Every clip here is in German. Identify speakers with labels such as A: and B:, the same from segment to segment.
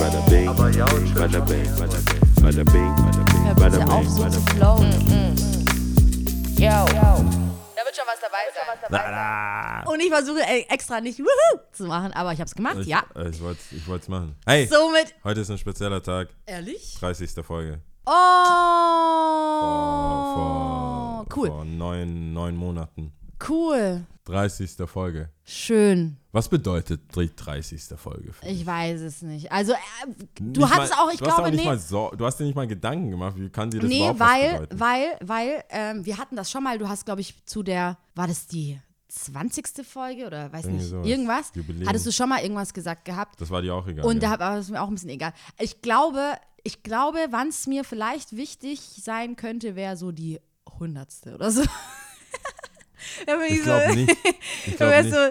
A: Aber ja, und schön.
B: Bada bing, bada bing, bada bing, bada bing,
C: Hör
B: bada
C: bitte
B: bing,
C: auf, so
B: bada
C: zu
B: bing.
C: flowen.
D: Yo. Da wird schon was dabei sein.
C: Und ich versuche ey, extra nicht Wuhu zu machen, aber ich hab's gemacht,
E: Ich,
C: ja.
E: äh, Ich wollte es ich wollt's machen. Hey,
C: Somit.
E: heute ist ein spezieller Tag.
C: Ehrlich?
E: 30. Folge.
C: Oh. Cool.
E: Vor neun, neun Monaten.
C: Cool.
E: 30. Folge.
C: Schön.
E: Was bedeutet die 30. Folge? für dich?
C: Ich weiß es nicht. Also, äh, du
E: Nicht
C: hattest
E: mal-
C: auch, ich
E: du hast
C: glaube,
E: auch nicht
C: nee.
E: mal so, Du hast dir nicht mal Gedanken gemacht, wie kann dir das
C: Nee,
E: überhaupt was
C: weil,
E: bedeuten?
C: weil, weil, ähm, wir hatten das schon mal. Du hast, glaube ich, zu der, war das die 20. Folge oder weiß
E: Irgendwie
C: nicht,
E: sowas.
C: irgendwas?
E: Jubiläum.
C: Hattest du schon mal irgendwas gesagt gehabt?
E: das war dir auch egal.
C: Und da
E: ja.
C: hab- aber ist mir auch ein bisschen egal. Ich glaube, ich glaube, wann es mir vielleicht wichtig sein könnte, wäre so die 100. oder so. Da bin
E: ich
C: so-
E: glaube nicht. Ich
C: da
E: glaube
C: wär
E: nicht.
C: so,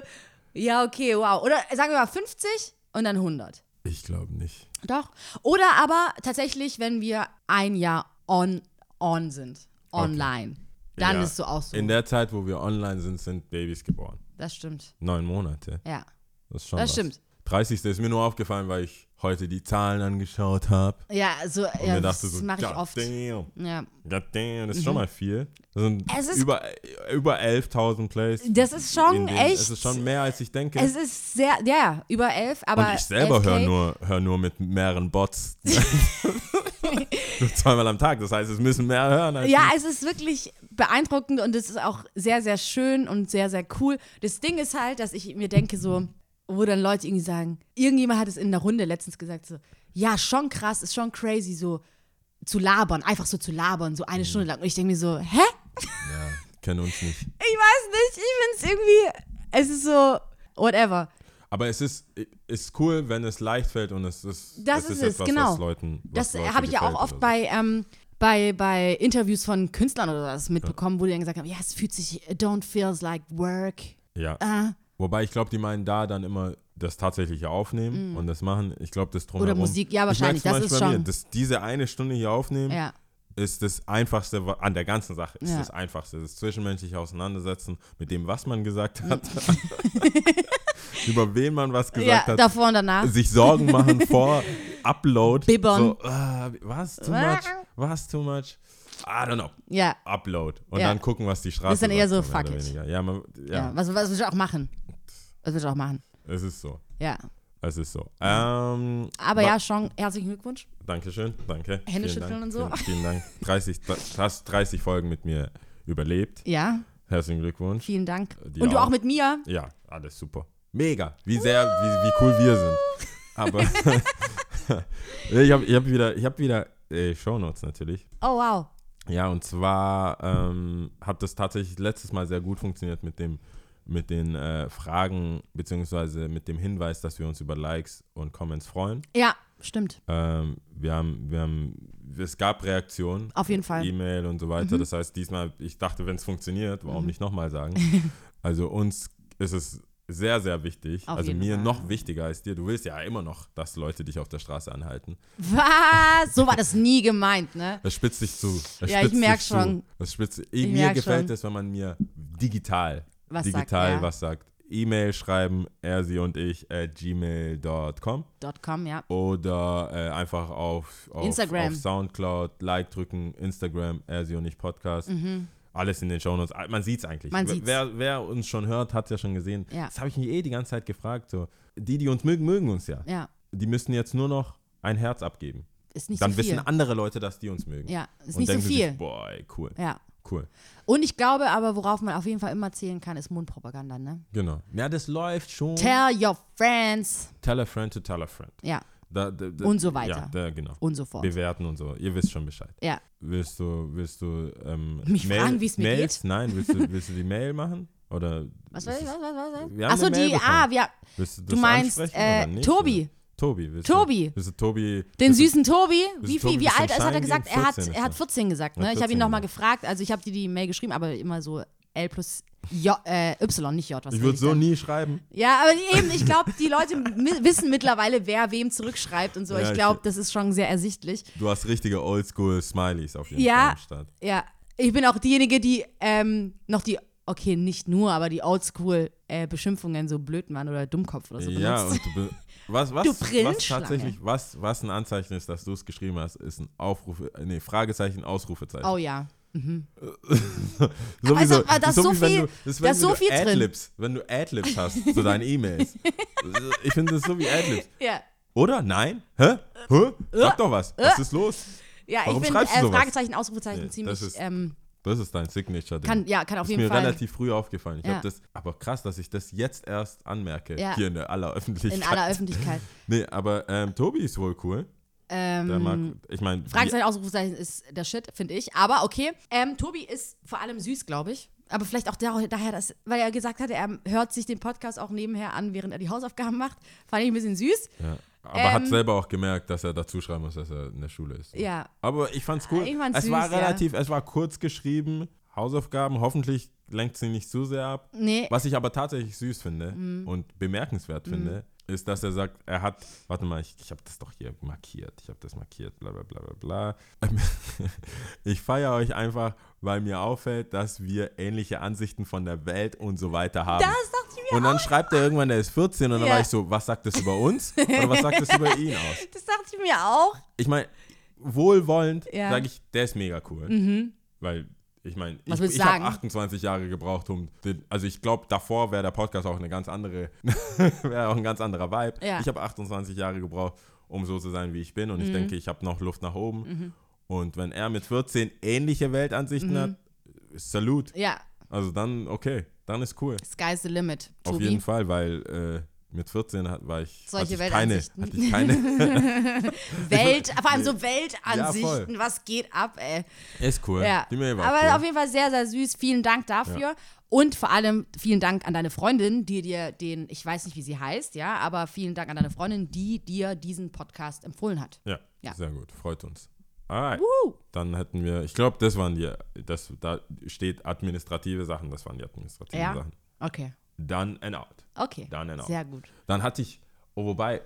C: ja, okay, wow. Oder sagen wir mal 50 und dann 100.
E: Ich glaub nicht.
C: Doch. Oder aber tatsächlich, wenn wir ein Jahr on, on sind, online, dann
E: Ja.
C: ist so auch so.
E: In der Zeit, wo wir online sind, sind Babys geboren.
C: das stimmt.
E: Neun Monate.
C: Ja.
E: Das ist schon
C: Das
E: was.
C: stimmt.
E: 30. ist mir nur aufgefallen, weil ich heute die Zahlen angeschaut habe.
C: Ja, so,
E: Und
C: ja,
E: mir dachte
C: das
E: so,
C: mache ich
E: God
C: oft.
E: Damn,
C: Ja.
E: God damn, das ist schon mal viel. Das sind
C: Es ist-
E: über, über 11.000 Plays.
C: Das ist schon
E: in den-
C: echt.
E: Es ist schon mehr, als ich denke.
C: Es ist sehr, ja, über elf, aber.
E: Und ich selber
C: 11K
E: höre nur, hör nur mit mehreren Bots. nur zweimal am Tag. Das heißt, es müssen mehr hören. Als
C: Ja,
E: ich.
C: es ist wirklich beeindruckend und es ist auch sehr, sehr schön und sehr, sehr cool. Das Ding ist halt, dass ich mir denke, so, wo dann Leute irgendwie sagen, irgendjemand hat es in der Runde letztens gesagt, so, ja, schon krass, ist schon crazy, so zu labern, einfach so zu labern, so
E: Mhm.
C: eine Stunde lang. Und ich denke mir so, hä?
E: ja kennen uns nicht.
C: Ich weiß nicht, ich finde es irgendwie, es ist so, whatever.
E: Aber es ist, ist cool, wenn es leicht fällt und es ist,
C: Das
E: es
C: ist
E: ist
C: es,
E: etwas,
C: genau.
E: was Leuten was
C: Das
E: Leuten
C: habe ich ja
E: gefällt
C: auch
E: oder
C: oft
E: so.
C: bei, ähm, bei, bei Interviews von Künstlern oder was mitbekommen, wo die dann gesagt haben, ja, es fühlt sich, don't feels like work.
E: Ja.
C: Ah.
E: Wobei ich glaube, die meinen da dann immer das tatsächliche Aufnehmen und das machen. Ich glaube, das drumherum.
C: Mm. Musik, ja,
E: Ich merk's
C: wahrscheinlich, das ist
E: manchmal bei
C: schon-
E: Mir, dass diese eine Stunde hier aufnehmen,
C: Ja.
E: ist das Einfachste wa- an der ganzen Sache. Ist
C: Ja.
E: das Einfachste. Das zwischenmenschliche Auseinandersetzen mit dem, was man gesagt hat. Über wen man was
C: Mm. Ja,
E: gesagt hat.
C: davor und danach.
E: Sich Sorgen machen vor Upload.
C: Bibbern.
E: So, ah, was too much? Was too much? I don't know.
C: Ja.
E: Upload. Und
C: Ja.
E: dann gucken, was die Straße
C: Ist dann eher
E: sagt,
C: so,
E: mehr
C: fuck
E: oder
C: it.
E: weniger. Ja, man,
C: Ja.
E: ja,
C: Was, was willst du auch machen? Was willst du auch machen?
E: es ist so.
C: Ja.
E: Es ist so. Ähm,
C: Aber
E: wa-
C: ja, schon, herzlichen Glückwunsch.
E: Dankeschön, danke.
C: Hände
E: Vielen
C: schütteln
E: Dank,
C: und so.
E: Vielen, vielen Dank. 30, du hast 30 Folgen mit mir überlebt.
C: Ja,
E: Herzlichen Glückwunsch.
C: vielen Dank.
E: Äh, Dir
C: Und du
E: auch.
C: auch mit mir.
E: Ja, alles super. Mega, wie sehr, wie, wie cool wir sind. Aber ich habe ich hab wieder, ich hab wieder äh, Shownotes natürlich.
C: Oh, wow.
E: Ja, und zwar ähm, hat das tatsächlich letztes Mal sehr gut funktioniert mit dem mit den äh, Fragen beziehungsweise mit dem Hinweis, dass wir uns über Likes und Comments freuen.
C: Ja, stimmt.
E: Ähm, wir haben, wir haben, es gab Reaktionen.
C: Auf jeden Fall. Mhm.
E: E-Mail und so weiter. Das heißt, diesmal, ich dachte, wenn es funktioniert, warum nicht nochmal sagen? also uns ist es sehr, sehr wichtig.
C: Auf
E: also
C: jeden
E: mir
C: Fall.
E: noch wichtiger als dir. Du willst ja immer noch, dass Leute dich auf der Straße anhalten.
C: Was? So war das nie gemeint, ne?
E: Das spitzt sich zu. Das
C: Ja, ich
E: spitzt
C: merk
E: sich
C: schon.
E: Zu. Das spitzt, ich, mir
C: merk
E: gefällt
C: schon.
E: es, wenn man mir digital,
C: Was sagt,
E: digital
C: ja.
E: was sagt. E-Mail schreiben, er, sie und ich, at gmail.com.
C: Dot .com, ja.
E: oder äh, einfach auf, auf,
C: Instagram.
E: auf Soundcloud, Like drücken, Instagram, er sie und ich Podcast. Alles in den Shownotes. Ah, Man sieht es eigentlich.
C: Mhm. Man
E: Wer-
C: sieht's.
E: Wer, wer uns schon hört, hat es ja schon gesehen.
C: Ja.
E: Das habe ich mich eh die ganze Zeit gefragt. So. Die, die uns mögen, mögen uns ja.
C: Ja,
E: Die müssten jetzt nur noch ein Herz abgeben.
C: ist nicht
E: Dann
C: so
E: wissen
C: viel.
E: andere Leute, dass die uns mögen.
C: Ja, ist
E: und
C: nicht so
E: denken sie
C: viel.
E: Sich, boah, ey, cool.
C: Ja.
E: Cool.
C: Und ich glaube aber, worauf man auf jeden Fall immer zählen kann, ist Mundpropaganda, ne?
E: Genau. Ja, das läuft schon.
C: Tell your friends.
E: tell a friend to tell a friend.
C: Ja,
E: Da, da, da,
C: Und so weiter.
E: Ja, da, genau.
C: und so fort.
E: Bewerten und so. Ihr wisst schon Bescheid.
C: Ja.
E: Willst du, willst du ähm,
C: Mich fragen, wie's mir
E: Mails? Nein, willst du, willst du die Mail machen? Oder
C: Was soll ich? Was, was, was?
E: Wir haben
C: Achso,
E: eine Mail
C: die,
E: bekommen.
C: ah, wir,
E: willst du, das
C: du meinst
E: ansprechen
C: äh,
E: oder nicht?
C: Tobi.
E: Tobi. Willst
C: Tobi.
E: Du, willst du Tobi?
C: Den
E: willst du-
C: süßen Tobi,
E: Bis
C: wie,
E: Tobi
C: viel, wie
E: bis zum
C: alt ist, hat er
E: Schein
C: gesagt?
E: ging?
C: Er hat,
E: 14 ist
C: er hat
E: er.
C: 14 gesagt, ne?
E: Ja,
C: ich habe
E: 14,
C: ihn nochmal
E: ja.
C: gefragt, also ich habe dir die Mail geschrieben, aber immer so L plus J, äh, Y, nicht J. Was
E: Ich
C: soll
E: würde so
C: sagen?
E: nie schreiben.
C: Ja, aber eben, ich glaube, die Leute mi- wissen mittlerweile, wer wem zurückschreibt und so.
E: Ja,
C: ich
E: ich-
C: glaube, das ist schon sehr ersichtlich.
E: Du hast richtige Oldschool-Smileys auf jeden Fall
C: Ja,
E: am Start.
C: ja. Ich bin auch diejenige, die ähm, noch die, okay, äh, nicht nur, aber die Oldschool-Beschimpfungen so Blödmann oder Dummkopf oder so
E: Ja,
C: benutzt.
E: und du, be- Was, was,
C: Also Du
E: was
C: Brillenschlange.
E: tatsächlich, was, was ein Anzeichen ist, dass du es geschrieben hast, ist ein Aufruf, nee, Fragezeichen, Ausrufezeichen.
C: Oh ja.
E: Sowieso,
C: Aber es- aber da ist so
E: wie wenn
C: viel-
E: du, das ist,
C: da
E: wenn
C: ist
E: du
C: so viel drin.
E: Adlibs, wenn du Adlibs hast zu deinen E-Mails. ich finde das ist so wie Adlibs.
C: Ja.
E: Oder? Nein? Hä? Hä? Sag doch was. Was ist los?
C: Ja,
E: Warum
C: ich bin
E: schreibst du sowas?
C: Fragezeichen, Ausrufezeichen
E: Nee,
C: ziemlich.
E: das ist-
C: ähm,
E: Das ist dein Signature-Ding.
C: kann, ja, kann auf
E: ist
C: jeden
E: mir
C: Fall.
E: relativ früh aufgefallen. Ich
C: Ja.
E: hab das, aber krass, dass ich das jetzt erst anmerke,
C: Ja.
E: hier in der aller Öffentlichkeit.
C: in aller Öffentlichkeit.
E: nee, aber ähm, Tobi ist wohl cool. Der
C: Ähm,
E: mag, ich meine,
C: Fragezeichen, Ausrufezeichen ist der Shit, finde ich. Aber okay. Ähm, Tobi ist vor allem süß, glaube ich. Aber vielleicht auch da- daher, dass, weil er gesagt hatte, er hört sich den Podcast auch nebenher an, während er die Hausaufgaben macht. Fand ich ein bisschen süß.
E: Ja. Aber hat
C: Ähm,
E: selber auch gemerkt, dass er dazu schreiben muss, dass er in der Schule ist.
C: Ja.
E: Aber ich fand's cool.
C: Ich fand's
E: es
C: süß,
E: war
C: ja.
E: relativ, es war kurz geschrieben, Hausaufgaben, hoffentlich lenkt sie nicht zu sehr ab.
C: Nee.
E: Was ich aber tatsächlich süß finde
C: Mhm.
E: und bemerkenswert finde, ist, dass er sagt, er hat, warte mal, ich, ich habe das doch hier markiert, ich habe das markiert, bla bla bla bla bla. Ich feiere euch einfach, weil mir auffällt, dass wir ähnliche Ansichten von der Welt und so weiter haben.
C: Das dachte ich mir
E: Und dann schreibt er irgendwann, der ist 14 und dann
C: Ja.
E: war ich so, was sagt das über uns oder was sagt das über ihn aus?
C: Das dachte ich mir auch.
E: Ich meine, wohlwollend
C: Ja. Mhm.
E: sage ich, der ist mega cool. Weil ich meine, ich,
C: Was willst du
E: ich habe
C: sagen?
E: 28 Jahre gebraucht, um den, also ich glaube, davor wäre der Podcast auch eine ganz andere, wäre auch ein ganz anderer Vibe.
C: Ja. Mhm.
E: Ich habe 28 Jahre gebraucht, um so zu sein, wie ich bin und ich denke, ich habe noch Luft nach oben. Und wenn er mit 14 ähnliche Weltansichten
C: Mhm.
E: hat, Salut.
C: Ja,
E: Also dann, okay, dann ist cool.
C: sky's the limit, Tobi.
E: Auf jeden Fall, weil äh, mit 14 hat, war ich,
C: Solche
E: hatte ich keine,
C: Weltansichten.
E: hatte ich keine.
C: Welt, vor allem so Weltansichten,
E: voll.
C: was geht ab, ey.
E: ist cool.
C: Ja.
E: Die Mail war
C: Aber
E: cool.
C: auf jeden Fall sehr, sehr süß. Vielen Dank dafür. Und vor allem vielen Dank an deine Freundin, die dir den, ich weiß nicht, wie sie heißt, ja, aber vielen Dank an deine Freundin, die dir diesen Podcast empfohlen hat.
E: Ja,
C: Ja.
E: sehr gut. Freut uns. Alright.
C: Woo!
E: Dann hätten wir, ich glaube, das waren die, das, da steht administrative Sachen, das waren die administrativen
C: Ja.
E: Sachen.
C: Okay.
E: Done and out.
C: Okay.
E: Done and out.
C: Sehr gut.
E: Dann hatte ich, oh, wobei,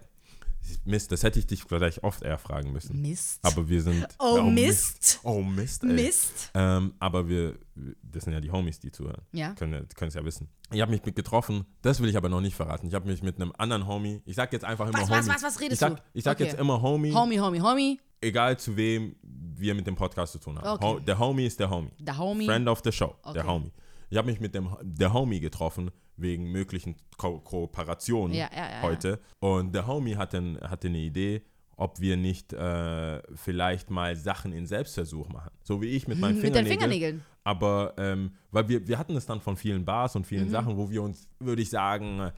E: Mist, das hätte ich dich vielleicht oft eher fragen müssen.
C: Mist.
E: Aber wir sind.
C: Oh, Mist.
E: Oh Mist, ey.
C: Mist.
E: Ähm, aber wir, das sind ja die Homies, die zuhören.
C: Ja.
E: Können können es ja wissen. Ich habe mich mit getroffen, das will ich aber noch nicht verraten. Ich habe mich mit einem anderen Homie, ich sag jetzt einfach immer
C: Was,
E: Homie.
C: was, was, was redest
E: ich sag,
C: du?
E: Ich sag
C: Okay.
E: jetzt immer Homie,
C: Homie, homie, homie.
E: egal zu wem wir mit dem Podcast zu tun haben.
C: Okay.
E: Ho der Homie ist der Homie.
C: Der Homie.
E: Friend of the Show, der
C: Okay.
E: Homie. Ich habe mich mit dem der Homie getroffen wegen möglichen Ko Kooperationen
C: Ja, ja, ja, ja.
E: heute. Und der Homie hatte, n- hatte eine Idee, ob wir nicht äh, vielleicht mal Sachen in Selbstversuch machen. So wie ich mit meinen
C: Mit den
E: Fingernägeln.
C: Fingernägeln.
E: Aber ähm, weil wir, wir hatten es dann von vielen Bars und
C: Mhm.
E: vielen Sachen, wo wir uns, würde ich sagen, äh,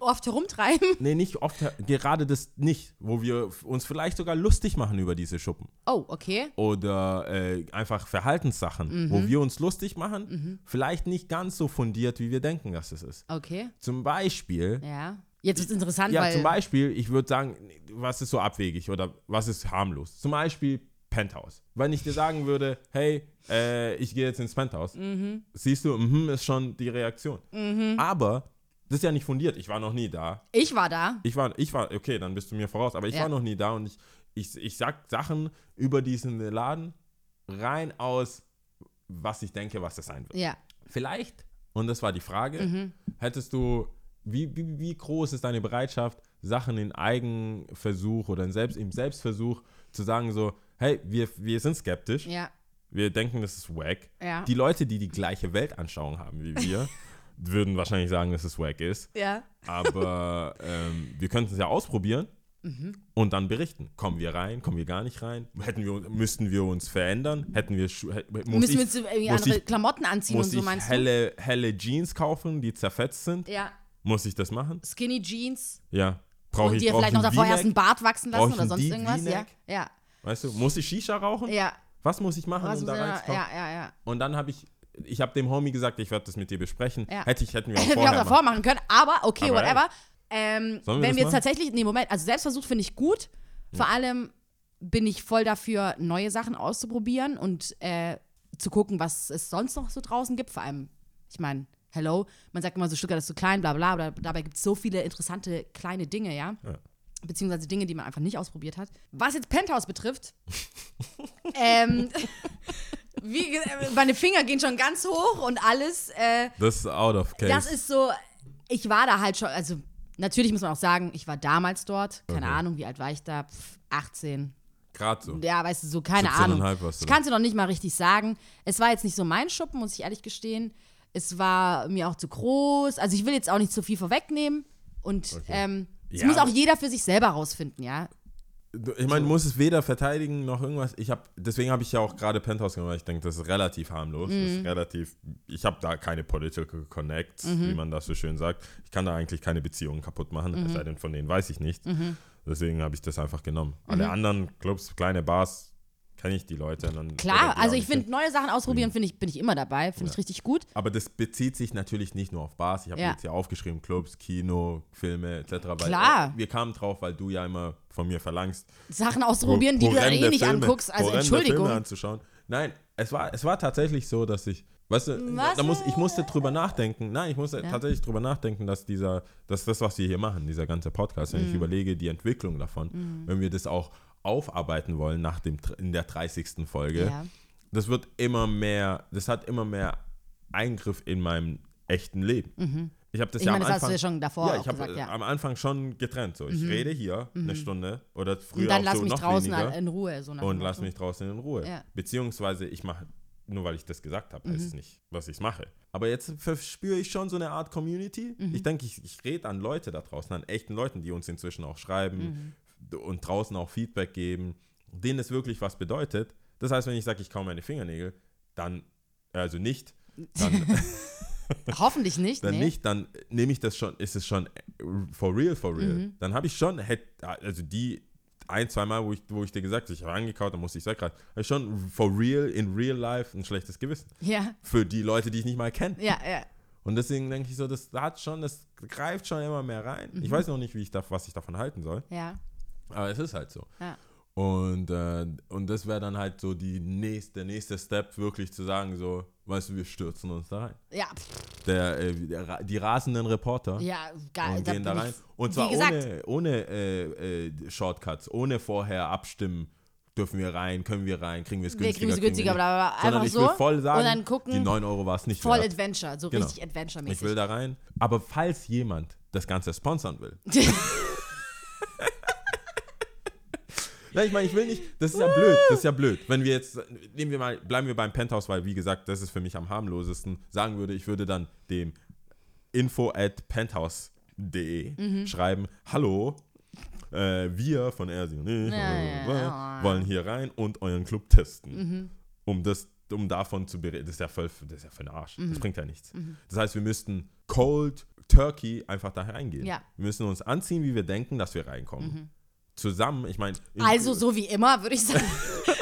C: Oft herumtreiben.
E: nee, nicht oft, äh, gerade das nicht, wo wir uns vielleicht sogar lustig machen über diese Schuppen
C: Oh, okay.
E: oder äh, einfach Verhaltenssachen, wo
C: Mhm.
E: wir uns lustig machen, vielleicht nicht ganz so fundiert, wie wir denken, dass es ist.
C: Okay.
E: Zum Beispiel,
C: Ja. Jetzt ist interessant,
E: ja,
C: weil.
E: zum Beispiel, ich würde sagen, was ist so abwegig oder was ist harmlos? Zum Beispiel Penthouse. Wenn ich dir sagen würde, hey, äh, ich gehe jetzt ins Penthouse, siehst du, mhm, ist schon die Reaktion.
C: Mhm.
E: Aber das ist ja nicht fundiert. Ich war noch nie da.
C: ich war da.
E: Ich war, ich war, okay, dann bist du mir voraus, aber ich
C: Ja.
E: war noch nie da und ich, ich, ich sag Sachen über diesen Laden rein aus, was ich denke, was das sein wird.
C: Ja.
E: Vielleicht, und das war die Frage,
C: Mhm.
E: hättest du, wie, wie, wie groß ist deine Bereitschaft, Sachen in Eigenversuch oder in Selbst, im Selbstversuch zu sagen, so, hey, wir, wir sind skeptisch,
C: Ja.
E: wir denken, das ist wack.
C: Ja.
E: Die Leute, die die gleiche Weltanschauung haben wie wir, würden wahrscheinlich sagen, dass es wack ist.
C: Ja.
E: Aber ähm, wir könnten es ja ausprobieren
C: Mhm.
E: und dann berichten. Kommen wir rein, kommen wir gar nicht rein? Hätten wir, müssten wir uns verändern? Hätten wir, Schu- hä- muss
C: Müssen wir
E: ich,
C: jetzt irgendwie
E: muss
C: andere
E: ich,
C: Klamotten anziehen und
E: muss
C: so,
E: ich
C: meinst du?
E: helle, helle Jeans kaufen, die zerfetzt sind?
C: Ja.
E: Muss ich das machen?
C: Skinny Jeans.
E: Ja. Brauche
C: Und
E: ich,
C: dir
E: brauch
C: vielleicht
E: ich
C: noch
E: einen
C: davor erst einen
E: V-Neck?
C: Bart wachsen
E: Brauch
C: lassen
E: ich
C: oder
E: einen
C: sonst
E: V-
C: irgendwas. Ja.
E: V-Neck?
C: Ja.
E: Weißt du, muss ich Shisha rauchen?
C: Ja.
E: Was muss ich machen,
C: Was
E: um
C: muss
E: da
C: ich-
E: reinzukommen?
C: ja, ja, ja.
E: Und dann habe ich, ich habe dem Homie gesagt, ich werde das mit dir besprechen.
C: Ja.
E: Hätte ich, hätten wir auch
C: Hätten wir auch
E: vorher
C: davor machen
E: machen.
C: können, aber okay,
E: Aber, ey.
C: whatever. Ähm, wenn
E: Sollen wir das
C: wir jetzt
E: machen?
C: tatsächlich, nee, Moment, also Selbstversuch finde ich gut. Vor allem bin ich voll dafür, neue Sachen auszuprobieren und äh, zu gucken, was es sonst noch so draußen gibt. Vor allem, ich meine, hello, man sagt immer so, Stuttgart ist so klein, bla bla, bla. dabei gibt es so viele interessante kleine Dinge, ja? Beziehungsweise Dinge, die man einfach nicht ausprobiert hat. Was jetzt Penthouse betrifft, ähm, wie, ge- meine Finger gehen schon ganz hoch und alles. Äh,
E: Das ist out of case.
C: das ist so, ich war da halt schon, also Natürlich muss man auch sagen, ich war damals dort, keine
E: Okay.
C: Ahnung, wie alt war ich da? Pff, 18.
E: Gerade so.
C: Ja, weißt du, so keine
E: 17,5
C: Ahnung.
E: warst du
C: Ich kann es dir noch nicht mal richtig sagen. Es war jetzt nicht so mein Schuppen, muss ich ehrlich gestehen. Es war mir auch zu groß. Also ich will jetzt auch nicht zu viel vorwegnehmen. Und ähm, es
E: Ja,
C: muss auch
E: aber-
C: jeder für sich selber rausfinden, ja.
E: Du- Ich meine, du musst es weder verteidigen noch irgendwas. Ich hab, deswegen habe ich ja auch gerade Penthouse gemacht, weil ich denke, das ist relativ harmlos. Das
C: Mhm.
E: ist relativ, ich habe da keine political connects, wie man das so schön sagt. Ich kann da eigentlich keine Beziehungen kaputt machen,
C: Mhm.
E: es sei denn, von denen weiß ich nichts. Deswegen habe ich das einfach genommen.
C: Mhm.
E: Alle anderen Clubs, kleine Bars, kenne ich die Leute. Und dann oder
C: Klar, also
E: die auch
C: ich
E: nicht
C: finde, neue Sachen
E: Mhm.
C: ausprobieren, finde ich, bin ich immer dabei. Finde ich richtig gut.
E: Aber das bezieht sich natürlich nicht nur auf Bars. Ich habe
C: Ja.
E: jetzt hier aufgeschrieben, Clubs, Kino, Filme etc. Weil
C: Klar.
E: äh, wir kamen drauf, weil du ja immer von mir verlangst,
C: Sachen ausprobieren, die du dann eh
E: horrende
C: nicht
E: Filme-
C: anguckst. Also
E: horrende Filme
C: Entschuldigung.
E: anzuschauen. Nein, es war, es war tatsächlich so, dass ich, weißt du,
C: Was?
E: da muss, ich musste drüber nachdenken. Nein, ich musste tatsächlich drüber nachdenken, dass dieser, dass das, was wir hier machen, dieser ganze Podcast,
C: Mhm.
E: wenn ich überlege, die Entwicklung davon, wenn wir das auch aufarbeiten wollen nach dem, in der 30. Folge,
C: Ja.
E: das wird immer mehr, das hat immer mehr Eingriff in meinem echten Leben. Ich habe das
C: Mhm. Ich
E: ja
C: meine, das hast
E: am
C: du
E: Anfang,
C: ja schon davor
E: ja,
C: auch
E: ich habe
C: gesagt, ja.
E: am Anfang schon getrennt. So, ich rede hier eine Stunde oder früher
C: Und dann
E: auch
C: lass
E: so
C: mich
E: noch
C: draußen halt,
E: weniger
C: in Ruhe. So nach dem
E: und lass
C: Motto.
E: mich draußen in Ruhe.
C: Ja. Mhm.
E: Beziehungsweise ich mache, nur weil ich das gesagt habe, heißt es nicht, was ich mache. Aber jetzt verspüre ich schon so eine Art Community.
C: Mhm.
E: Ich denke, ich, ich rede an Leute da draußen, an echten Leuten, die uns inzwischen auch schreiben
C: Mhm.
E: und draußen auch Feedback geben, denen es wirklich was bedeutet. Das heißt, wenn ich sage, ich kaue meine Fingernägel, dann, also nicht, dann
C: Hoffentlich nicht.
E: dann
C: nee.
E: nicht, dann nehme ich das schon, ist es schon äh, for real, for real.
C: Mhm.
E: Dann habe ich schon, hätt- also die ein, zwei Mal, wo ich, wo ich dir gesagt habe, ich habe angekaut, dann musste ich sagen, habe ich schon for real, in real life ein schlechtes Gewissen.
C: Ja,
E: Für die Leute, die ich nicht mal kenne.
C: ja, ja.
E: Und deswegen denke ich so, das hat schon, das greift schon immer mehr rein.
C: Mhm.
E: Ich weiß noch nicht, wie ich da, was ich davon halten soll,
C: ja.
E: aber es ist halt so.
C: Ja.
E: Und, äh, und das wäre dann halt so die nächste, der nächste Step, wirklich zu sagen, so, weißt du, wir stürzen uns da rein.
C: Ja, pff,
E: Der, äh, der, Ra- die rasenden Reporter
C: ja, geil.
E: und gehen da
C: bin ich-
E: rein. Und
C: wie
E: zwar
C: gesagt,
E: ohne, ohne äh, äh, Shortcuts, ohne vorher abstimmen, dürfen wir rein, können wir rein, kriegen wir es
C: Wir
E: günstiger.
C: kriegen es günstiger,
E: wir nicht.
C: bla, bla, bla.
E: Sondern
C: Einfach
E: ich
C: so.
E: will voll sagen,
C: und dann gucken,
E: die 9 Euro war es nicht
C: voll
E: wert.
C: Adventure, so
E: Genau.
C: richtig Adventure-mäßig.
E: Ich will da rein. Aber falls jemand das Ganze sponsern will. Nein, ich meine, ich will nicht, das ist ja blöd, das ist ja blöd. Wenn wir jetzt, nehmen wir mal, bleiben wir beim Penthouse, weil wie gesagt, das ist für mich am harmlosesten, sagen würde, ich würde dann dem info at penthouse.de schreiben, hallo, äh, wir von Ersi und ich
C: Ja, ja, Mhm. ja.
E: wollen hier rein und euren Club testen. Um das, um davon zu bereden. Das ist ja voll, das ist ja für den Arsch.
C: Mhm.
E: Das bringt ja nichts. Das heißt, wir müssten Cold Turkey einfach da reingehen.
C: Ja. Mhm.
E: Wir müssen uns anziehen, wie wir denken, dass wir reinkommen. Zusammen, ich meine. ich-
C: also so wie immer, würde ich sagen.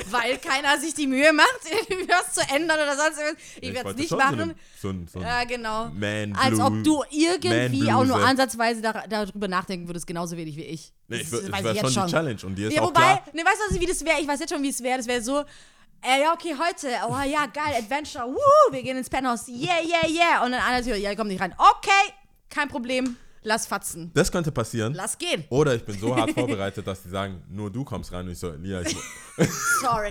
C: Weil keiner sich die Mühe macht, was zu ändern oder sonst irgendwas. Ich werde es
E: wollte
C: nicht
E: schon
C: machen.
E: So einen, so einen, so
C: Ja,
E: einen
C: genau.
E: Man
C: Als
E: Blue-
C: ob du irgendwie
E: Man
C: auch nur
E: Bluse.
C: ansatzweise dar darüber nachdenken würdest, genauso wenig wie ich.
E: Nee, ich,
C: Das
E: wür-
C: weiß
E: das wäre
C: ich
E: schon
C: jetzt
E: die Challenge und dir ist
C: Ja,
E: auch
C: wobei,
E: klar.
C: ne, weißt du, was- wie das wäre? Ich weiß jetzt schon, wie es wäre. Das wäre so, äh, ja, okay, heute, oh ja, geil, Adventure, woo, wir gehen ins Penthouse, yeah, yeah, yeah. Und dann an der Tür, ja, komm nicht rein. Okay, kein Problem, lass fatzen,
E: Das könnte passieren.
C: lass gehen.
E: Oder ich bin so hart vorbereitet, dass die sagen, nur du kommst rein und ich so, Lia, ich,
C: Sorry.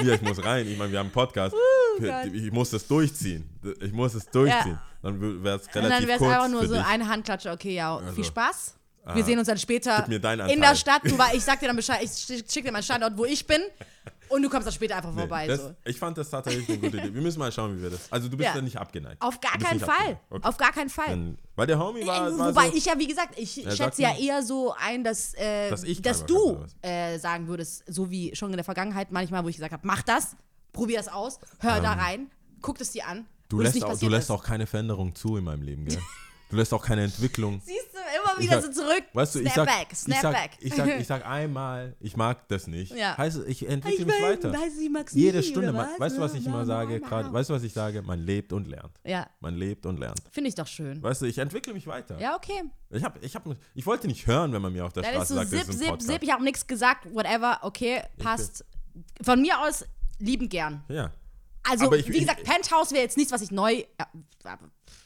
E: Lia, ich muss rein. Ich meine, wir haben einen Podcast.
C: Oh Gott.
E: ich muss das durchziehen. Ich muss es durchziehen. Dann wäre es
C: Und dann
E: relativ
C: wäre es
E: kurz
C: einfach nur
E: für
C: so
E: dich.
C: eine Handklatsche, okay, ja, viel Spaß. Wir
E: Aha.
C: sehen uns dann später
E: Gib mir deinen
C: in der
E: Anteil.
C: Stadt. Du, weil ich sag dir dann Bescheid, ich schick- schick dir meinen Standort, wo ich bin. Und du kommst dann später einfach
E: Nee,
C: vorbei.
E: das,
C: so.
E: Ich fand das tatsächlich eine gute Idee. Wir müssen mal schauen, wie wir das. Also du bist
C: Ja.
E: ja, nicht abgeneigt.
C: Auf gar
E: Du bist
C: keinen
E: nicht
C: Fall.
E: abgeneigt. Okay.
C: Auf gar keinen Fall.
E: Dann, weil der Homie war, war
C: Äh, Wobei
E: so,
C: ich ja, wie gesagt, ich
E: sagt
C: schätze ja
E: man-
C: eher so ein, dass, äh, dass,
E: Dass ich keiner kann,
C: du
E: oder was?
C: äh, sagen würdest, so wie schon in der Vergangenheit manchmal, wo ich gesagt habe, mach das, probier das aus, hör da rein, guck es dir an.
E: Ähm, du
C: wo das
E: lässt,
C: nicht
E: auch, du
C: passiert
E: lässt
C: ist.
E: auch keine Veränderung zu in meinem Leben, gell? Du lässt auch keine Entwicklung.
C: Siehst du, immer
E: Ich
C: wieder
E: sag-
C: so zurück.
E: Weißt du,
C: snap
E: ich sag,
C: back, snap
E: ich sag,
C: back.
E: Ich sag, ich sag einmal, ich mag das nicht.
C: Ja.
E: Heißt, es, ich entwickle mich
C: mein,
E: weiter.
C: weiß ich, mag's
E: Jede
C: nie,
E: Stunde.
C: oder
E: Man,
C: was?
E: weißt du, was ich
C: Ja,
E: immer
C: ja, ja,
E: sage
C: ja.
E: gerade? Weißt du, was ich sage? Man lebt und lernt.
C: ja,
E: Man lebt und lernt.
C: finde ich doch schön.
E: Weißt du, ich entwickle mich weiter.
C: Ja, okay.
E: Ich, hab, ich, hab, ich wollte nicht hören, wenn man mir auf der
C: Dann ist
E: Straße
C: so
E: sagt,
C: zip,
E: das ist ein
C: zip,
E: Podcast.
C: zip. Ich habe nichts gesagt, whatever, okay, passt. Von mir aus lieben gern.
E: Ja.
C: Also,
E: Aber ich-
C: wie
E: ich-
C: gesagt, Penthouse wäre jetzt nichts, was ich neu. Ja,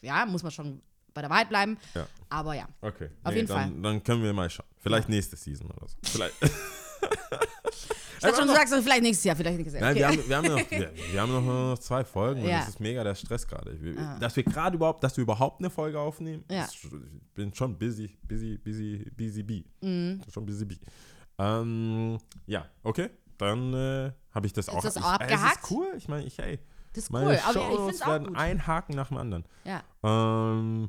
C: ja, muss man schon bei der Wahrheit bleiben.
E: Ja.
C: Aber ja.
E: Okay.
C: Auf jeden
E: dann,
C: Fall.
E: Dann können wir mal schauen. Vielleicht nächste Season oder so. Vielleicht.
C: Statt schon, du sagst dann vielleicht nächstes Jahr, vielleicht nächstes Jahr.
E: Nein,
C: Okay.
E: wir, haben, wir, haben ja noch, wir, wir haben noch, nur noch zwei Folgen und
C: Ja. Ah.
E: das ist mega der Stress gerade. Wir- Dass wir gerade überhaupt, dass wir überhaupt eine Folge aufnehmen,
C: Ja.
E: ist schon- ich bin schon busy, busy, busy, busy bee.
C: Mhm.
E: Schon busy bee. Ähm, ja, okay. Dann äh, habe ich das auch.
C: das
E: ich,
C: auch
E: äh, Es
C: abgehakt?
E: ist cool. Ich meine, ich, ey,
C: das ist
E: meine
C: cool, aber ich finde
E: Shows
C: es auch
E: werden
C: gut.
E: ein Haken nach dem anderen.
C: Ja.
E: Ähm,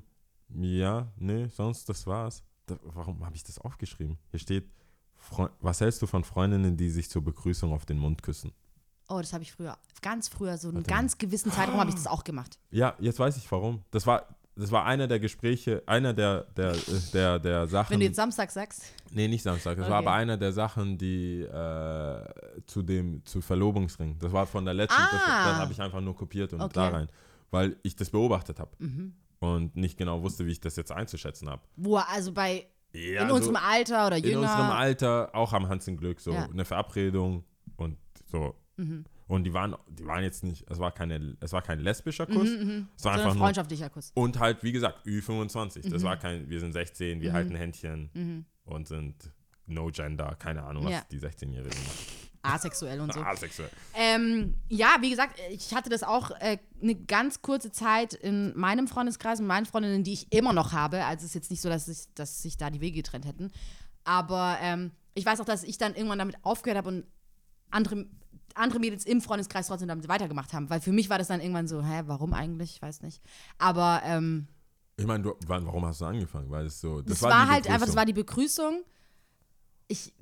E: ja, nee, sonst das war's. Da, warum habe ich das aufgeschrieben? Hier steht, Freu- was hältst du von Freundinnen, die sich zur Begrüßung auf den Mund küssen?
C: Oh, das habe ich früher, ganz früher, so einen
E: Warte mal.
C: ganz gewissen Zeitraum habe ich das auch gemacht.
E: Ja, jetzt weiß ich warum. Das war, das war einer der Gespräche, einer der, der, äh, der, der Sachen.
C: Wenn du jetzt Samstag sagst,
E: nee, nicht Samstag. Das war
C: Okay.
E: aber einer der Sachen, die äh, zu dem, zu Verlobungsring. Das war von der letzten, das,
C: Ah.
E: das habe ich einfach nur kopiert und
C: Okay. Mhm.
E: da rein. Weil ich das beobachtet habe. Und nicht genau wusste, wie ich das jetzt einzuschätzen habe.
C: wo also bei,
E: Ja,
C: in
E: so-
C: unserem Alter oder
E: in
C: jünger.
E: unserem Alter auch am Hans im Glück so
C: Genau. Ja. Mhm.
E: eine Verabredung und so. Und die waren, die waren jetzt nicht, es war keine, es war kein lesbischer
C: Mhm,
E: Kuss, es war
C: so
E: einfach
C: ein
E: nur.
C: freundschaftlicher Kuss.
E: Und halt, wie gesagt, Ü25.
C: Mhm.
E: Das war kein, wir sind 16, wir halten Händchen und sind no gender, keine Ahnung, was
C: Ja.
E: die 16-Jährigen machen.
C: Asexuell und so.
E: Asexuell.
C: Ähm, ja, wie gesagt, ich hatte das auch äh, eine ganz kurze Zeit in meinem Freundeskreis, mit meinen Freundinnen, die ich immer noch habe. Also es ist jetzt nicht so, dass, ich, dass sich da die Wege getrennt hätten. Aber ähm, ich weiß auch, dass ich dann irgendwann damit aufgehört habe und andere, andere Mädels im Freundeskreis trotzdem damit weitergemacht haben. Weil für mich war das dann irgendwann so, hä, warum eigentlich? Ich weiß nicht. Aber ähm,
E: Ich meine, du, wann, warum hast du angefangen? Weil es so.
C: das,
E: war,
C: war,
E: die
C: halt einfach, das
E: Begrüßung.
C: war die Begrüßung. Ich,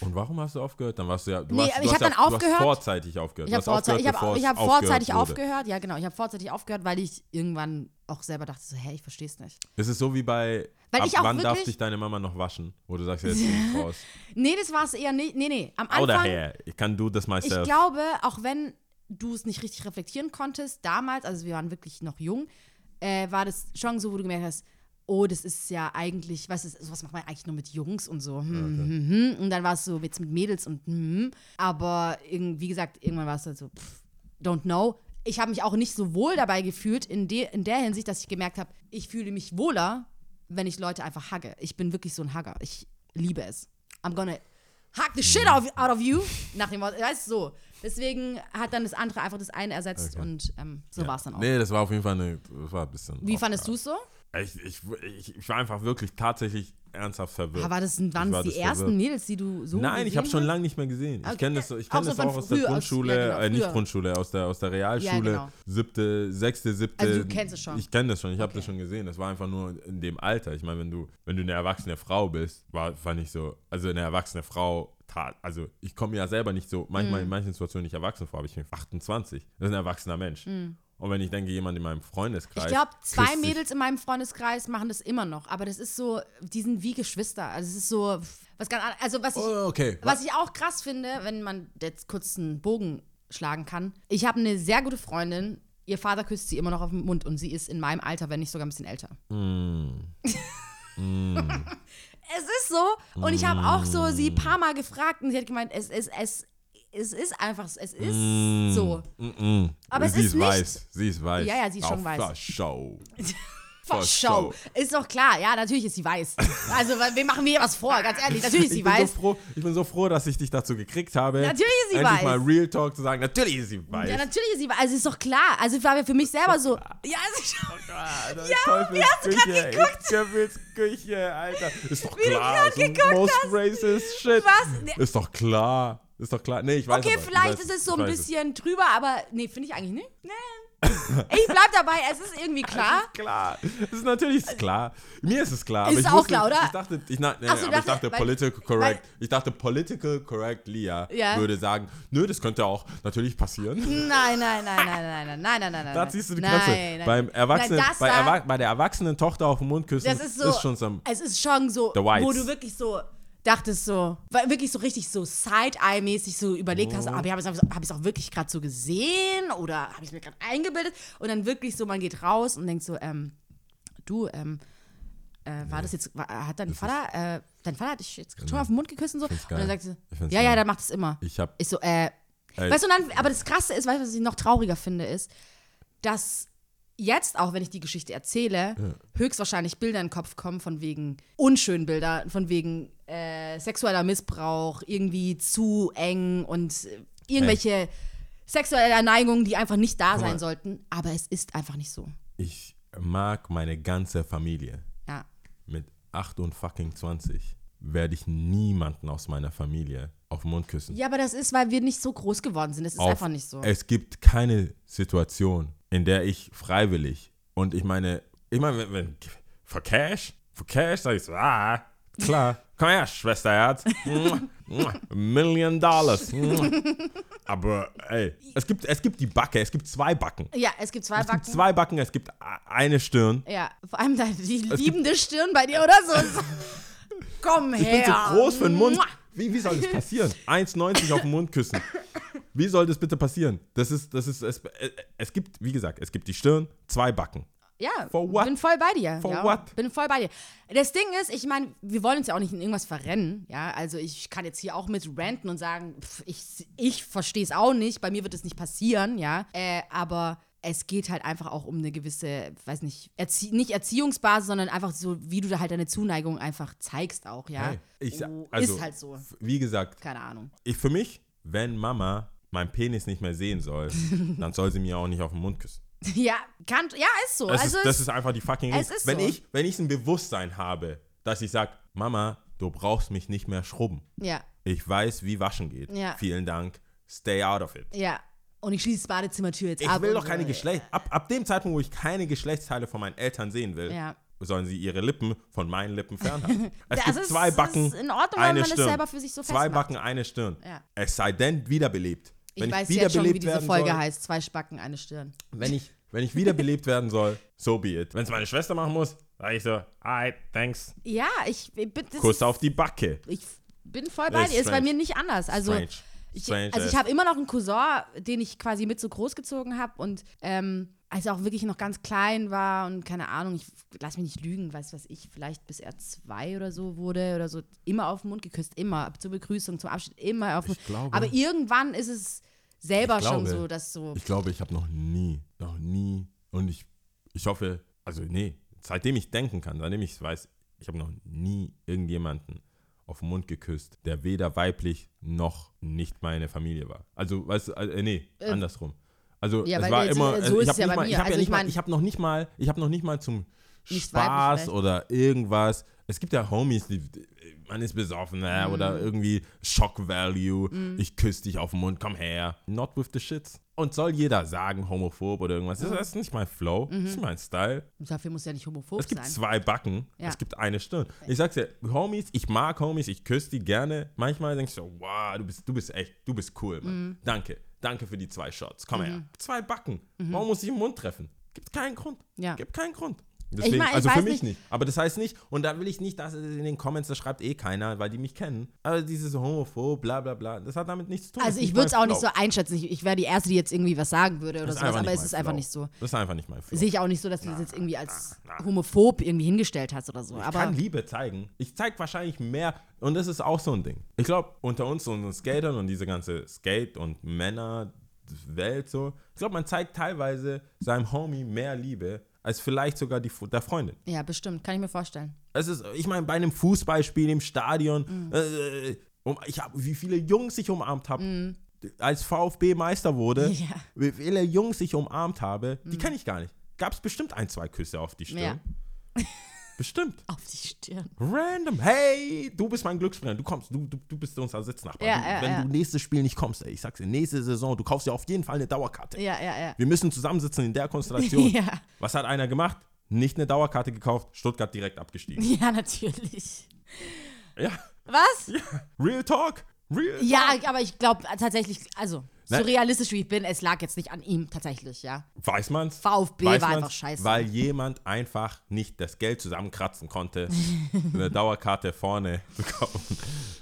E: Und warum hast du aufgehört? Dann warst du ja. Du
C: Nee,
E: hast,
C: aber
E: du
C: ich hab
E: hast ja,
C: dann
E: Du hast
C: aufgehört.
E: vorzeitig aufgehört.
C: Ich
E: Du
C: habe
E: hast
C: vorzei ich
E: aufgehört,
C: hab,
E: bevor
C: ich
E: es
C: hab
E: aufgehört
C: vorzeitig
E: wurde.
C: aufgehört, ja genau, ich habe vorzeitig aufgehört, weil ich irgendwann auch selber dachte so, hey, ich verstehe es nicht.
E: Es ist so wie bei,
C: Weil
E: ab
C: ich auch
E: wann darf
C: wirklich-
E: dich deine Mama noch waschen? Wo du sagst, jetzt bin ich raus.
C: Nee, das war es eher nicht. Nee, nee, am
E: Oder
C: Anfang,
E: her, ich kann du das
C: ich
E: myself.
C: glaube, auch wenn du es nicht richtig reflektieren konntest, damals, also wir waren wirklich noch jung, äh, war das schon so, wo du gemerkt hast, oh, das ist ja eigentlich, was ist, sowas macht man eigentlich nur mit Jungs und so. Hm, hm, hm. Und dann war es so jetzt mit Mädels und hm. Aber irgend- wie gesagt, irgendwann war es dann so, pff, don't know. Ich habe mich auch nicht so wohl dabei gefühlt, in, de in der Hinsicht, dass ich gemerkt habe, ich fühle mich wohler, wenn ich Leute einfach hagge. Ich bin wirklich so ein Hagger. Ich liebe es. I'm gonna hack the shit out of- out of you. Nach dem Wort, weißt du, so. Deswegen hat dann das andere einfach das eine ersetzt
E: Okay.
C: und ähm, so war es dann auch.
E: Nee, das war auf jeden Fall eine, das war ein bisschen.
C: Wie fandest du es so?
E: Ich, ich, ich, ich war einfach wirklich tatsächlich ernsthaft verwirrt.
C: Aber war das, waren
E: Ich war
C: es die
E: das
C: ersten
E: verwirrt.
C: Mädels, die du so
E: Nein, ich
C: gesehen
E: habe schon
C: hast? Also,
E: lange nicht mehr gesehen.
C: Okay.
E: Ich kenne das, ich
C: Auch
E: kenn
C: so
E: das
C: von
E: auch aus
C: früher,
E: der
C: aus- ja,
E: Grundschule,
C: genau,
E: äh, nicht
C: früher.
E: Grundschule, aus der, aus der Realschule,
C: genau.
E: siebte, sechste, siebte.
C: Also du kennst es schon.
E: Ich kenne das schon, ich habe das
C: Okay.
E: schon gesehen. Das war einfach nur in dem Alter. Ich meine, wenn du, wenn du eine erwachsene Frau bist, war, fand ich so, also eine erwachsene Frau, tat, also ich komme ja selber nicht so, manchmal
C: Mm.
E: in manchen Situationen nicht erwachsen vor, aber ich bin 28. Das ist ein erwachsener Mensch. Und wenn ich denke, jemand in meinem Freundeskreis.
C: Mm. Ich glaube, zwei
E: küsst sich-
C: Mädels in meinem Freundeskreis machen das immer noch, aber das ist so, die sind wie Geschwister. Also es ist so, was ganz an- also was ich,
E: Oh, okay.
C: was ich auch krass finde, wenn man jetzt kurz einen Bogen schlagen kann. Ich habe eine sehr gute Freundin, ihr Vater küsst sie immer noch auf den Mund und sie ist in meinem Alter, wenn nicht sogar ein bisschen älter.
E: Mm.
C: es ist so und ich habe auch so sie ein paar Mal gefragt und sie hat gemeint, es ist, es, es ist einfach, so, es ist
E: Mm.
C: so. Aber es
E: sie
C: ist nicht-
E: weiß. Sie ist weiß.
C: Ja, ja, sie ist schon
E: Auf
C: weiß.
E: Verschau.
C: Verschau.
E: Verschau.
C: Ist doch klar, ja, natürlich ist sie weiß. Also, weil wir machen hier was vor, ganz ehrlich. Natürlich ist sie
E: ich bin
C: weiß.
E: So froh, ich bin so froh, dass ich dich dazu gekriegt habe.
C: Natürlich ist sie
E: endlich
C: weiß.
E: mal Real Talk zu sagen. Natürlich ist sie weiß.
C: ja, natürlich ist sie weiß. Also, ist doch klar. Also, ich war mir für mich selber so. Ja, also, ich-
E: Ah, das
C: Ja,
E: Teufels
C: wie hast du grad
E: Küche,
C: geguckt?
E: ist Teufelsküche, Alter. Ist doch
C: du
E: klar.
C: grad
E: so
C: geguckt
E: most
C: hast.
E: racist shit.
C: Was? Nee.
E: Ist doch klar. Ist doch klar. Nee, ich weiß
C: okay,
E: aber, ich
C: vielleicht
E: weiß,
C: ist es so
E: ich
C: ein
E: weiß
C: bisschen drüber, aber nee, finde ich eigentlich nicht. Nee. Ich bleib dabei, es ist irgendwie klar.
E: Klar, es ist natürlich ist es klar. Mir ist es klar. aber
C: Also Ist
E: ich
C: auch
E: wusste-
C: klar, oder?
E: Ich dachte, ich, na, nee,
C: Ach so,
E: aber ich
C: dachte-
E: dachte
C: weil-
E: political
C: weil-
E: correct. ich dachte political correct Lia
C: Ja.
E: würde sagen, nö, das könnte auch natürlich passieren.
C: Nein, nein, nein, nein, nein, nein, nein, nein, nein, nein.
E: Da ziehst du die
C: nein,
E: Grenze.
C: nein.
E: Beim Erwachsenen,
C: Nein, das
E: bei,
C: war-
E: Erwa bei der erwachsenen Tochter auf den Mund küssen
C: Das ist so.
E: schon so ein-
C: es ist schon so,
E: The Whites.
C: wo du wirklich so dachtest so, weil wirklich so richtig so Side-Eye-mäßig so überlegt
E: Oh.
C: hast, aber habe ich es hab ich's auch wirklich gerade so gesehen oder habe ich es mir gerade eingebildet und dann wirklich so, man geht raus und denkt so, ähm, du, ähm, äh, war das jetzt, war, hat dein Vater, äh, dein Vater hat dich jetzt schon auf den Mund geküsst und so?
E: find's
C: Und dann
E: geil.
C: sagt sie,
E: Genau. Ich find's
C: ja, ja,
E: geil.
C: der macht das immer.
E: ich habe
C: Ich so, äh.
E: Ey.
C: Weißt du, und dann, aber das Krasse ist, weißt du, was ich noch trauriger finde, ist, dass jetzt auch, wenn ich die Geschichte erzähle, höchstwahrscheinlich Bilder in den Kopf kommen von wegen unschönen Bilder, von wegen äh, sexueller Missbrauch, irgendwie zu eng und äh, irgendwelche sexuelle Neigungen, die einfach nicht da
E: mal.
C: sein sollten. Aber es ist einfach nicht so.
E: Ich mag meine ganze Familie.
C: Ja.
E: Mit 8 und fucking 20 werde ich niemanden aus meiner Familie auf den Mund küssen.
C: Ja, aber das ist, weil wir nicht so groß geworden sind. Das ist
E: auf-
C: einfach nicht so.
E: Es gibt keine Situation, in der ich freiwillig und ich meine, ich meine, wenn, wenn für Cash, für Cash sag ich so, ah, klar, komm her, Schwesterherz, Mua, mua, Million Dollars. Mua. Aber ey, es gibt, es gibt die Backe, es gibt zwei Backen.
C: Ja, es gibt zwei
E: Es gibt
C: Backen.
E: zwei Backen, es gibt a- eine Stirn.
C: Ja, vor allem deine, die liebende Stirn bei dir oder so. Komm her.
E: Ich bin zu groß für den Mund.
C: Mua.
E: Wie, wie soll das passieren? 1,90 auf den Mund küssen. Wie soll das bitte passieren? Das ist, das ist, es, äh, es gibt, wie gesagt, es gibt die Stirn, zwei Backen.
C: Ja,
E: For what?
C: bin voll bei dir.
E: For
C: ja,
E: what?
C: Bin voll bei dir. Das Ding ist, ich meine, wir wollen uns ja auch nicht in irgendwas verrennen. Ja, also ich kann jetzt hier auch mit ranten und sagen, pff, ich, ich verstehe es auch nicht, bei mir wird es nicht passieren, ja. Äh, aber es geht halt einfach auch um eine gewisse, weiß nicht, Erzie nicht Erziehungsbasis, sondern einfach so, wie du da halt deine Zuneigung einfach zeigst auch, ja.
E: Hey, ich sa-
C: Oh,
E: also,
C: ist halt so.
E: f- Wie gesagt,
C: Keine Ahnung.
E: ich für mich, wenn Mama meinen Penis nicht mehr sehen soll, dann soll sie mir auch nicht auf den Mund küssen.
C: Ja, kann, ja, ist so.
E: Das,
C: also
E: ist, das ist einfach die fucking
C: es
E: Regel.
C: ist
E: wenn
C: so.
E: ich, wenn ich ein Bewusstsein habe, dass ich sage, Mama, du brauchst mich nicht mehr schrubben.
C: ja,
E: Ich weiß, wie waschen geht.
C: Ja.
E: Vielen Dank. Stay out of it.
C: ja. Und ich schließe die Badezimmertür jetzt
E: Ich
C: ab.
E: will
C: und
E: doch keine
C: so.
E: Geschlecht. Ab, ab dem Zeitpunkt, wo ich keine Geschlechtsteile von meinen Eltern sehen will,
C: Ja.
E: sollen sie ihre Lippen von meinen Lippen fernhalten. Es
C: Das
E: gibt
C: ist-
E: zwei
C: ist
E: Backen,
C: in Ordnung, wenn
E: eine
C: man es
E: Stirn.
C: selber für sich so
E: zwei
C: festmacht.
E: Backen, eine Stirn.
C: Ja.
E: Es sei denn wiederbelebt.
C: Ich
E: Wenn
C: weiß
E: wiederbelebt
C: jetzt schon, wie diese
E: werden
C: Folge
E: soll,
C: heißt. Zwei Spacken, eine Stirn.
E: Wenn ich, wenn ich wiederbelebt werden soll, so be it. Wenn es meine Schwester machen muss, sage ich so, alright, thanks.
C: Ja, ich bin, das
E: Kuss auf die Backe.
C: ich bin voll bei
E: Ist
C: dir. Ist bei
E: strange.
C: mir nicht anders. Also
E: Strange.
C: ich,
E: Strange
C: also ich
E: as-
C: habe immer noch einen Cousin, den ich quasi mit so großgezogen habe und ähm, als er auch wirklich noch ganz klein war und keine Ahnung, ich lass mich nicht lügen, weiß was ich, vielleicht bis er zwei oder so wurde oder so, immer auf den Mund geküsst, immer zur Begrüßung, zum Abschied, immer auf den
E: Ich glaube-
C: Aber irgendwann ist es selber
E: Ich
C: schon
E: glaube-
C: so, dass so.
E: Ich glaube, ich habe noch nie, noch nie und ich, ich hoffe, also nee, seitdem ich denken kann, seitdem ich es weiß, ich habe noch nie irgendjemanden auf den Mund geküsst, der weder weiblich noch nicht meine Familie war. Also, weißt du, äh, nee, andersrum. Also,
C: ja,
E: es
C: weil
E: war
C: jetzt-
E: immer,
C: so
E: also,
C: ist
E: ich
C: es ja bei
E: habe
C: mir.
E: ja, hab
C: Also,
E: ja
C: ich
E: nicht mal,
C: mein-
E: ich habe noch nicht mal, ich habe noch nicht mal zum
C: Nicht weiblich
E: Spaß
C: vielleicht.
E: oder irgendwas. Es gibt ja Homies, die, man ist besoffen äh, oder
C: Mhm.
E: irgendwie Shock Value. Ich küsse dich auf den Mund, komm her. Not with the shits. Und soll jeder sagen, homophob oder irgendwas? Das ist nicht mein Flow,
C: Mhm.
E: das ist nicht mein Style.
C: Dafür muss ja nicht homophob
E: Es gibt
C: sein.
E: zwei Backen,
C: Ja.
E: es gibt eine Stirn. Ich sag's dir, Homies, ich mag Homies, ich küsse die gerne. Manchmal denk ich so, wow, du bist, du bist echt, du bist cool, Mann.
C: Mhm.
E: Danke, danke für die zwei Shots. Komm her. Zwei Backen. Warum muss ich im Mund treffen? Gibt keinen Grund.
C: Mhm. Ja.
E: Gibt keinen Grund. Deswegen,
C: mein, ich
E: also für
C: weiß
E: mich nicht.
C: nicht.
E: Aber das heißt nicht, und da will ich nicht, dass es in den Comments, das schreibt eh keiner, weil die mich kennen. Also dieses homophob, bla bla bla, das hat damit nichts zu tun.
C: Also
E: Das ist
C: ich würde es
E: mein
C: auch nicht so
E: Flow.
C: einschätzen. Ich, ich wäre die Erste, die jetzt irgendwie was sagen würde oder
E: Das ist
C: sowas,
E: einfach
C: aber
E: nicht genau.
C: es ist
E: mein
C: einfach
E: Flow.
C: nicht so.
E: Das ist einfach nicht mein Flow.
C: Sehe ich auch nicht so, dass du das jetzt irgendwie als homophob irgendwie hingestellt hast oder so.
E: Ich
C: aber
E: kann Liebe zeigen. Ich zeige wahrscheinlich mehr. Und das ist auch so ein Ding. Ich glaube, unter uns, unseren Skatern und diese ganze Skate- und Männerwelt so, ich glaube, man zeigt teilweise seinem Homie mehr Liebe als vielleicht sogar die, Fr- der Freundin.
C: ja, bestimmt, kann ich mir vorstellen.
E: Es ist, ich meine, bei einem Fußballspiel im Stadion,
C: Mhm.
E: äh, um, ich habe, wie viele Jungs ich umarmt habe, als VfB Meister wurde,
C: Mhm. Ja. Mhm.
E: wie viele Jungs ich umarmt habe, die kenne ich gar nicht. Gab es bestimmt ein, zwei Küsse auf die Stirn.
C: Ja.
E: Bestimmt.
C: Auf die Stirn.
E: Random. Hey, du bist mein Glücksbringer. Du kommst, du, du, du bist unser Sitznachbar.
C: Ja,
E: du,
C: ja,
E: wenn
C: ja.
E: du nächstes Spiel nicht kommst, ey, ich sag's dir, nächste Saison, du kaufst ja auf jeden Fall eine Dauerkarte.
C: Ja, ja, ja.
E: Wir müssen zusammensitzen in der Konstellation.
C: Ja.
E: Was hat einer gemacht? Nicht eine Dauerkarte gekauft, Stuttgart direkt abgestiegen.
C: Ja, natürlich.
E: ja.
C: Was?
E: Real Talk. Real
C: Ja, aber ich glaube tatsächlich, also
E: Nein.
C: so realistisch wie ich bin, es lag jetzt nicht an ihm tatsächlich, ja.
E: Weiß man's?
C: VfB
E: Weiß
C: war
E: man's,
C: einfach scheiße.
E: Weil jemand einfach nicht das Geld zusammenkratzen konnte, eine Dauerkarte vorne zu kaufen.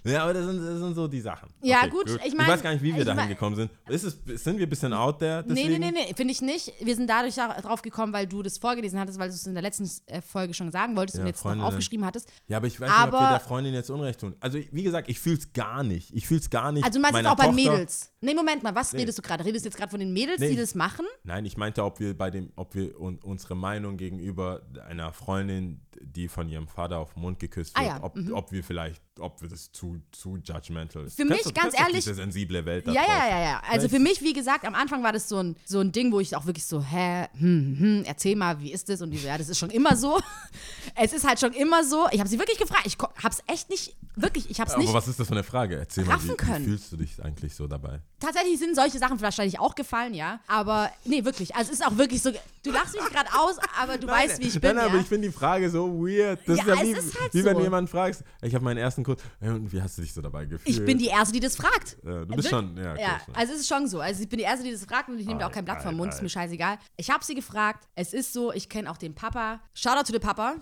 E: Ja, aber das sind, das sind so die Sachen.
C: Ja, gut, ich
E: Ich
C: mein,
E: weiß gar nicht, wie wir
C: ich
E: dahin
C: mein-
E: gekommen sind. Ist es, sind wir ein bisschen out there? Deswegen?
C: Nee, nee, nee, nee, finde ich nicht. Wir sind dadurch da- drauf gekommen, weil du das vorgelesen hattest, weil du es in der letzten äh, Folge schon sagen wolltest
E: Ja,
C: und jetzt
E: Freunde.
C: noch aufgeschrieben hattest.
E: Ja, aber ich weiß nicht, ob
C: Aber-
E: wir der Freundin jetzt Unrecht tun. Also, wie gesagt, ich fühl's gar nicht. Ich fühl's gar nicht.
C: Also du meinst jetzt
E: meiner
C: auch bei
E: Tochter.
C: Mädels. Nee, Moment mal, was
E: Nee.
C: redest du gerade? Redest du jetzt gerade von den Mädels,
E: Nee.
C: die das machen?
E: Nein, ich meinte, ob wir bei dem, ob wir un, unsere Meinung gegenüber einer Freundin, die von ihrem Vater auf den Mund geküsst
C: Ah
E: wird,
C: ja,
E: ob, ob wir vielleicht, ob wir das zu, zu judgmental ist.
C: Für mich,
E: du,
C: ganz
E: kennst doch
C: ehrlich-
E: Diese sensible Welt. da
C: Ja,
E: draußen.
C: ja, ja, ja. Also
E: Vielleicht-
C: für mich, wie gesagt, am Anfang war das so ein, so ein Ding, wo ich auch wirklich so, hä, hm, hm, erzähl mal, wie ist das? Und die so, ja, das ist schon immer so. Es ist halt schon immer so. Ich habe sie wirklich gefragt. Ich ko- hab's echt nicht, wirklich, ich hab's
E: Aber
C: nicht.
E: was ist das für eine Frage? Erzähl mal,
C: raffen
E: wie, wie
C: können.
E: fühlst du dich eigentlich so dabei?
C: Tatsächlich sind solche Sachen wahrscheinlich auch gefallen, ja. Aber nee, wirklich. Also es ist auch wirklich so, du lachst mich gerade aus, aber du weißt, wie ich bin.
E: Nein, aber
C: ja.
E: ich finde die Frage so weird. Das
C: Ja,
E: ist ja
C: es
E: wie,
C: ist halt
E: wie wenn
C: so.
E: du jemanden fragst, ich habe meinen ersten Kurs, "Äh, und wie hast du dich so dabei gefühlt?
C: Ich bin die Erste, die das fragt.
E: Ja, du
C: Wirklich?
E: bist schon- ja, ne? okay, schon.
C: also es ist schon so. Also ich bin die Erste, die das fragt und ich nehme da auch kein Blatt vom Mund, ist mir scheißegal. Ich habe sie gefragt. Es ist so, ich kenne auch den Papa. Shoutout to the Papa.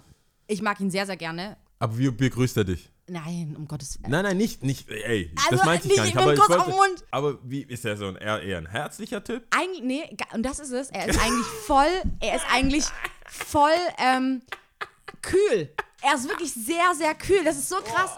C: Ich mag ihn sehr, sehr gerne.
E: Aber wie begrüßt er dich?
C: Nein, um Gottes Willen.
E: Nein, nein, nicht, nicht, ey,
C: Also
E: das meinte ich
C: nicht
E: gar nicht.
C: mit dem
E: Aber, ich
C: Kuss
E: wollte,
C: auf den Mund.
E: aber wie, ist er so ein, eher, eher ein herzlicher Typ?
C: Eigentlich, nee, ga- und das ist es. Er ist eigentlich voll, er ist eigentlich voll ähm, kühl. Er ist wirklich sehr, sehr kühl. Das ist so krass.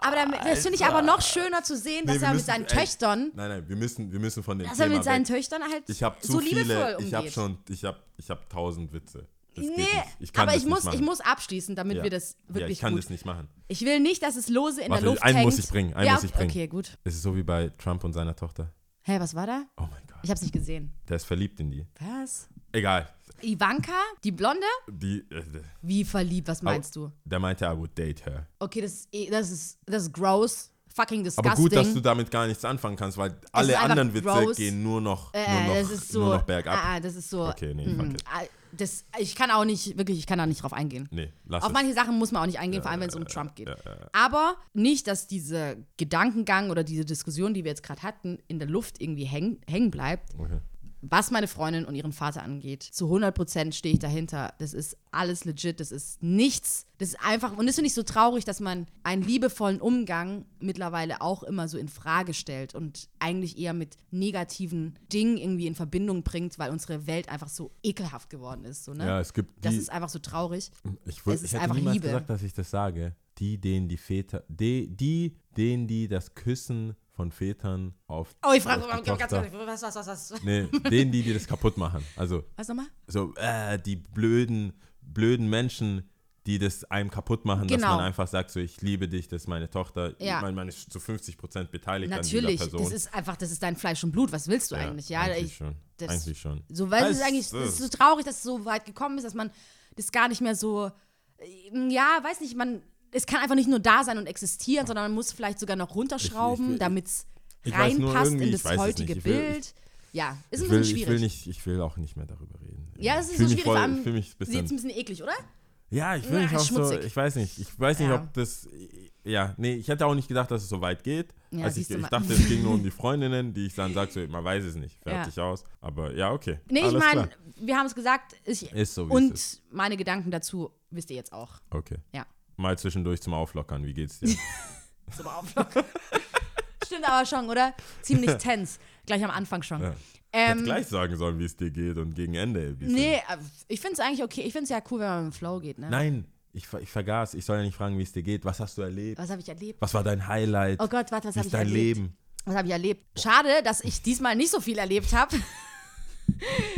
C: Aber damit, das finde ich aber noch schöner zu sehen, dass
E: Nee, wir
C: er mit
E: müssen-
C: seinen
E: ey,
C: Töchtern,
E: Nein, nein, wir müssen, wir müssen von dem
C: dass er
E: Thema
C: mit seinen
E: weg.
C: Töchtern halt
E: Ich habe zu
C: so liebevoll
E: viele,
C: umgeht.
E: ich habe schon, ich habe ich hab tausend Witze. Das geht
C: Nee,
E: nicht. ich kann
C: aber
E: das
C: ich
E: nicht
C: muss,
E: machen.
C: ich muss abschließen, damit
E: ja.
C: wir das
E: Ja,
C: wirklich
E: ich kann
C: gut.
E: das nicht machen.
C: Ich will nicht, dass es lose in
E: Warte,
C: der Luft
E: einen
C: hängt.
E: muss ich bringen, einen
C: ja,
E: muss ich bringen.
C: Okay, gut.
E: Es ist so wie bei Trump und seiner Tochter.
C: Hä, was war da?
E: Oh mein Gott.
C: Ich hab's nicht gesehen.
E: Der ist verliebt in die.
C: Was?
E: Egal.
C: Ivanka, die Blonde?
E: Die, äh,
C: Wie verliebt, was meinst du?
E: der meinte, I would date her.
C: Okay, das ist, eh- das ist, das ist gross. Fucking disgusting.
E: Aber gut, dass du damit gar nichts anfangen kannst, weil alle
C: einfach
E: anderen Witze
C: gross.
E: gehen nur noch,
C: äh,
E: nur,
C: das
E: noch
C: ist so,
E: nur noch bergab.
C: Ah, das ist so.
E: Okay, nee, fuck it.
C: ah, Das, ich kann auch nicht, wirklich, ich kann da nicht drauf eingehen.
E: Nee, lass
C: Auf
E: es.
C: manche Sachen muss man auch nicht eingehen, vor allem wenn es um Trump geht. Aber nicht, dass dieser Gedankengang oder diese Diskussion, die wir jetzt gerade hatten, in der Luft irgendwie häng, hängen bleibt.
E: Okay.
C: Was meine Freundin und ihren Vater angeht, zu 100% stehe ich dahinter. Das ist alles legit, das ist nichts. Das ist einfach, und das finde ich so traurig, dass man einen liebevollen Umgang mittlerweile auch immer so in Frage stellt und eigentlich eher mit negativen Dingen irgendwie in Verbindung bringt, weil unsere Welt einfach so ekelhaft geworden ist. So, ne?
E: Ja, es gibt
C: das
E: die, Oh,
C: ist einfach so traurig.
E: ich, würd,
C: es ist
E: ich hätte
C: einfach
E: niemals
C: Liebe.
E: gesagt, dass ich das sage. Die, denen die Väter, die, die, denen die das Küssen von Vätern auf
C: Oh, ich frage
E: auf die
C: ganz, ganz,
E: Tochter-
C: ganz, was, was, was, was?
E: Nee, denen die, die das kaputt machen. Also
C: Was nochmal?
E: so, äh, die blöden, blöden Menschen, die das einem kaputt machen, dass
C: Genau.
E: man einfach sagt, so, ich liebe dich, das ist meine Tochter.
C: Ja.
E: Ich meine, man ist zu 50 Prozent beteiligt
C: Natürlich,
E: an dieser
C: das
E: Person.
C: ist einfach, das ist dein Fleisch und Blut. Was willst du eigentlich? Ja,
E: eigentlich
C: ich,
E: schon.
C: das-
E: eigentlich schon.
C: so weil es ist
E: Das-
C: eigentlich, es ist
E: das-
C: so traurig, dass es so weit gekommen ist, dass man das gar nicht mehr so, äh, ja, weiß nicht, man, es kann einfach nicht nur da sein und existieren, sondern man muss vielleicht sogar noch
E: Ich-
C: runterschrauben,
E: ich-
C: damit es
E: ich weiß nur
C: reinpasst in
E: irgendwie, ich
C: das
E: weiß es
C: heutige
E: nicht. Ich will-
C: Bild. ja, ist ein
E: ich will,
C: bisschen
E: ich will
C: schwierig.
E: nicht, ich will auch nicht mehr darüber reden.
C: ja, es ist
E: ich
C: so
E: fühl
C: schwierig,
E: mich voll,
C: vor allem,
E: ich fühl mich ein
C: sie ist ein
E: bisschen,
C: bisschen eklig, oder?
E: Ja, ich will mich
C: Ah,
E: auch so,
C: schmutzig.
E: ich weiß nicht, ich weiß nicht,
C: Ja.
E: ob das, ja, nee, ich hätte auch nicht gedacht, dass es so weit geht.
C: Ja,
E: also ich,
C: siehst du
E: ich
C: mal.
E: dachte, es ging nur um die Freundinnen, die ich dann sage, so, man weiß es nicht, fertig aus. Aber ja, okay.
C: Nee,
E: Alles
C: ich meine,
E: klar.
C: wir haben es gesagt, ich,
E: Ist so, wie
C: und
E: es ist.
C: meine Gedanken dazu wisst ihr jetzt auch.
E: Okay.
C: Ja.
E: Mal zwischendurch zum Auflockern, wie geht's dir?
C: zum Auflockern. Stimmt aber schon, oder? Ziemlich tense. Gleich am Anfang schon.
E: Ich hätte
C: Ähm,
E: gleich sagen sollen, wie es dir geht und gegen Ende. wie es dir-
C: nee, äh, ich finde es eigentlich okay. Ich finde es ja cool, wenn man im Flow geht, ne?
E: Nein, ich, ver- ich vergaß, ich soll ja nicht fragen, wie es dir geht. Was hast du erlebt?
C: Was habe ich erlebt?
E: Was war dein Highlight?
C: Äh. Oh Gott, warte, was habe
E: wie ist
C: ich
E: dein
C: erlebt?
E: Leben?
C: Was habe ich erlebt? Schade, dass ich diesmal nicht so viel erlebt habe.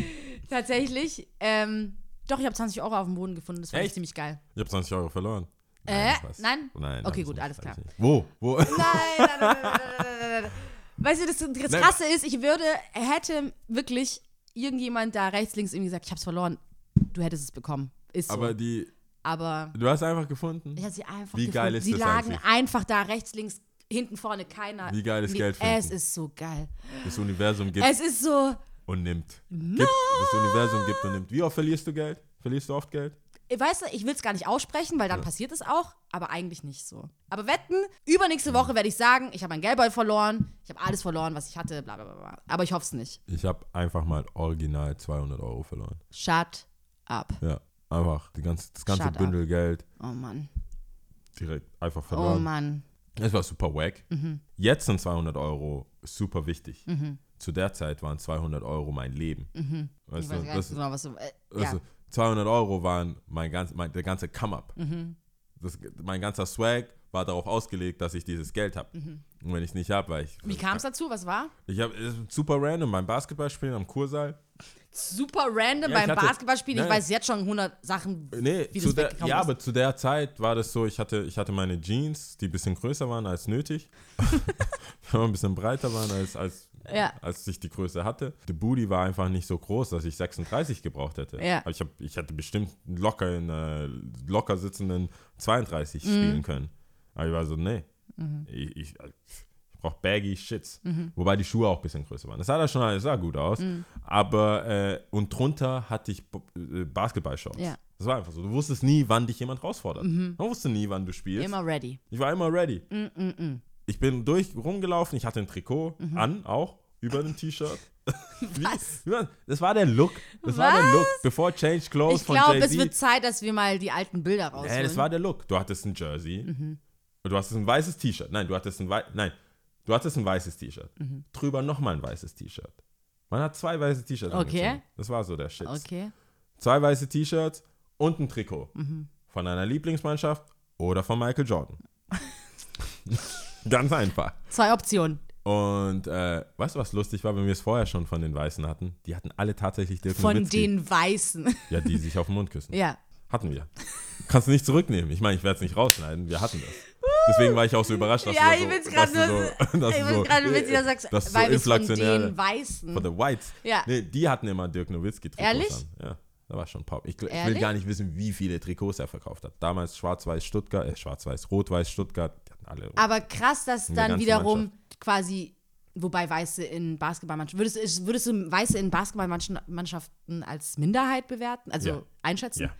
C: Tatsächlich. Ähm, doch, ich habe 20 Euro auf dem Boden gefunden. Das fand ich
E: Echt?
C: ziemlich geil.
E: Ich habe 20 Euro verloren.
C: Äh,
E: Spaß.
C: nein?
E: Nein.
C: Okay,
E: hab ich
C: gut,
E: nicht,
C: alles
E: hab
C: klar.
E: ich nicht. Wo? Wo?
C: Nein, nein, nein, nein, nein, nein, nein, nein. Weißt du, das, das
E: Nein.
C: Krasse ist, ich würde, hätte wirklich irgendjemand da rechts, links irgendwie gesagt, ich hab's verloren. Du hättest es bekommen. Ist so.
E: Aber die,
C: Aber
E: du hast einfach gefunden.
C: ich hab sie einfach
E: Wie geil
C: gefunden.
E: ist
C: Sie
E: das
C: lagen
E: eigentlich?
C: einfach da rechts, links, hinten, vorne, keiner.
E: Wie geil ist
C: Nee,
E: Geld
C: Es
E: finden.
C: ist so geil.
E: Das Universum gibt
C: Es ist so,
E: und nimmt. Gibt, das Universum gibt und nimmt. Wie oft verlierst du Geld? Verlierst du oft Geld?
C: weißt du, ich will es gar nicht aussprechen, weil dann passiert es auch, aber eigentlich nicht so. Aber wetten, übernächste Woche werde ich sagen, ich habe mein Geldbeutel verloren, ich habe alles verloren, was ich hatte, bla bla bla. bla. Aber ich hoffe es nicht.
E: Ich habe einfach mal original 200 Euro verloren.
C: Shut up.
E: Ja, einfach die ganze, das ganze
C: Shut up.
E: Bündel Geld
C: Oh Mann.
E: direkt einfach
C: Oh Mhm.
E: verloren.
C: Mann.
E: Es war super wack. Jetzt sind 200 Euro super wichtig. Zu der Zeit waren 200 Euro mein Leben.
C: Mhm. Ich
E: Weißt
C: weiß
E: du,
C: gar
E: das,
C: nicht genau, was du. Äh, ja.
E: also
C: Mhm.
E: 200 Euro waren mein ganz, mein, der ganze Come-Up. Das- Mein ganzer Swag war darauf ausgelegt, dass ich dieses Geld habe.
C: Mhm.
E: Und wenn ich es nicht habe, weil ich.
C: Wie kam es dazu? Was war?
E: Ich habe super random beim Basketballspielen am Kursaal.
C: Super random
E: Ja, ich
C: beim
E: hatte-
C: Basketballspielen. Ich
E: Nein.
C: weiß jetzt schon 100 Sachen,
E: Nee,
C: wie
E: zu
C: das
E: der,
C: weggekommen
E: ja,
C: ist.
E: aber zu der Zeit war das so, ich hatte, ich hatte meine Jeans, die ein bisschen größer waren als nötig, ein bisschen breiter waren, als, als,
C: Ja.
E: als ich die Größe hatte. Der Booty war einfach nicht so groß, dass ich 36 gebraucht hätte.
C: Ja.
E: Aber ich, hab, ich hätte bestimmt locker in äh, locker sitzenden 32
C: Mhm.
E: spielen können. Aber ich war so, nee, ich, ich, ich brauche baggy Shits.
C: Mhm.
E: Wobei die Schuhe auch ein bisschen größer waren. Das sah da schon alles sah gut aus. Aber, äh, und drunter hatte ich B- äh, Basketballshorts.
C: Ja.
E: Das war einfach so. Du wusstest nie, wann dich jemand herausfordert. Man wusste nie, wann du spielst.
C: Mhm. immer Mm, ready.
E: Ich war immer ready. Ich bin durch rumgelaufen. Ich hatte ein Trikot
C: Mhm.
E: an, auch über dem T-Shirt. Wie-
C: Was?
E: wie man- Das war der Look. Das war der
C: Was?
E: Look. Bevor Change Clothes
C: Ich
E: von
C: glaube,
E: Jay-Z.
C: es wird Zeit, dass wir mal die alten Bilder rausholen.
E: Nee, das war der Look. Du hattest ein Jersey.
C: Mhm.
E: Und du hattest ein weißes T-Shirt. Nein, du hattest ein wei Nein, du hattest ein weißes T-Shirt.
C: Mhm.
E: Drüber nochmal ein weißes T-Shirt. Man hat zwei weiße T-Shirts
C: Okay.
E: angezogen. Das war so der Shit.
C: okay.
E: Zwei weiße T-Shirts und ein Trikot.
C: Mhm.
E: Von einer Lieblingsmannschaft oder von Michael Jordan. Ganz einfach.
C: Zwei Optionen.
E: Und äh, weißt du, was lustig war, wenn wir es vorher schon von den Weißen hatten? Die hatten alle tatsächlich Dirk
C: Von
E: Nowitzki.
C: den Weißen.
E: Ja, die sich auf den Mund küssen.
C: ja.
E: Hatten wir. Kannst du nicht zurücknehmen. Ich meine, ich werde es nicht rausschneiden. Wir hatten das. Deswegen war ich auch so überrascht, dass
C: ja,
E: du
C: ich
E: so,
C: bin's
E: dass
C: gerade
E: du
C: nur.
E: so,
C: ich
E: dass du so, Äh,
C: bin gerade witzig, dass du sagst,
E: das ist so
C: weil wir von
E: inflationär.
C: den Weißen.
E: Von the Whites.
C: Ja.
E: Nee, die hatten immer Dirk Nowitzki Trikots
C: Ehrlich?
E: an. Ja, da war schon Pop. Ich, gl- ich will
C: Ehrlich?
E: gar nicht wissen, wie viele Trikots er verkauft hat. Damals Schwarz-Weiß Stuttgart, äh, Schwarz-Weiß Rot-Weiß Stuttgart. Die hatten alle.
C: Aber krass, dass
E: Eine
C: dann
E: ganze
C: wiederum quasi, wobei Weiße in Basketballmannschaften, würdest, du- würdest du Weiße in Basketballmannschaften als Minderheit bewerten? Also
E: Ja.
C: einschätzen?
E: Ja.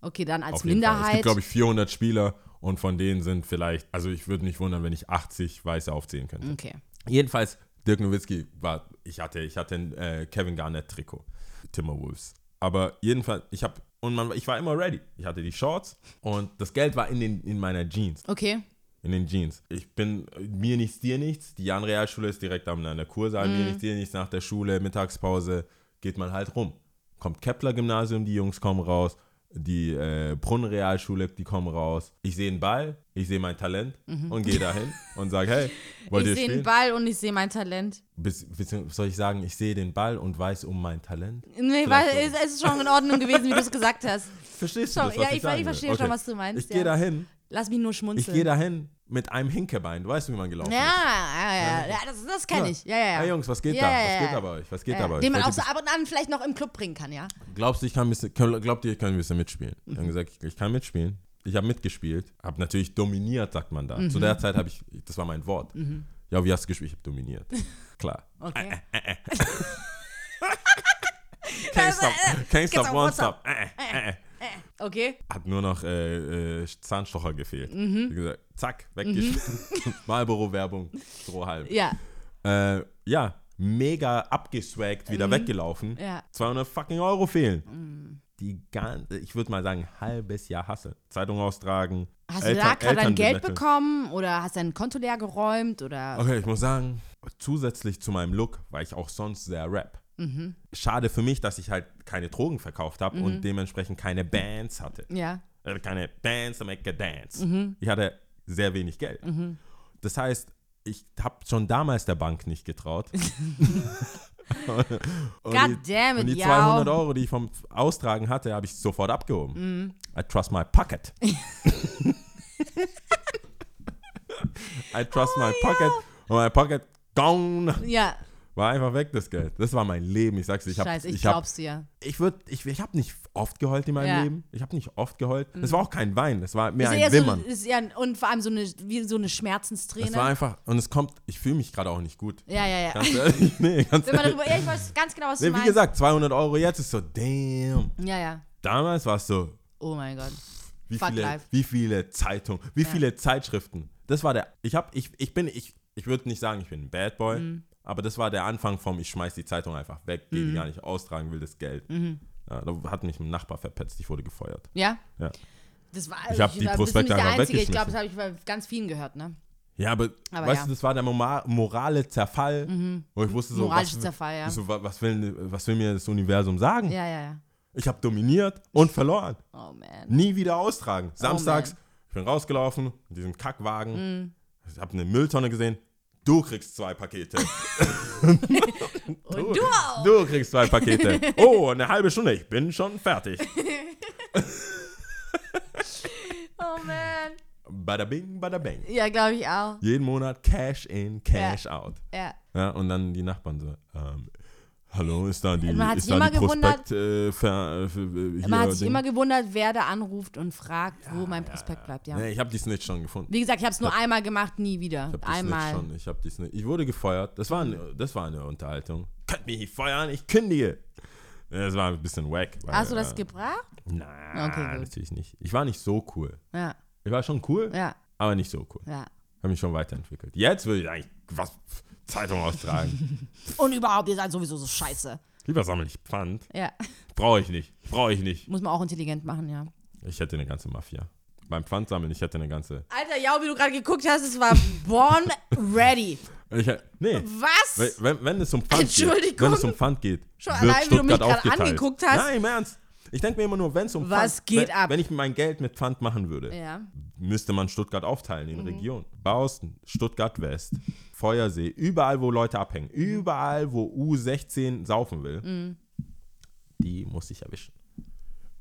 C: Okay, dann als
E: Auf jeden Fall. Es gibt,
C: Minderheit.
E: glaube ich, 400 Spieler und von denen sind vielleicht, also ich würde nicht wundern, wenn ich 80 Weiße aufzählen könnte.
C: okay.
E: Jedenfalls, Dirk Nowitzki war, ich hatte, ich hatte ein äh, Kevin Garnett-Trikot, Timberwolves. Aber jedenfalls, ich habe, und man, ich war immer ready. Ich hatte die Shorts und das Geld war in, den, in meiner Jeans.
C: Okay.
E: In den Jeans. Ich bin, äh, mir nichts, dir nichts. Die Jan-Realschule ist direkt am an der Kursaal.
C: Mhm.
E: Mir nichts, dir nichts. Nach der Schule, Mittagspause geht man halt rum. Kommt Kepler-Gymnasium, die Jungs kommen raus. Die äh, Brunnen-Realschule, die kommen raus. Ich sehe einen Ball, ich sehe mein Talent und gehe dahin und sage, hey, wollt
C: Mhm.
E: ihr
C: ich sehe
E: spielen?
C: den Ball und ich sehe mein Talent.
E: Bis, bisschen- soll ich sagen, ich sehe den Ball und weiß um mein Talent?
C: Nee,
E: Vielleicht
C: weil
E: so.
C: es es ist schon in Ordnung gewesen, wie du es gesagt hast.
E: Verstehst du
C: Schon-
E: das, was
C: ja,
E: ich,
C: ich-
E: sagen
C: ich verstehe
E: will?
C: schon, was du meinst,
E: Ich
C: ja.
E: gehe dahin,
C: Lass mich nur schmunzeln.
E: ich gehe dahin mit einem Hinkebein. Du weißt, wie man gelaufen
C: ja,
E: ist.
C: ja, ja, ja, das, das kenne ich. Ja, ja, ja.
E: Hey Jungs, was geht
C: Ja,
E: da?
C: ja,
E: Was
C: ja,
E: geht
C: ja.
E: da bei euch? Was geht
C: ja.
E: da bei euch?
C: Den man auch
E: Wollt
C: so
E: ihr-
C: ab und an vielleicht noch im Club bringen kann, ja?
E: glaubst du, ich kann ein bisschen, glaubt ihr, ich kann ein bisschen mitspielen? Ich habe gesagt, ich, ich kann mitspielen. Ich habe mitgespielt, habe natürlich dominiert, sagt man da. Zu der Zeit habe ich, das war mein Wort. Ja, wie hast du gespielt? Ich habe dominiert. Klar.
C: Okay.
E: Can't stop, can't stop,
C: stop,
E: won't
C: won't stop.
E: stop. Äh, äh, äh.
C: Okay.
E: Hat nur noch äh, äh, Zahnstocher gefehlt. Wie gesagt, zack, weggeschmissen. Marlboro-Werbung, Strohhalm.
C: Ja.
E: äh, ja, mega abgeswaggt, wieder weggelaufen.
C: Mhm. Ja. Mhm.
E: 200 fucking Euro fehlen. Die ganze, ich würde mal sagen, halbes Jahr Hassel. Zeitung austragen.
C: Hast du da gerade dein
E: Eltern
C: Geld
E: bemitteln.
C: bekommen oder hast dein Konto leer geräumt oder
E: Okay, ich muss sagen, zusätzlich zu meinem Look war ich auch sonst sehr Rap.
C: Mhm.
E: Schade für mich, dass ich halt keine Drogen verkauft habe und dementsprechend keine Bands hatte.
C: ja,
E: Äh, keine Bands to make a dance.
C: Mhm.
E: Ich hatte sehr wenig Geld. Das heißt, ich habe schon damals der Bank nicht getraut. und
C: God
E: die,
C: damn it,
E: und die
C: yo.
E: 200 Euro, die ich vom Austragen hatte, habe ich sofort abgehoben.
C: Mhm.
E: I trust my pocket. I trust my pocket. Und my pocket gone.
C: ja,
E: War einfach weg, das Geld. Das war mein Leben. Ich sag's dir, ich habe
C: scheiße, ich,
E: hab
C: glaub's dir.
E: ich würde, ich, ich habe nicht oft geheult in meinem
C: Ja. Mhm.
E: Leben. Ich habe nicht oft geheult. Es war auch kein Wein, es war mehr
C: Ist
E: ein
C: eher so,
E: Wimmern.
C: ist eher, und vor allem so eine, wie so eine
E: es war
C: Schmerzensträne.
E: einfach, und es kommt, ich fühle mich gerade auch nicht gut.
C: Ja, ja, ja.
E: Ganz ehrlich, nee, ganz
C: Wenn man
E: ehrlich.
C: darüber, ja, ich weiß ganz genau, was
E: Nee,
C: du
E: wie
C: meinst.
E: gesagt, 200 Euro jetzt ist so, damn.
C: Ja, ja.
E: Damals war es so,
C: Oh mein Gott.
E: wie
C: Fuck
E: viele,
C: life.
E: wie viele Zeitungen, wie viele Zeitschriften. Das war der, ich habe, ich, ich bin, ich, ich würde nicht sagen, ich bin ein Bad Boy,
C: Mhm.
E: aber das war der Anfang vom, ich schmeiß die Zeitung einfach weg, die die gar nicht austragen will, das Geld.
C: Mhm.
E: Ja, da hat mich ein Nachbar verpetzt, ich wurde gefeuert.
C: Ja?
E: Ja.
C: Das war
E: Ich hab die
C: war- bist
E: Prospekte
C: nicht der
E: einfach
C: Einzige. Ich glaube,
E: weggeschmissen.
C: das habe ich bei ganz vielen gehört, ne?
E: Ja, aber,
C: Aber
E: weißt
C: ja. Mhm.
E: du, das war der Moma- morale Zerfall, wo ich wusste so,
C: Moralischer
E: was,
C: Zerfall, ja.
E: ich so wa- was, will, was will mir das Universum sagen?
C: Ja, ja, ja.
E: Ich habe dominiert und verloren.
C: Oh man.
E: Nie wieder austragen. Samstags,
C: Oh, man. Mhm.
E: ich Ich bin rausgelaufen mit diesem Kackwagen. Ich habe eine Mülltonne gesehen. Du kriegst zwei Pakete.
C: Und du auch.
E: Du kriegst zwei Pakete. Oh, eine halbe Stunde. Ich bin schon fertig.
C: Oh man.
E: Bada bing, bada bang.
C: Ja, glaube ich auch.
E: Jeden Monat Cash in, Cash out.
C: Ja.
E: Ja, und dann die Nachbarn so, ähm, hallo, ist da die,
C: Man hat
E: ist
C: sich
E: da
C: immer
E: die
C: gewundert-
E: Prospekt, äh, ver, äh, für, äh, hier
C: Man hat sich
E: Ding?
C: immer gewundert, wer da anruft und fragt, wo mein Prospekt bleibt. Ja.
E: Nee, ich habe die Snitch schon gefunden.
C: Wie gesagt, ich habe es nur einmal gemacht, nie wieder.
E: Ich hab die Snitch
C: Einmal.
E: schon, ich hab die Snitch. Ich wurde gefeuert. Das war eine, das war eine Unterhaltung. Könnt mich nicht feuern, ich kündige. Das war ein bisschen wack. weil,
C: Hast du das
E: äh,
C: gebracht?
E: Nein,
C: Okay, gut.
E: natürlich nicht. Ich war nicht so cool.
C: Ja,
E: Ich war schon cool,
C: ja,
E: aber nicht so cool.
C: ja.
E: Habe mich schon weiterentwickelt. Jetzt würde ich eigentlich was Zeitung austragen.
C: Und überhaupt, ihr seid sowieso so scheiße.
E: Lieber sammle ich Pfand.
C: Ja,
E: Brauche ich nicht. Brauche ich nicht.
C: muss man auch intelligent machen, ja.
E: Ich hätte eine ganze Mafia. Beim Pfand sammeln, ich hätte eine ganze.
C: Alter, ja, wie du gerade geguckt hast, es war born ready.
E: Ich hätte, nee. Wenn,
C: Was?
E: wenn, wenn es um Pfand geht.
C: Entschuldigung.
E: Wenn es um Pfand geht.
C: Schon
E: wird
C: allein, wie du mich
E: Stuttgart
C: gerade
E: aufgeteilt.
C: angeguckt hast.
E: Nein, im Ernst. Ich denke mir immer nur, wenn es um Pfand
C: Was geht
E: wenn,
C: ab?
E: Wenn ich mein Geld mit Pfand machen würde,
C: Ja. Mhm.
E: müsste man Stuttgart aufteilen in Regionen. Bausten, Stuttgart West, Feuersee, überall, wo Leute abhängen, überall, wo U16 saufen will,
C: Mhm.
E: die muss ich erwischen.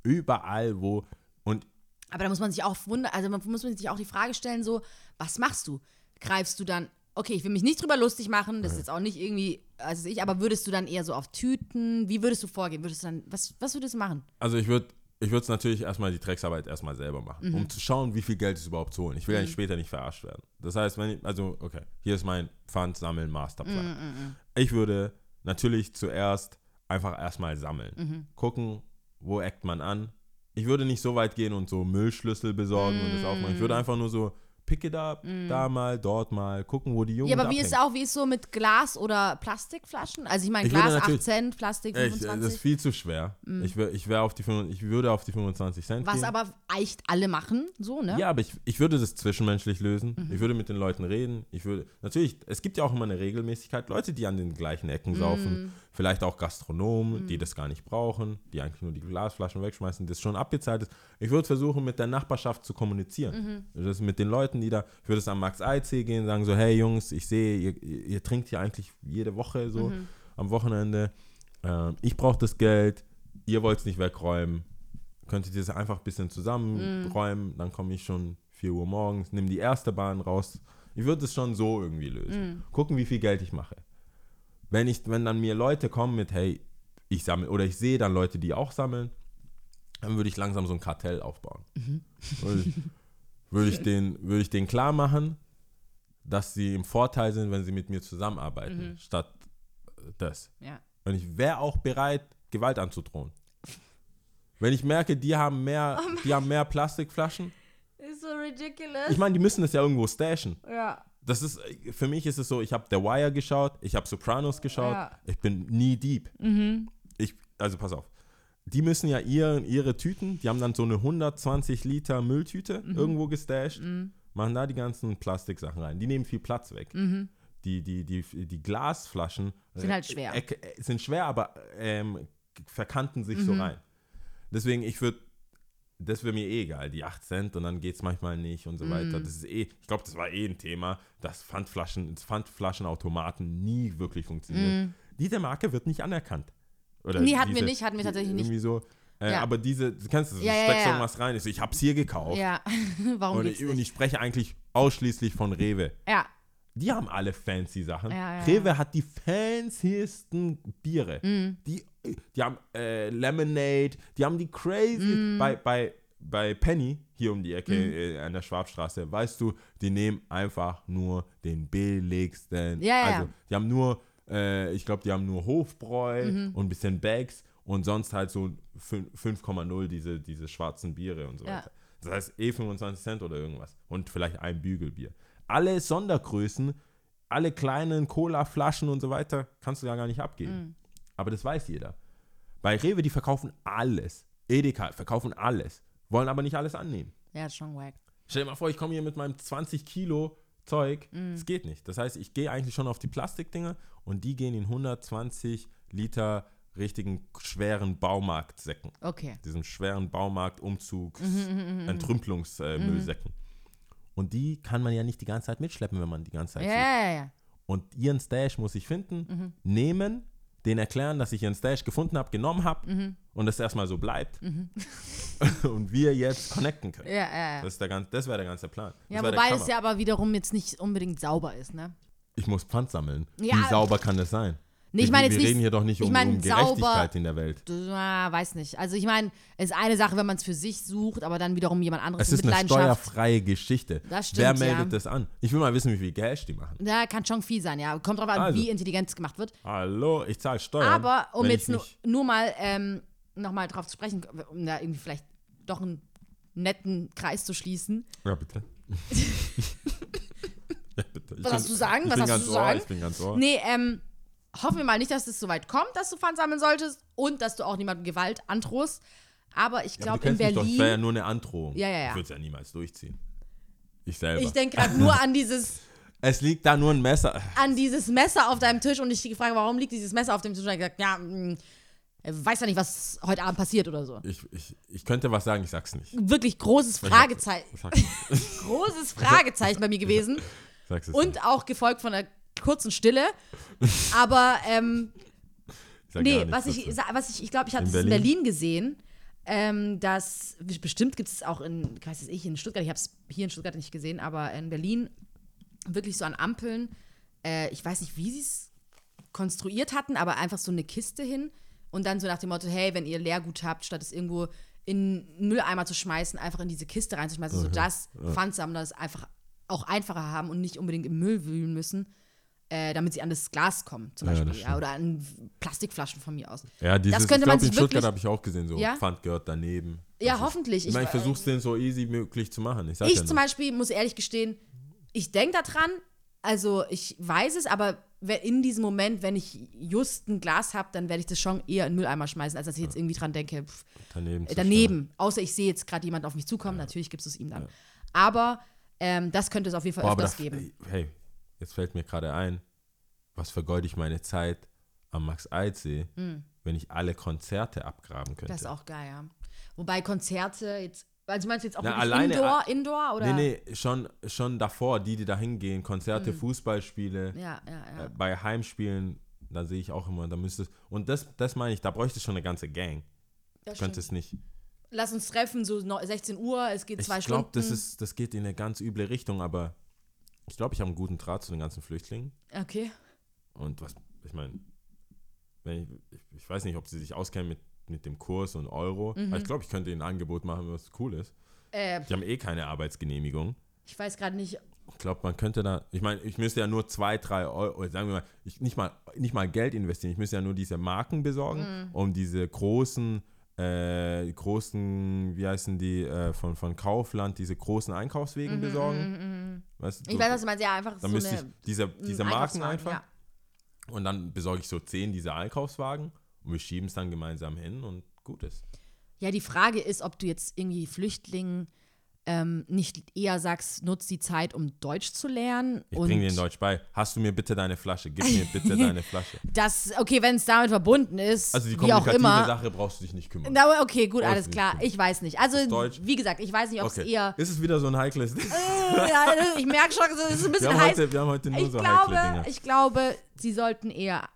E: Überall, wo. Und
C: Aber da muss man sich auch wundern, also man muss man sich auch die Frage stellen, so, was machst du? Greifst du dann, okay, ich will mich nicht drüber lustig machen,
E: Mhm.
C: das ist jetzt auch nicht irgendwie, also ich, aber würdest du dann eher so auf Tüten, wie würdest du vorgehen? Würdest du dann, was, was würdest du machen?
E: Also ich würde ich würde es natürlich erstmal die Drecksarbeit erstmal selber machen,
C: Mhm.
E: um zu schauen, wie viel Geld ist überhaupt zu holen. Ich will ja später nicht verarscht werden. Das heißt, wenn ich, also okay, hier ist mein Pfand sammeln
C: Mhm,
E: Masterplan. Ich würde natürlich zuerst einfach erstmal sammeln.
C: Mhm.
E: Gucken, wo eckt man an. Ich würde nicht so weit gehen und so Müllschlüssel besorgen und das aufmachen. Ich
C: Mhm.
E: würde einfach nur so pick it up, da mal, dort mal, gucken, wo die Jungen
C: Ja, aber wie ist
E: abhängen.
C: auch, wie ist so mit Glas oder Plastikflaschen? Also ich meine,
E: Ich würde
C: Glas 8
E: natürlich-
C: Cent, Plastik
E: Ey, Ich, äh, das ist
C: 25.
E: viel zu schwer. Ich, wär, ich, wär auf die, 25 ich würde auf die 25 Cent
C: Mhm. was
E: gehen.
C: aber echt alle machen, so, ne?
E: Ja, aber ich, ich würde das zwischenmenschlich lösen. Ich würde mit den Leuten reden. Ich würde, natürlich, es gibt ja auch immer eine Regelmäßigkeit. Leute, die an den gleichen Ecken saufen, vielleicht auch Gastronomen, die das gar nicht brauchen, die eigentlich nur die Glasflaschen wegschmeißen, das schon abbezahlt ist. Ich würde versuchen, mit der Nachbarschaft zu kommunizieren. Das mit den Leuten, die da, ich würde es am Max-IC gehen, sagen so, hey Jungs, ich sehe, ihr, ihr, ihr trinkt hier eigentlich jede Woche so am Wochenende. Ähm, ich brauche das Geld, ihr wollt es nicht wegräumen könntet ihr das einfach ein bisschen zusammenräumen, dann komme ich schon 4 Uhr morgens, nimm die erste Bahn raus. Ich würde es schon so irgendwie lösen. Gucken, wie viel Geld ich mache. Wenn, ich, wenn dann mir Leute kommen mit, hey, ich sammle, oder ich sehe dann Leute, die auch sammeln, dann würde ich langsam so ein Kartell aufbauen. Würde ich, würde ich, den, würde ich denen klar machen, dass sie im Vorteil sind, wenn sie mit mir zusammenarbeiten, statt äh, das.
C: Ja.
E: Und ich wäre auch bereit, Gewalt anzudrohen. Wenn ich merke, die haben mehr, die haben mehr Plastikflaschen.
C: Ist so ridiculous.
E: Ich meine, die müssen das ja irgendwo stashen.
C: ja.
E: Das ist, für mich ist es so, ich habe The Wire geschaut, ich habe Sopranos geschaut,
C: Ja. Mhm.
E: ich bin nie deep. Ich, also pass auf. Die müssen ja ihren, ihre Tüten, die haben dann so eine 120 Liter Mülltüte
C: Mhm.
E: irgendwo gestasht, machen da die ganzen Plastiksachen rein. Die nehmen viel Platz weg. Die, die, die, die Glasflaschen
C: Mhm. Sind halt schwer.
E: äh, äh, sind schwer, aber ähm, verkanten sich so
C: Mhm.
E: rein. Deswegen, ich würde das wäre mir eh egal, die 8 Cent und dann geht es manchmal nicht und so weiter.
C: Mhm.
E: Das ist eh, ich glaube, das war eh ein Thema, dass Pfandflaschen, dass Pfandflaschenautomaten nie wirklich funktionieren. Diese Marke wird nicht anerkannt. Oder
C: Mhm. Nee, hatten wir nicht, hatten wir tatsächlich nicht.
E: irgendwie So, äh,
C: Ja.
E: Aber diese, du kennst das, du
C: Ja, ja,
E: steckst
C: ja.
E: irgendwas rein, ich, so, ich hab's hier gekauft.
C: Ja. Warum
E: und,
C: geht's
E: ich, und
C: nicht?
E: ich spreche eigentlich ausschließlich von Rewe.
C: Ja.
E: Die haben alle fancy Sachen.
C: Ja, ja,
E: Rewe hat die fancyesten Biere.
C: Mm.
E: Die, die haben äh, Lemonade, die haben die crazy.
C: Mm.
E: Bei, bei, bei Penny, hier um die Ecke äh, an der Schwabstraße, weißt du, die nehmen einfach nur den billigsten.
C: Ja, ja,
E: Also,
C: ja.
E: die haben nur, äh, ich glaube, die haben nur Hofbräu
C: Mhm.
E: und ein bisschen Bags und sonst halt so fün- 5,0 diese, diese schwarzen Biere und so
C: Ja.
E: weiter. Das heißt eh 25 Cent oder irgendwas. Und vielleicht ein Bügelbier. Alle Sondergrößen, alle kleinen Cola-Flaschen und so weiter, kannst du ja gar nicht abgeben.
C: Mhm.
E: Aber das weiß jeder. Bei Rewe, die verkaufen alles. Edeka verkaufen alles. Wollen aber nicht alles annehmen.
C: Ja, ist schon wack.
E: Stell dir mal vor, ich komme hier mit meinem 20 Kilo Zeug. Das geht nicht. Das heißt, ich gehe eigentlich schon auf die Plastikdinger und die gehen in 120 Liter richtigen schweren Baumarktsäcken.
C: Okay.
E: Diesen schweren Baumarkt-Umzugs-Entrümpelungsmüllsäcken. Äh, Müllsäcken. Und die kann man ja nicht die ganze Zeit mitschleppen, wenn man die ganze Zeit
C: Ja,
E: sucht.
C: ja, ja.
E: Und ihren Stash muss ich finden, nehmen, den erklären, dass ich ihren Stash gefunden habe, genommen habe und das erstmal so bleibt. und wir jetzt connecten können.
C: Ja, ja, ja.
E: Das, ist der ganz- das wäre der ganze Plan. Das
C: Ja,
E: wär der
C: wobei es
E: Cover.
C: ja aber wiederum jetzt nicht unbedingt sauber ist, ne?
E: Ich muss Pfand sammeln. Wie
C: Ja.
E: sauber kann das sein?
C: Nee, ich
E: Wir-
C: meine
E: wir
C: jetzt nicht-
E: reden hier doch nicht
C: ich
E: um,
C: meine
E: um
C: sauber-
E: Gerechtigkeit in der Welt.
C: Na, weiß nicht. Also ich meine, es ist eine Sache, wenn man es für sich sucht, aber dann wiederum jemand anderes
E: Es ist
C: mit
E: eine
C: Leidenschaft.
E: steuerfreie Geschichte.
C: um Das stimmt,
E: Wer meldet
C: ja.
E: das an? Ich will mal wissen, wie viel Geld die machen.
C: Da kann schon viel sein, ja. Kommt drauf an,
E: Also.
C: wie intelligent es gemacht wird.
E: Hallo, ich zahle Steuern.
C: Aber um
E: wenn
C: jetzt
E: ich
C: nur,
E: mich-
C: nur mal ähm, nochmal drauf zu sprechen, um da irgendwie vielleicht doch einen netten Kreis zu schließen.
E: Ja, bitte. ja, bitte. Ich
C: Was hast du zu sagen?
E: Ich
C: Was
E: bin
C: hast du
E: ganz
C: zu
E: ohr,
C: sagen?
E: Ich bin ganz ohr.
C: Nee, ähm, hoffen wir mal nicht, dass es so weit kommt, dass du Pfand sammeln solltest und dass du auch niemandem Gewalt androhst. Aber ich
E: Ja,
C: glaube,
E: aber du
C: in
E: kennst mich doch,
C: Berlin.
E: Das wäre ja nur eine Androhung.
C: Ja, ja, ja.
E: Ich würde es ja niemals durchziehen. Ich selber.
C: ich denke gerade nur an dieses,
E: es liegt da nur ein Messer.
C: an dieses Messer auf deinem Tisch und ich die Frage, warum liegt dieses Messer auf dem Tisch? Und er hat gesagt, ja, mh, er weiß ja nicht, was heute Abend passiert oder so.
E: Ich, ich, ich könnte was sagen, ich sag's nicht.
C: Wirklich großes Fragezeichen,
E: Ich Sag's, nicht.
C: großes Fragezeichen bei mir gewesen.
E: Ich sag's es nicht.
C: Und auch gefolgt von einer kurzen Stille. Aber ähm,
E: Ich sag gar
C: nee,
E: nichts
C: was ich,
E: dazu.
C: sa- was ich, ich glaube, ich habe
E: In
C: das in
E: Berlin?
C: Berlin gesehen. Ähm, dass bestimmt gibt es auch in, ich weiß es ich, in Stuttgart, ich habe es hier in Stuttgart nicht gesehen, aber in Berlin wirklich so an Ampeln, äh, ich weiß nicht, wie sie es konstruiert hatten, aber einfach so eine Kiste hin und dann so nach dem Motto, hey, wenn ihr Leergut habt, statt es irgendwo in einen Mülleimer zu schmeißen, einfach in diese Kiste reinzuschmeißen,
E: Mhm,
C: sodass Pfandsammler es einfach auch einfacher haben und nicht unbedingt im Müll wühlen müssen, äh, damit sie an das Glas kommen, zum
E: Ja, das
C: Beispiel. Ja,
E: stimmt.
C: oder an Plastikflaschen von mir aus.
E: Ja, dieses,
C: das könnte
E: ich
C: man
E: glaub,
C: sich
E: in Stuttgart
C: wirklich-
E: habe ich auch gesehen, so
C: Ja?
E: Pfand gehört daneben.
C: Ja,
E: Das ist-
C: hoffentlich.
E: Ich meine, ich
C: äh,
E: versuche es denen so easy möglich zu machen. Ich, sag ja
C: Ich
E: nur.
C: zum Beispiel muss ehrlich gestehen, ich denke daran, also ich weiß es, aber we- in diesem Moment, wenn ich just ein Glas habe, dann werde ich das schon eher in den Mülleimer schmeißen, als dass ich jetzt irgendwie dran denke, pff,
E: daneben. zu
C: daneben. Außer ich sehe jetzt gerade jemanden auf mich zukommen, natürlich gibst du es ihm dann. Aber ähm, das könnte es auf jeden Fall
E: Boah, aber
C: öfters
E: das,
C: geben.
E: Hey, jetzt fällt mir gerade ein, was vergeude ich meine Zeit am Max-Eid-See, wenn ich alle Konzerte abgraben könnte.
C: Hm. Das ist auch geil, ja. Wobei Konzerte jetzt, also meinst du jetzt auch
E: Na,
C: wirklich
E: alleine- ah,
C: Indoor, Indoor oder?
E: Nee, nee, schon, schon davor, die, die da hingehen, Konzerte, Fußballspiele,
C: Hm. Ja, ja, ja.
E: äh, bei Heimspielen, da sehe ich auch immer, da müsste es, und das, das meine ich, da bräuchte es schon eine ganze Gang.
C: Das
E: Könnte
C: stimmt.
E: es nicht.
C: Lass uns treffen, so neu- 16 Uhr, es geht zwei
E: ich
C: Stunden.
E: glaube, das, ist- das geht in eine ganz üble Richtung, aber ich glaube, ich habe einen guten Draht zu den ganzen Flüchtlingen.
C: Okay.
E: Und was, ich meine, wenn ich, ich, ich weiß nicht, ob sie sich auskennen mit, mit dem Kurs und Euro,
C: Mhm.
E: aber ich glaube, ich könnte ihnen ein Angebot machen, was cool ist.
C: Äh,
E: Die haben eh keine Arbeitsgenehmigung.
C: ich weiß gerade nicht,
E: Ich glaube, man könnte da, ich meine, ich müsste ja nur zwei, drei Euro, oder sagen wir mal, ich, nicht mal, nicht mal Geld investieren, ich müsste ja nur diese Marken
C: Mhm.
E: besorgen, um diese großen, äh, großen, wie heißen die, äh, von, von Kaufland, diese großen Einkaufswegen besorgen. Weißt du,
C: Mhm, Ich
E: so-
C: weiß, was du meinst. Ja, einfach
E: dann
C: so
E: müsste
C: eine,
E: ich diese, diese
C: einen Einkaufswagen,
E: Marken einfach.
C: ja.
E: Und dann besorge ich so zehn dieser Einkaufswagen und wir schieben es dann gemeinsam hin und gut ist.
C: ja, die Frage ist, ob du jetzt irgendwie Flüchtlingen ähm, nicht eher sagst, nutz die Zeit, um Deutsch zu lernen.
E: Ich
C: und
E: bringe dir in Deutsch bei. Hast du mir bitte deine Flasche? Gib mir bitte deine Flasche.
C: Das, okay, wenn es damit verbunden ist,
E: Also die
C: wie auch
E: kommunikative
C: immer.
E: Sache brauchst du dich nicht kümmern.
C: Na, okay, gut, alles
E: nicht
C: klar.
E: können.
C: Ich weiß nicht. Also,
E: Deutsch.
C: wie gesagt, ich weiß nicht, ob es
E: okay.
C: eher.
E: Ist es wieder so ein heikles Ding?
C: ja, ich merke schon, es ist ein
E: Wir
C: bisschen
E: haben,
C: heiß.
E: heute, wir haben heute nur
C: ich,
E: so heikle
C: glaube,
E: Dinge.
C: ich glaube, sie sollten eher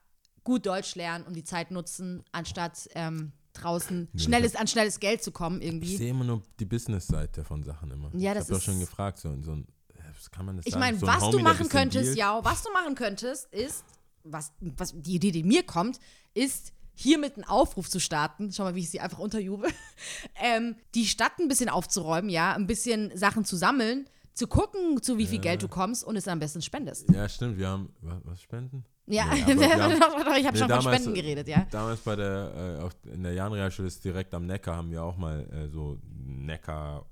C: gut Deutsch lernen und die Zeit nutzen, anstatt ähm, draußen schnelles, an schnelles Geld zu kommen irgendwie.
E: Ich sehe immer nur die Business-Seite von Sachen immer.
C: Ja,
E: ich
C: das
E: habe doch
C: ist-
E: schon gefragt, so, ein- so ein, äh, was kann man das
C: Ich
E: sagen?
C: meine,
E: so ein
C: was du
E: Homie, der
C: machen
E: bisschen
C: könntest,
E: dealt.
C: ja, was du machen könntest, ist, was, was die Idee, die mir kommt, ist, hiermit einen Aufruf zu starten. Schau mal, wie ich sie einfach unterjubel. ähm, die Stadt ein bisschen aufzuräumen, ja, ein bisschen Sachen zu sammeln, zu gucken, zu wie viel Geld du kommst und es dann am besten spendest.
E: Ja, stimmt, wir haben, wa- was spenden?
C: Ja,
E: Nee, aber wir haben-
C: ich habe
E: Nee,
C: schon von
E: damals-
C: Spenden geredet, ja.
E: Damals bei der, äh, auf, in der Jahnrealschule ist direkt am Neckar, haben wir auch mal äh, so Neckar,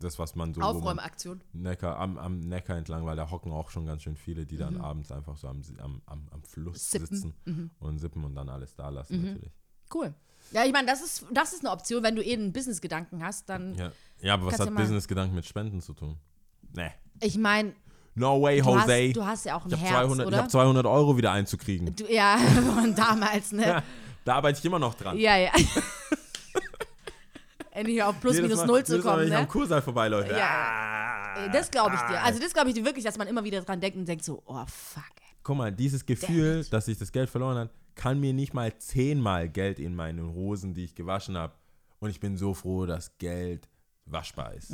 E: das was man so, wo man
C: Aufräumaktion.
E: Neckar, am, am Neckar entlang, weil da hocken auch schon ganz schön viele, die dann abends einfach so am, Si- am, am, am Fluss
C: Mhm. Sippen. Mhm.
E: sitzen und sippen und dann alles da lassen natürlich.
C: Cool. Ja, ich meine, das ist, das ist eine Option, wenn du eh einen Business-Gedanken hast, dann.
E: Ja, ja aber was
C: Kannst du
E: hat
C: mal-
E: Business-Gedanken mit Spenden zu tun? Nee.
C: Ich meine,
E: No way,
C: du,
E: Jose.
C: hast, du hast ja auch ein
E: ich habe
C: Herz,
E: 200, ich
C: oder?
E: hab 200 Euro wieder einzukriegen.
C: du, ja, von damals, ne?
E: Da arbeite ich immer noch dran.
C: Ja, ja. Endlich auf plus
E: Jedes
C: minus
E: Mal-
C: null zu
E: jedes Mal, wenn
C: kommen,
E: ich
C: ne?
E: am Kursaal vorbeiläufe.
C: Ja. Äh, Das glaube ich
E: Ah.
C: dir. Also das glaube ich dir wirklich, dass man immer wieder dran denkt und denkt so, oh fuck. ey.
E: Guck mal, dieses Gefühl, dass ich das Geld verloren habe, kann mir nicht mal zehnmal Geld in meinen Hosen, die ich gewaschen habe. Und ich bin so froh, dass Geld waschbar ist.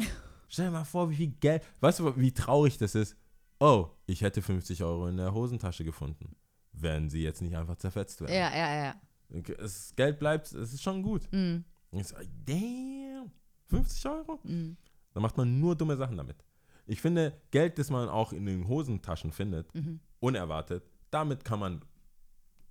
E: Stell dir mal vor, wie viel Geld. Weißt du, wie traurig das ist? Oh, ich hätte 50 Euro in der Hosentasche gefunden. Werden sie jetzt nicht einfach zerfetzt werden.
C: Ja, ja, ja. Mhm.
E: Das Geld bleibt, es ist schon gut. Und ich so, damn, 50 Euro?
C: Mhm.
E: Da macht man nur dumme Sachen damit. Ich finde, Geld, das man auch in den Hosentaschen findet,
C: Mhm.
E: unerwartet, damit kann man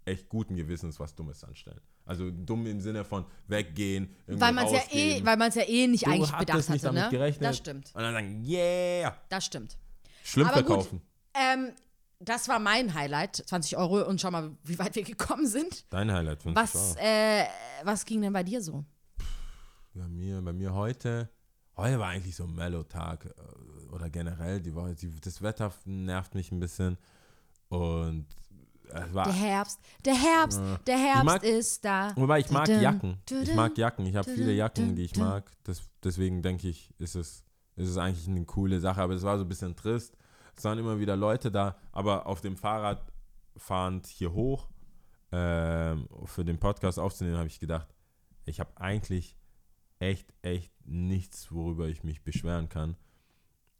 E: echt guten Gewissens was Dummes anstellen. Also dumm im Sinne von weggehen,
C: Weil man es ja eh, weil man es ja eh nicht
E: du
C: eigentlich
E: hattest
C: bedacht
E: nicht
C: hatte,
E: damit
C: ne?
E: gerechnet.
C: Das stimmt.
E: Und dann sagen, yeah,
C: Das stimmt.
E: schlimm
C: Aber gut.
E: verkaufen.
C: Ähm, das war mein Highlight, 20 Euro und schau mal, wie weit wir gekommen sind.
E: Dein Highlight, 50
C: Was,
E: Euro.
C: äh, was ging denn bei dir so?
E: Bei mir, bei mir heute, heute war eigentlich so ein Mellow-Tag äh, oder generell die Woche. Die, das Wetter nervt mich ein bisschen und es war.
C: Der Herbst, der Herbst, der Herbst
E: Ah. mag-
C: ist da.
E: Wobei ich mag
C: Tudum,
E: Jacken. Ich
C: tudum,
E: mag Jacken. Ich habe viele
C: tudum,
E: Jacken, die ich
C: tudum.
E: mag. Das, deswegen denke ich, ist es, ist es eigentlich eine coole Sache. Aber es war so ein bisschen trist. Es waren immer wieder Leute da, aber auf dem Fahrrad fahrend hier hoch, ähm, für den Podcast aufzunehmen, habe ich gedacht, ich habe eigentlich echt, echt nichts, worüber ich mich beschweren kann.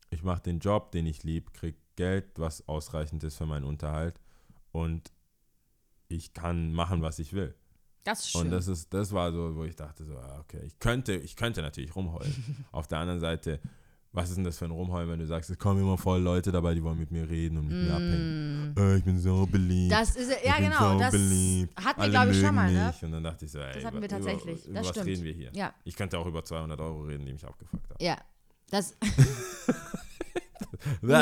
E: Ich mache den Job, den ich liebe, kriege Geld, was ausreichend ist für meinen Unterhalt und ich kann machen, was ich will.
C: Das ist schön.
E: Und das ist, das war so, wo ich dachte, so, ah, okay, ich könnte, ich könnte natürlich rumheulen. Auf der anderen Seite, was ist denn das für ein Rumheulen, wenn du sagst, es kommen immer voll Leute dabei, die wollen mit mir reden und mit mir abhängen. Äh, ich bin so
C: Mm.
E: beliebt.
C: Das ist,
E: ich
C: ja
E: bin
C: genau,
E: so
C: das
E: beliebt.
C: hatten wir
E: Alle
C: glaube ich
E: mögen
C: schon mal, ne?
E: mich. Und dann dachte ich so, ey,
C: Das hatten wir
E: über-
C: tatsächlich.
E: Über,
C: Das
E: über was
C: stimmt.
E: reden wir hier?
C: Ja.
E: Ich könnte auch über 200 Euro reden, die mich abgefuckt haben.
C: Ja, das,
E: Das,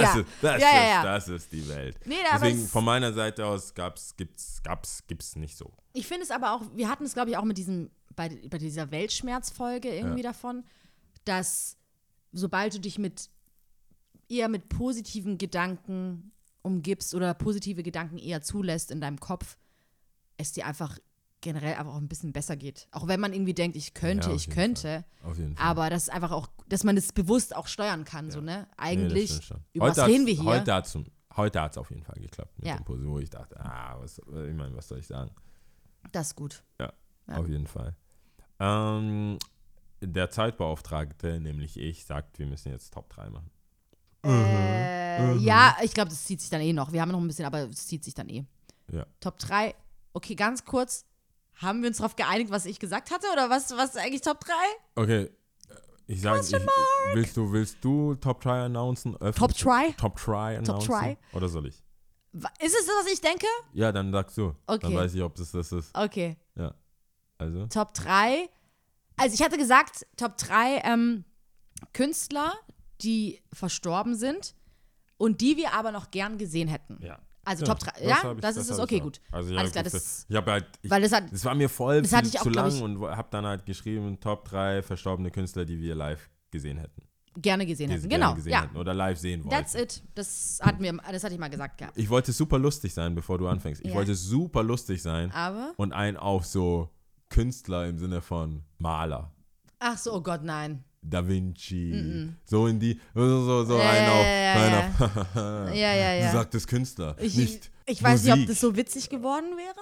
C: Ja.
E: ist, das,
C: Ja,
E: ist,
C: ja, ja.
E: das ist die Welt.
C: Nee, aber
E: Deswegen
C: es-
E: von meiner Seite aus gab's, gibt's, gab's, gibt's nicht so.
C: ich finde es aber auch, wir hatten es glaube ich auch mit diesem, bei, bei dieser Weltschmerzfolge irgendwie davon, dass sobald du dich mit eher mit positiven Gedanken umgibst oder positive Gedanken eher zulässt in deinem Kopf, es dir einfach generell einfach auch ein bisschen besser geht. Auch wenn man irgendwie denkt, ich könnte,
E: Ja, auf
C: ich
E: jeden
C: könnte.
E: Auf jeden Fall.
C: Aber das ist einfach auch, dass man das bewusst auch steuern kann, so, ne? Eigentlich,
E: Nee, das stimmt schon.
C: über
E: Heute
C: was
E: hat's-
C: reden wir hier?
E: Heute hat es heute hat's auf jeden Fall geklappt mit
C: Ja.
E: dem Puzzle, wo ich dachte, ah, was, ich meine, was soll ich sagen?
C: das ist gut.
E: Ja,
C: Ja.
E: auf jeden Fall. Ähm, der Zeitbeauftragte, nämlich ich, sagt, wir müssen jetzt Top 3 machen.
C: Äh, ja, ich glaube, das zieht sich dann eh noch. Wir haben noch ein bisschen, aber es zieht sich dann eh.
E: Ja.
C: Top 3. Okay, ganz kurz. Haben wir uns darauf geeinigt, was ich gesagt hatte? Oder was, was ist eigentlich Top 3?
E: Okay, äh, ich sage, willst du, willst du Top 3 announcen? Öffentlich-
C: Top Try?
E: Top Try announcen?
C: Try?
E: Oder soll ich?
C: Wa- Ist es das, was ich denke?
E: Ja, dann sagst du. Dann
C: Okay.
E: weiß ich, ob das das ist.
C: Okay.
E: Ja, also.
C: Top 3. Also ich hatte gesagt, Top 3 ähm, Künstler, die verstorben sind und die wir aber noch gern gesehen hätten.
E: Ja.
C: Also Top 3.
E: das
C: Ja,
E: hab ich-
C: das, ist
E: hab
C: es.
E: ich
C: Okay,
E: auch.
C: gut.
E: Also, ja,
C: Alles klar,
E: gut,
C: das ist.
E: ich habe halt, ich,
C: Weil das hat-
E: es war mir voll
C: das
E: viel
C: hatte ich auch,
E: zu
C: glaub
E: lang
C: ich-
E: und habe dann halt geschrieben, Top 3 verstorbene Künstler, die wir live gesehen hätten.
C: Gerne gesehen
E: Die
C: hätten.
E: sie
C: Genau.
E: gerne gesehen
C: Ja.
E: hätten oder live sehen wollten.
C: That's it. Das hat mir, das hatte ich mal gesagt gehabt.
E: Ich wollte super lustig sein, bevor du anfängst. Ich
C: Ja.
E: wollte super lustig sein
C: Aber.
E: und ein auf so Künstler im Sinne von Maler.
C: Ach so, oh Gott, nein.
E: Da Vinci, so in die, so, so, so
C: Mm, Ja,
E: ein auf,
C: ja,
E: ein auf.
C: Ja, ja, ja.
E: Du sagtest Künstler,
C: ich,
E: nicht
C: ich weiß nicht, ob
E: Musik.
C: das so witzig geworden wäre.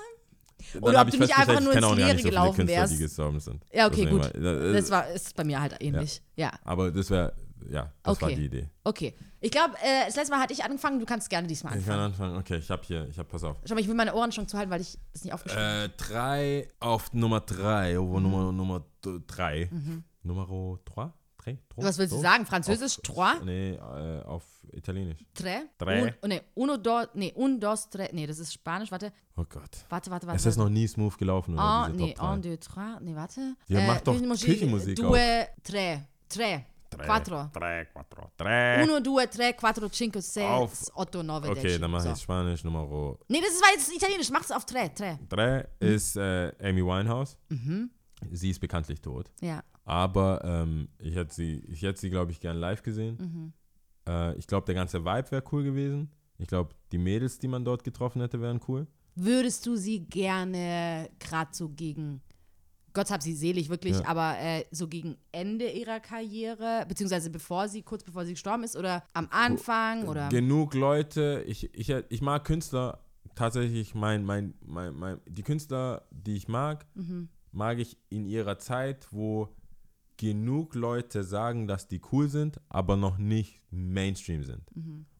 E: Dann
C: oder
E: hab
C: ob
E: ich
C: du nicht
E: festgestellt,
C: einfach nur
E: ich kenne
C: ins
E: auch gar nicht
C: Leere gelaufen
E: so viele Künstler,
C: wärst.
E: die gestorben sind.
C: Ja, okay,
E: Deswegen
C: gut.
E: war-
C: Das war, ist bei mir halt ähnlich. Ja.
E: Aber das wäre, ja, das war
C: Okay.
E: die Idee.
C: Okay. Ich glaube, äh, das letzte Mal hatte ich angefangen, du kannst gerne diesmal
E: Ich
C: anfangen.
E: kann anfangen. Okay, ich habe hier, ich habe, pass auf.
C: Schau mal, ich will meine Ohren schon zu halten, weil ich das nicht aufgeschrieben
E: Äh, drei auf Nummer drei, oh,
C: Mhm.
E: Nummer, Nummer d- drei. Numero trois? Drei?
C: habe. Mhm. Was willst du sagen? Französisch? Trois?
E: Nee, äh, auf Italienisch.
C: Tre?
E: Drei.
C: Un, oh, nee, uno, do, nee, un, dos, tre. Nee, das ist Spanisch. Warte,
E: Oh Gott.
C: warte, warte. warte
E: Es ist noch nie smooth gelaufen, oder?
C: Oh,
E: diese
C: nee,
E: Top drei.
C: un, deux, trois. Nee, warte.
E: Ja, mach doch
C: une musique,
E: Kirchenmusik auf.
C: Due, tre. Tre.
E: Drei,
C: Quattro.
E: Drei, quattro, drei.
C: Uno, due, tre, quattro, cinque, sei,
E: Auf.
C: otto, nove,
E: Okay,
C: dieci.
E: dann mache
C: So.
E: ich Spanisch. Numero
C: Nee, das ist, war jetzt italienisch. Mach's auf tre, tre.
E: drei
C: Mhm.
E: ist äh, Amy Winehouse. Sie ist bekanntlich tot.
C: Ja.
E: Aber ähm, ich hätte sie, ich hätte sie, glaube ich, gern live gesehen. Äh, ich glaube, der ganze Vibe wäre cool gewesen. Ich glaube, die Mädels, die man dort getroffen hätte, wären cool.
C: Würdest du sie gerne gerade so gegen Gott hab sie selig, wirklich,
E: Ja.
C: aber äh, so gegen Ende ihrer Karriere, beziehungsweise bevor sie, kurz bevor sie gestorben ist, oder am Anfang oder
E: genug Leute. Ich, ich, ich mag Künstler tatsächlich, mein, mein, mein, mein, die Künstler, die ich mag, mag ich in ihrer Zeit, wo genug Leute sagen, dass die cool sind, aber noch nicht Mainstream sind.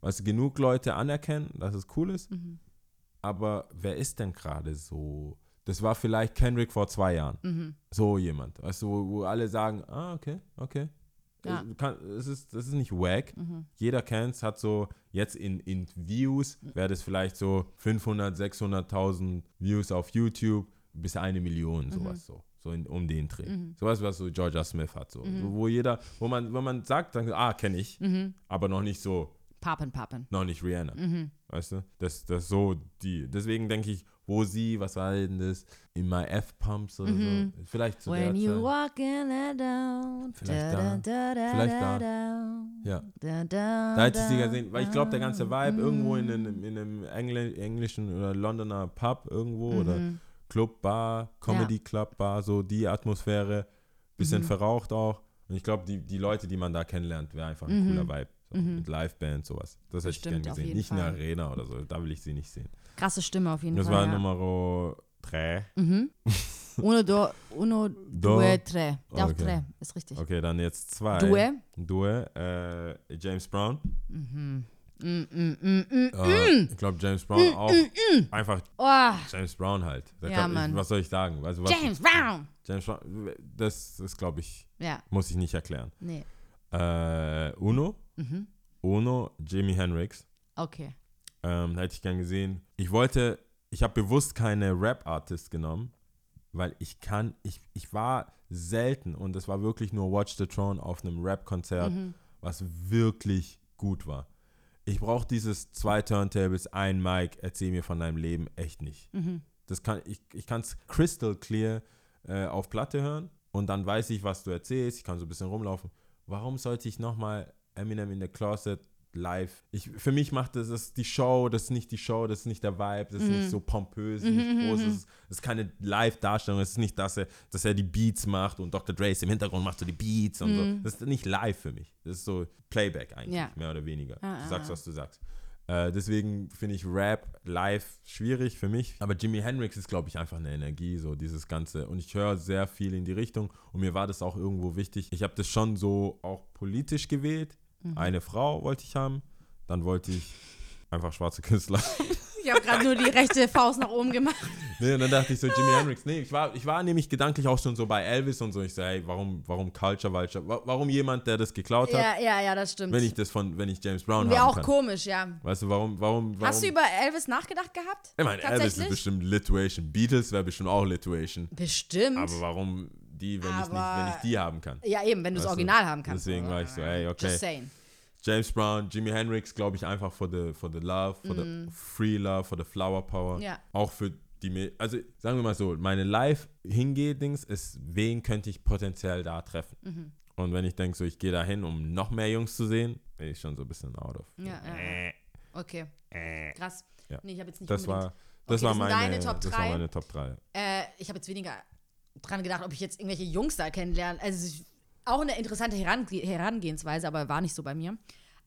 E: Weißt du, genug Leute anerkennen, dass es cool ist, aber wer ist denn gerade so? Das war vielleicht Kendrick vor zwei Jahren. So jemand. Weißt du, wo, wo alle sagen, ah, okay, okay.
C: Ja.
E: Es, kann, es, ist, das ist nicht wack. Jeder kennt es, hat so jetzt in, in Views, wäre das vielleicht so 500, 600.000 Views auf YouTube bis eine Million, sowas so. So in, um den Dreh. Sowas, was so Georgia Smith hat. So. So, wo jeder, wo man, wenn man sagt, dann, ah, kenne ich, aber noch nicht so
C: Papen, Papen.
E: noch nicht Rihanna.
C: Mhm.
E: Weißt du? Das, das so die. Deswegen denke ich, wo sie, was war denn das? In my F-Pumps oder so. Vielleicht zu
C: Mhm. When
E: der
C: you
E: Zeit.
C: walk in the down,
E: Vielleicht
C: da,
E: da.
C: da, da,
E: Vielleicht
C: da,
E: da.
C: da,
E: Ja.
C: da, da,
E: Da hätte ich sie
C: da.
E: gesehen, weil ich glaube, der ganze Vibe irgendwo
C: Mhm.
E: in einem, in einem Engl englischen oder Londoner Pub
C: Mhm.
E: irgendwo oder Club, Bar, Comedy Club, Bar, so die Atmosphäre,
C: Mhm.
E: bisschen verraucht auch. Und ich glaube, die, die Leute, die man da kennenlernt, wäre einfach ein cooler Vibe. So, Mit Liveband, sowas. Das hätte ich
C: Bestimmt,
E: gerne
C: Mhm. auf
E: gesehen.
C: jeden
E: Nicht in der
C: Fall.
E: Arena oder so, da will ich sie nicht sehen.
C: Krasse Stimme auf jeden
E: Das war
C: Fall. ja.
E: Nummer 3.
C: Mhm. Uno, do, uno,
E: Do. Ah,
C: due, tre. Da
E: Okay.
C: tre, ist richtig.
E: Okay, dann jetzt zwei.
C: Due.
E: Due. Äh, James Brown.
C: Mhm. Mm,
E: Äh, ich glaube, James Brown auch. Einfach
C: Oh,
E: James Brown halt. Da
C: Mm, Ja,
E: kann,
C: Mann.
E: Ich, was soll ich sagen? Also, was,
C: James Brown!
E: James Brown. Das ist, glaube ich,
C: Ja,
E: muss ich nicht erklären.
C: nee, Mhm.
E: Äh, Uno. Uno, Jimi Hendrix.
C: okay.
E: Ähm, hätte ich gern gesehen. Ich wollte, ich habe bewusst keine Rap-Artist genommen, weil ich kann, ich, ich war selten und es war wirklich nur Watch the Throne auf einem Rap-Konzert,
C: Mhm.
E: was wirklich gut war. Ich brauche dieses zwei Turntables, ein Mic, erzähl mir von deinem Leben echt nicht.
C: Mhm.
E: Das kann, ich ich kann es crystal clear äh, auf Platte hören und dann weiß ich, was du erzählst, ich kann so ein bisschen rumlaufen. Warum sollte ich nochmal Eminem in the Closet live. Ich, für mich macht das, das ist die Show, das ist nicht die Show, das ist nicht der Vibe, das ist nicht
C: Mhm.
E: so pompös, nicht groß, das ist, das ist keine Live-Darstellung, es ist nicht, dass er, dass er die Beats macht und Dr. Dre ist im Hintergrund macht so die Beats und so. Das ist nicht live für mich. Das ist so Playback eigentlich,
C: Mhm. Ja.
E: mehr oder weniger.
C: Ah, ah,
E: du sagst,
C: ah.
E: was du sagst. Äh, deswegen finde ich Rap live schwierig für mich. Aber Jimi Hendrix ist, glaube ich, einfach eine Energie, so dieses Ganze. Und ich höre sehr viel in die Richtung. Und mir war das auch irgendwo wichtig. Ich habe das schon so auch politisch gewählt.
C: Mhm.
E: Eine Frau wollte ich haben. Dann wollte ich einfach schwarze Künstler.
C: Ich habe gerade nur die rechte Faust nach oben gemacht.
E: nee, und dann dachte ich so, Jimi Hendrix. Nee, ich war, ich war nämlich gedanklich auch schon so bei Elvis und so. Ich so, hey, warum, warum Culture Vulture? Wa- Warum jemand, der das geklaut hat,
C: Ja, ja, ja, das stimmt.
E: wenn ich das von, wenn ich James Brown
C: Wäre
E: haben
C: auch
E: kann?
C: komisch, ja.
E: Weißt du, warum, warum, warum?
C: Hast du über Elvis nachgedacht gehabt?
E: Ich meine, Elvis ist bestimmt Lituation. Beatles wäre bestimmt auch Lituation.
C: Bestimmt.
E: Aber warum die, wenn, ich, nicht,
C: Aber-
E: wenn ich die haben kann?
C: ja, eben, wenn du das
E: Weißt du,
C: Original haben kannst.
E: deswegen war ich so, ey, okay.
C: Just saying.
E: James Brown, Jimi Hendrix, glaube ich, einfach for the, for the love, for the free love, for the flower power.
C: Mm. Ja.
E: Auch für die, Me- also sagen wir mal so, meine Live-Hingeh-Dings ist, wen könnte ich potenziell da treffen?
C: Mhm.
E: Und wenn ich denke, so, ich gehe da hin, um noch mehr Jungs zu sehen, bin ich schon so ein bisschen out of.
C: Ja, ja, ja. Okay. Krass.
E: Äh. Ja.
C: Nee, ich habe jetzt nicht
E: Das
C: unbedingt. Okay,
E: war, das war
C: das sind
E: meine,
C: deine Top
E: das war
C: drei.
E: meine Top 3.
C: Äh, ich habe jetzt weniger dran gedacht, ob ich jetzt irgendwelche Jungs da kennenlerne. Also es ist auch eine interessante Herange Herangehensweise, aber war nicht so bei mir.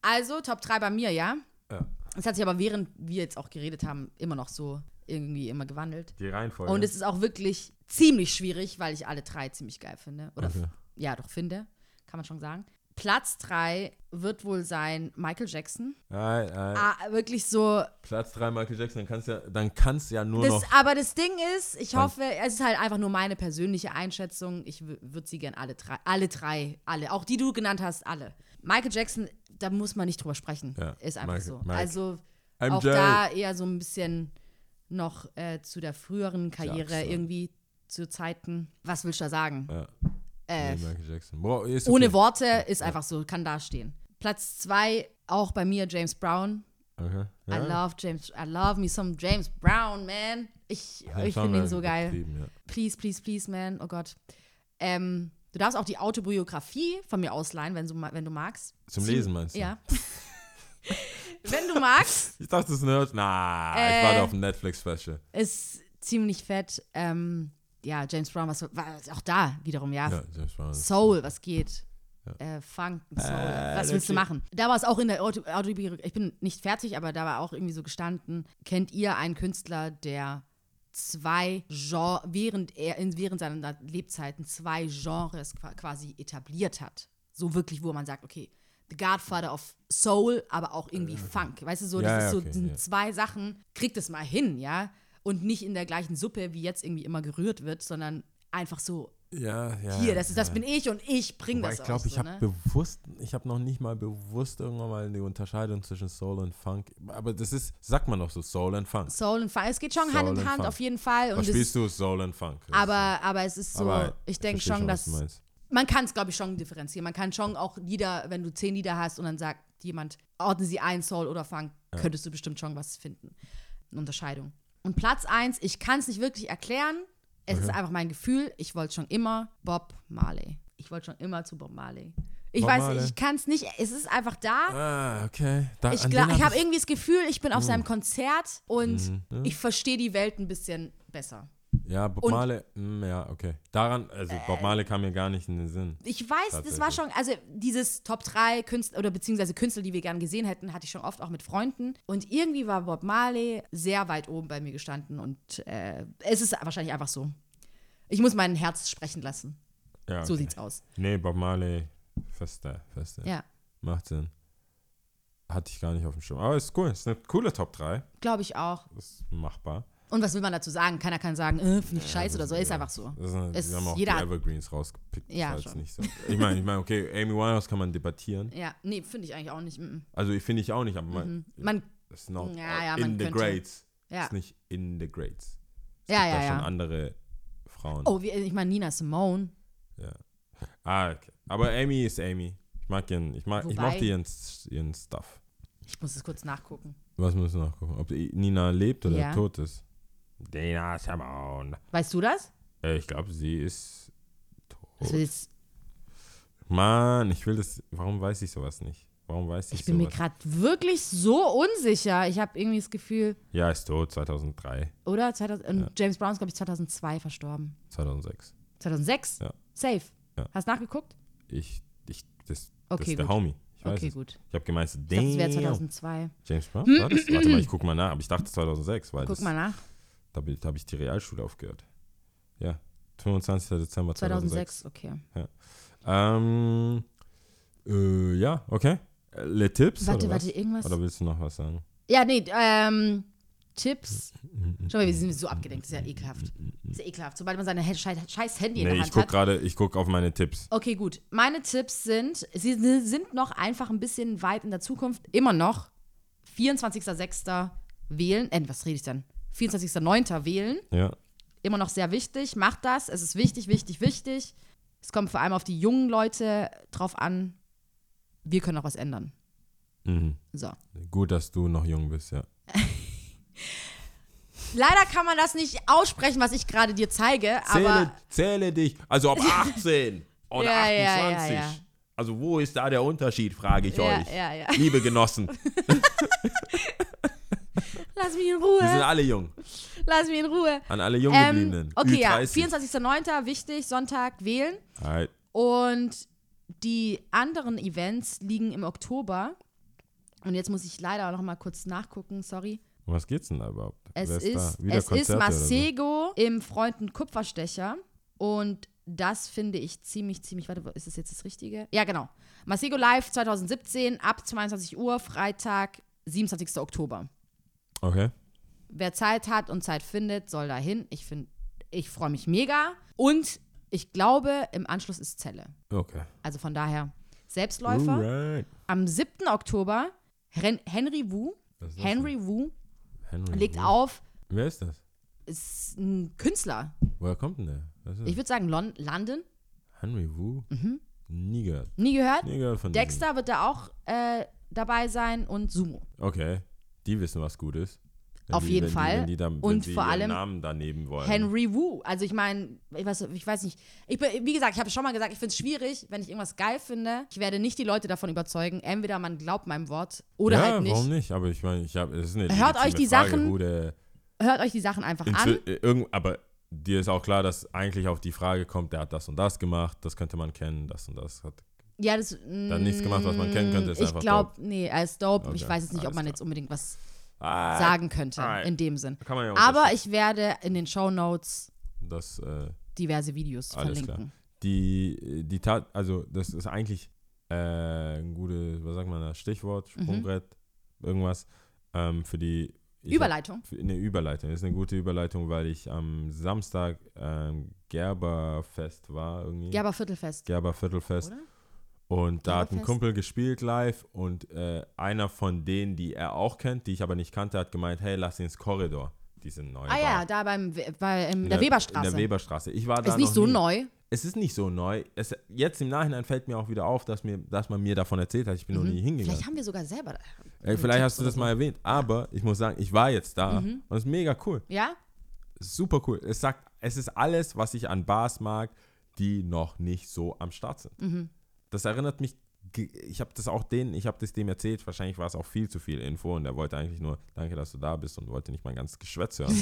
C: Also Top 3 bei mir, ja.
E: Ja.
C: Das hat sich aber während wir jetzt auch geredet haben, immer noch so irgendwie immer gewandelt.
E: Die Reihenfolge.
C: Und es ist auch wirklich ziemlich schwierig, weil ich alle drei ziemlich geil finde. Oder
E: Okay.
C: f- ja, doch finde, kann man schon sagen. Platz 3 wird wohl sein Michael Jackson.
E: Ei, ei.
C: Ah, wirklich so.
E: Platz 3 Michael Jackson, dann kannst ja, dann kann's ja nur
C: Das,
E: noch.
C: aber das Ding ist, ich hoffe, es ist halt einfach nur meine persönliche Einschätzung. Ich würde sie gern alle drei, alle drei, alle, auch die du genannt hast, alle. Michael Jackson, da muss man nicht drüber sprechen.
E: Ja,
C: Ist einfach
E: Michael-
C: so.
E: Mike.
C: Also
E: MJ.
C: auch da eher so ein bisschen noch äh, zu der früheren Karriere
E: Jackson.
C: irgendwie zu Zeiten. Was willst du da sagen?
E: Ja.
C: Äh,
E: Nee, Michael Jackson. Boah, ist
C: Ohne
E: okay.
C: Worte ist einfach so, kann dastehen. Platz zwei, auch bei mir James Brown.
E: Okay.
C: I love James, I love me some James Brown, man. Ich,
E: Ja,
C: ich
E: schon
C: finde ihn
E: mal
C: so geil.
E: übertrieben, Ja.
C: Please, please, please, man. Oh Gott. Ähm, du darfst auch die Autobiografie von mir ausleihen, wenn du, ma- wenn du magst.
E: Zum
C: Sie-
E: Lesen meinst du?
C: Ja. wenn du magst,
E: Ich dachte, das ist ein Nerd. Na,
C: Äh.
E: ich warte auf ein Netflix-Special.
C: ist ziemlich fett. Ähm, ja, James Brown, was war auch da wiederum, ja.
E: Ja, James Brown.
C: Soul, was geht. Äh, Funk, Soul.
E: Äh,
C: was willst du machen? Da war es auch in der Auto- Autobiografie, ich bin nicht fertig, aber da war auch irgendwie so gestanden, kennt ihr einen Künstler, der zwei Genres, während er, in- während seiner Lebzeiten zwei Genres qua- quasi etabliert hat. So wirklich, wo man sagt, okay, The Godfather of Soul, aber auch irgendwie Funk. Weißt du, so,
E: Äh. Ja,
C: das ist
E: ja,
C: so
E: okay,
C: sind
E: ja.
C: zwei Sachen, kriegt es mal hin, ja? Und nicht in der gleichen Suppe, wie jetzt irgendwie immer gerührt wird, sondern einfach so
E: Ja, ja.
C: hier, das, ist, das
E: ja.
C: bin ich und ich bring
E: Wobei
C: das
E: ich glaube,
C: auch
E: ich
C: so,
E: habe
C: ne?
E: bewusst, ich habe noch nicht mal bewusst irgendwann mal eine Unterscheidung zwischen Soul und Funk. Aber das ist, sagt man doch so, Soul und Funk.
C: Soul und Funk, es geht schon
E: Soul
C: Hand in
E: und
C: Hand
E: Funk.
C: auf jeden Fall.
E: Da
C: Und es,
E: spielst du Soul und Funk. Das
C: aber, aber es ist
E: ist-
C: so,
E: aber
C: ich denke
E: verstehe
C: schon,
E: was du
C: dass
E: meinst.
C: man kann es, glaube ich, schon differenzieren. Man kann schon auch Lieder, wenn du zehn Lieder hast und dann sagt jemand, ordne sie ein, Soul oder Funk, könntest du bestimmt schon was finden. Eine Unterscheidung. Und Platz eins, ich kann es nicht wirklich erklären. Es ist einfach mein Gefühl. Ich wollte schon immer Bob Marley. Ich wollte schon immer zu Bob Marley. Ich
E: Bob
C: weiß,
E: Marley.
C: ich kann es nicht. Es ist einfach da.
E: Ah, okay. Da,
C: Ich,
E: an
C: glaub- ich
E: den hab Hm. Mhm,
C: habe irgendwie das Gefühl, ich bin auf seinem Konzert und ich verstehe die Welt ein bisschen besser.
E: Ja, Bob
C: und- Äh,
E: Marley, mm, ja, okay. Daran, also Bob Marley kam mir gar nicht in den Sinn.
C: Ich weiß, das war
E: Tatsächlich.
C: schon, also dieses Top 3 Künstler oder beziehungsweise Künstler, die wir gern gesehen hätten, hatte ich schon oft auch mit Freunden. Und irgendwie war Bob Marley sehr weit oben bei mir gestanden und äh, es ist wahrscheinlich einfach so. Ich muss mein Herz sprechen lassen.
E: Ja, okay.
C: So sieht's aus.
E: Nee, Bob Marley, fester, fester.
C: Ja,
E: Macht Sinn. Hatte ich gar nicht auf dem Schirm. Aber ist cool. Ist eine coole Top 3.
C: glaube ich auch.
E: Ist machbar.
C: Und was will man dazu sagen? Keiner kann sagen, äh, finde ich scheiße oder so. Ist einfach so.
E: Das ist eine,
C: Es-
E: wir haben auch
C: jeder
E: die
C: hat-
E: Evergreens rausgepickt. Das
C: Ja,
E: war jetzt
C: schon.
E: Nicht so. Ich meine, ich meine, okay, Amy Winehouse kann man debattieren.
C: Ja, nee, finde ich eigentlich auch nicht. mm,
E: Also ich finde ich auch nicht, aber man,
C: mm. Man,
E: it's not
C: Ja, ja,
E: in
C: man
E: the
C: könnte.
E: grades.
C: ja.
E: Ist nicht in the grades. Es
C: Ja, ja,
E: gibt da schon
C: ja.
E: andere Frauen.
C: Oh, wie, ich meine Nina Simone.
E: Ah, okay. Aber Amy ist Amy. Ich mag ihren, ich mag, ich
C: Wobei-
E: mochte ihren, ihren Stuff.
C: Ich muss es kurz nachgucken.
E: Was müssen wir nachgucken? Ob die Nina lebt oder
C: Ja.
E: tot ist? Nina Simone.
C: Weißt du das?
E: Äh, Ich glaube, sie ist
C: das
E: tot.
C: will jetzt,
E: Mann, ich will das. Warum weiß ich sowas nicht? Warum weiß ich,
C: ich bin mir
E: sowas?
C: gerade wirklich so unsicher. Ich habe irgendwie das Gefühl,
E: Ja, ist tot, 2003,
C: oder? 2000, und James Brown ist, glaube ich, 2002 verstorben.
E: 2006.
C: 2006?
E: Ja.
C: Safe.
E: Ja.
C: Hast nachgeguckt?
E: Ich, ich, das, das
C: Okay,
E: ist der
C: gut.
E: Homie. Ich weiß
C: okay,
E: es.
C: gut.
E: Ich habe gemeint, so,
C: Ich dachte, es wäre
E: damn,
C: 2002.
E: James Brown? War das? Warte mal, ich guck mal nach. Aber ich dachte 2006, weil
C: Hm? Guck
E: das,
C: mal nach.
E: da, bin- da habe ich die Realschule aufgehört. Ja, 25. Dezember 2006.
C: 2006, okay.
E: Ähm, äh, ja, okay. Äh, Le Tipps?
C: Warte,
E: oder was?
C: warte, irgendwas?
E: Oder willst du noch was sagen?
C: Ja, nee, ähm, Tipps. Schau mal, wir sind so abgelenkt. Das ist ja ekelhaft. Das ist ja ekelhaft. Sobald man seine He- schei- scheiß Handy in der
E: Nee, ich
C: Hand
E: guck
C: hat.
E: gerade, ich guck auf meine Tipps.
C: Okay, gut. Meine Tipps sind, sie sind noch einfach ein bisschen weit in der Zukunft. Immer noch 24.06. wählen. Äh, was rede ich denn? 24.09. wählen.
E: Ja.
C: Immer noch sehr wichtig. Macht das. Es ist wichtig, wichtig, wichtig. Es kommt vor allem auf die jungen Leute drauf an. Wir können auch was ändern.
E: Mhm.
C: So.
E: Gut, dass du noch jung bist, ja.
C: Leider kann man das nicht aussprechen, was ich gerade dir zeige,
E: Zähle,
C: aber
E: zähle dich. Also ab 18 oder
C: Ja, ja,
E: 28.
C: ja, ja.
E: Also wo ist da der Unterschied, frage ich
C: Ja,
E: euch.
C: ja, ja.
E: Liebe Genossen,
C: lass mich in
E: wir sind
C: Ruhe.
E: alle jung.
C: Lass mich in Ruhe.
E: An alle Junggebliebenen.
C: Ähm, okay, ja.
E: Ü30.
C: 24.09. wichtig, Sonntag wählen.
E: Alright.
C: Und die anderen Events liegen im Oktober. Und jetzt muss ich leider noch mal kurz nachgucken, sorry.
E: Um Was geht's denn da überhaupt?
C: Es
E: Wer
C: ist,
E: da? Wieder
C: es ist
E: Konzerte oder so?
C: Masego im Freunden Kupferstecher. Und das finde ich ziemlich, ziemlich, warte, ist das jetzt das Richtige? Ja, genau. Masego Live 2017 ab 22 Uhr, Freitag, 27. Oktober.
E: Okay.
C: Wer Zeit hat und Zeit findet, soll da hin. Ich, find- ich freue mich mega. Und ich glaube, im Anschluss ist Zelle.
E: Okay.
C: Also von daher, Selbstläufer.
E: Alright.
C: Am 7. Oktober, Ren Henry Wu,
E: Was ist das
C: Henry Wu
E: denn? Henry
C: legt
E: Wu.
C: auf,
E: Wer ist das?
C: ist ein Künstler.
E: Woher kommt denn der? Was ist
C: Ich würde sagen Lon London,
E: das? Henry Wu? Nie gehört.
C: nie gehört.
E: Nie gehört von diesem.
C: Dexter wird da auch äh, dabei sein und Sumo.
E: Okay. Die wissen, was gut ist. Wenn
C: Auf
E: die,
C: jeden
E: wenn
C: Fall.
E: Die, wenn die dann, wenn
C: Und
E: sie
C: vor
E: ihren
C: allem
E: Namen daneben wollen.
C: Henry Wu. Also ich meine, ich weiß, ich weiß nicht. Ich bin, wie gesagt, ich habe schon mal gesagt, ich finde es schwierig, wenn ich irgendwas geil finde. Ich werde nicht die Leute davon überzeugen. Entweder man glaubt meinem Wort oder
E: ja,
C: halt nicht.
E: warum nicht? Aber ich meine, ich habe, es ist eine
C: Hört euch
E: legitime
C: die
E: Frage,
C: Sachen
E: who the-
C: Hört euch die Sachen einfach
E: in
C: an.
E: Zü- äh, irgend, aber dir ist auch klar, dass eigentlich auf die Frage kommt, der hat das und das gemacht, das könnte man kennen, das und das hat.
C: Ja, das. mm,
E: Dann nichts gemacht, was man kennen könnte, ist
C: ich
E: einfach
C: glaube, nee, als dope. Ich
E: Okay,
C: weiß jetzt nicht, ob
E: alles
C: man
E: klar.
C: jetzt unbedingt was
E: Ah,
C: sagen könnte
E: alright.
C: in dem Sinn.
E: Kann man ja
C: Aber ich werde in den Show Notes
E: Das, äh,
C: diverse Videos
E: Alles
C: verlinken.
E: die, die Tat, also das ist eigentlich äh, ein gutes, was sagt man da, Stichwort,
C: Mhm.
E: Sprungbrett, irgendwas, ähm, für die. ich hab-
C: Überleitung.
E: für eine Überleitung. Das ist eine gute Überleitung, weil ich am Samstag ähm, Gerberfest war irgendwie.
C: Ja, aber Viertelfest.
E: Gerberviertelfest.
C: Oder?
E: Und da hat ein
C: Gerberfest?
E: Kumpel gespielt live und äh, einer von denen, die er auch kennt, die ich aber nicht kannte, hat gemeint, hey, lass ihn ins Korridor. Diesen neuen
C: Ah ja,
E: Bar.
C: da beim, We- bei, in
E: In
C: der, Weberstraße.
E: In der Weberstraße. Ich war da
C: ist nicht
E: noch
C: so
E: nie.
C: neu.
E: Es ist nicht so neu. Es, jetzt im Nachhinein fällt mir auch wieder auf, dass, mir, dass man mir davon erzählt hat. Ich bin noch nie hingegangen.
C: Mhm. Vielleicht haben wir sogar selber. äh,
E: Vielleicht, vielleicht hast du das mal erwähnt. Aber ich muss sagen, ich war jetzt da
C: Mhm.
E: und es ist mega cool.
C: Ja?
E: super cool. Es sagt, es ist alles, was ich an Bars mag, die noch nicht so am Start sind.
C: Mhm.
E: Das erinnert mich, ge- ich habe das auch denen, ich habe das dem erzählt, wahrscheinlich war es auch viel zu viel Info und er wollte eigentlich nur, danke, dass du da bist und wollte nicht mein ganzes Geschwätz hören.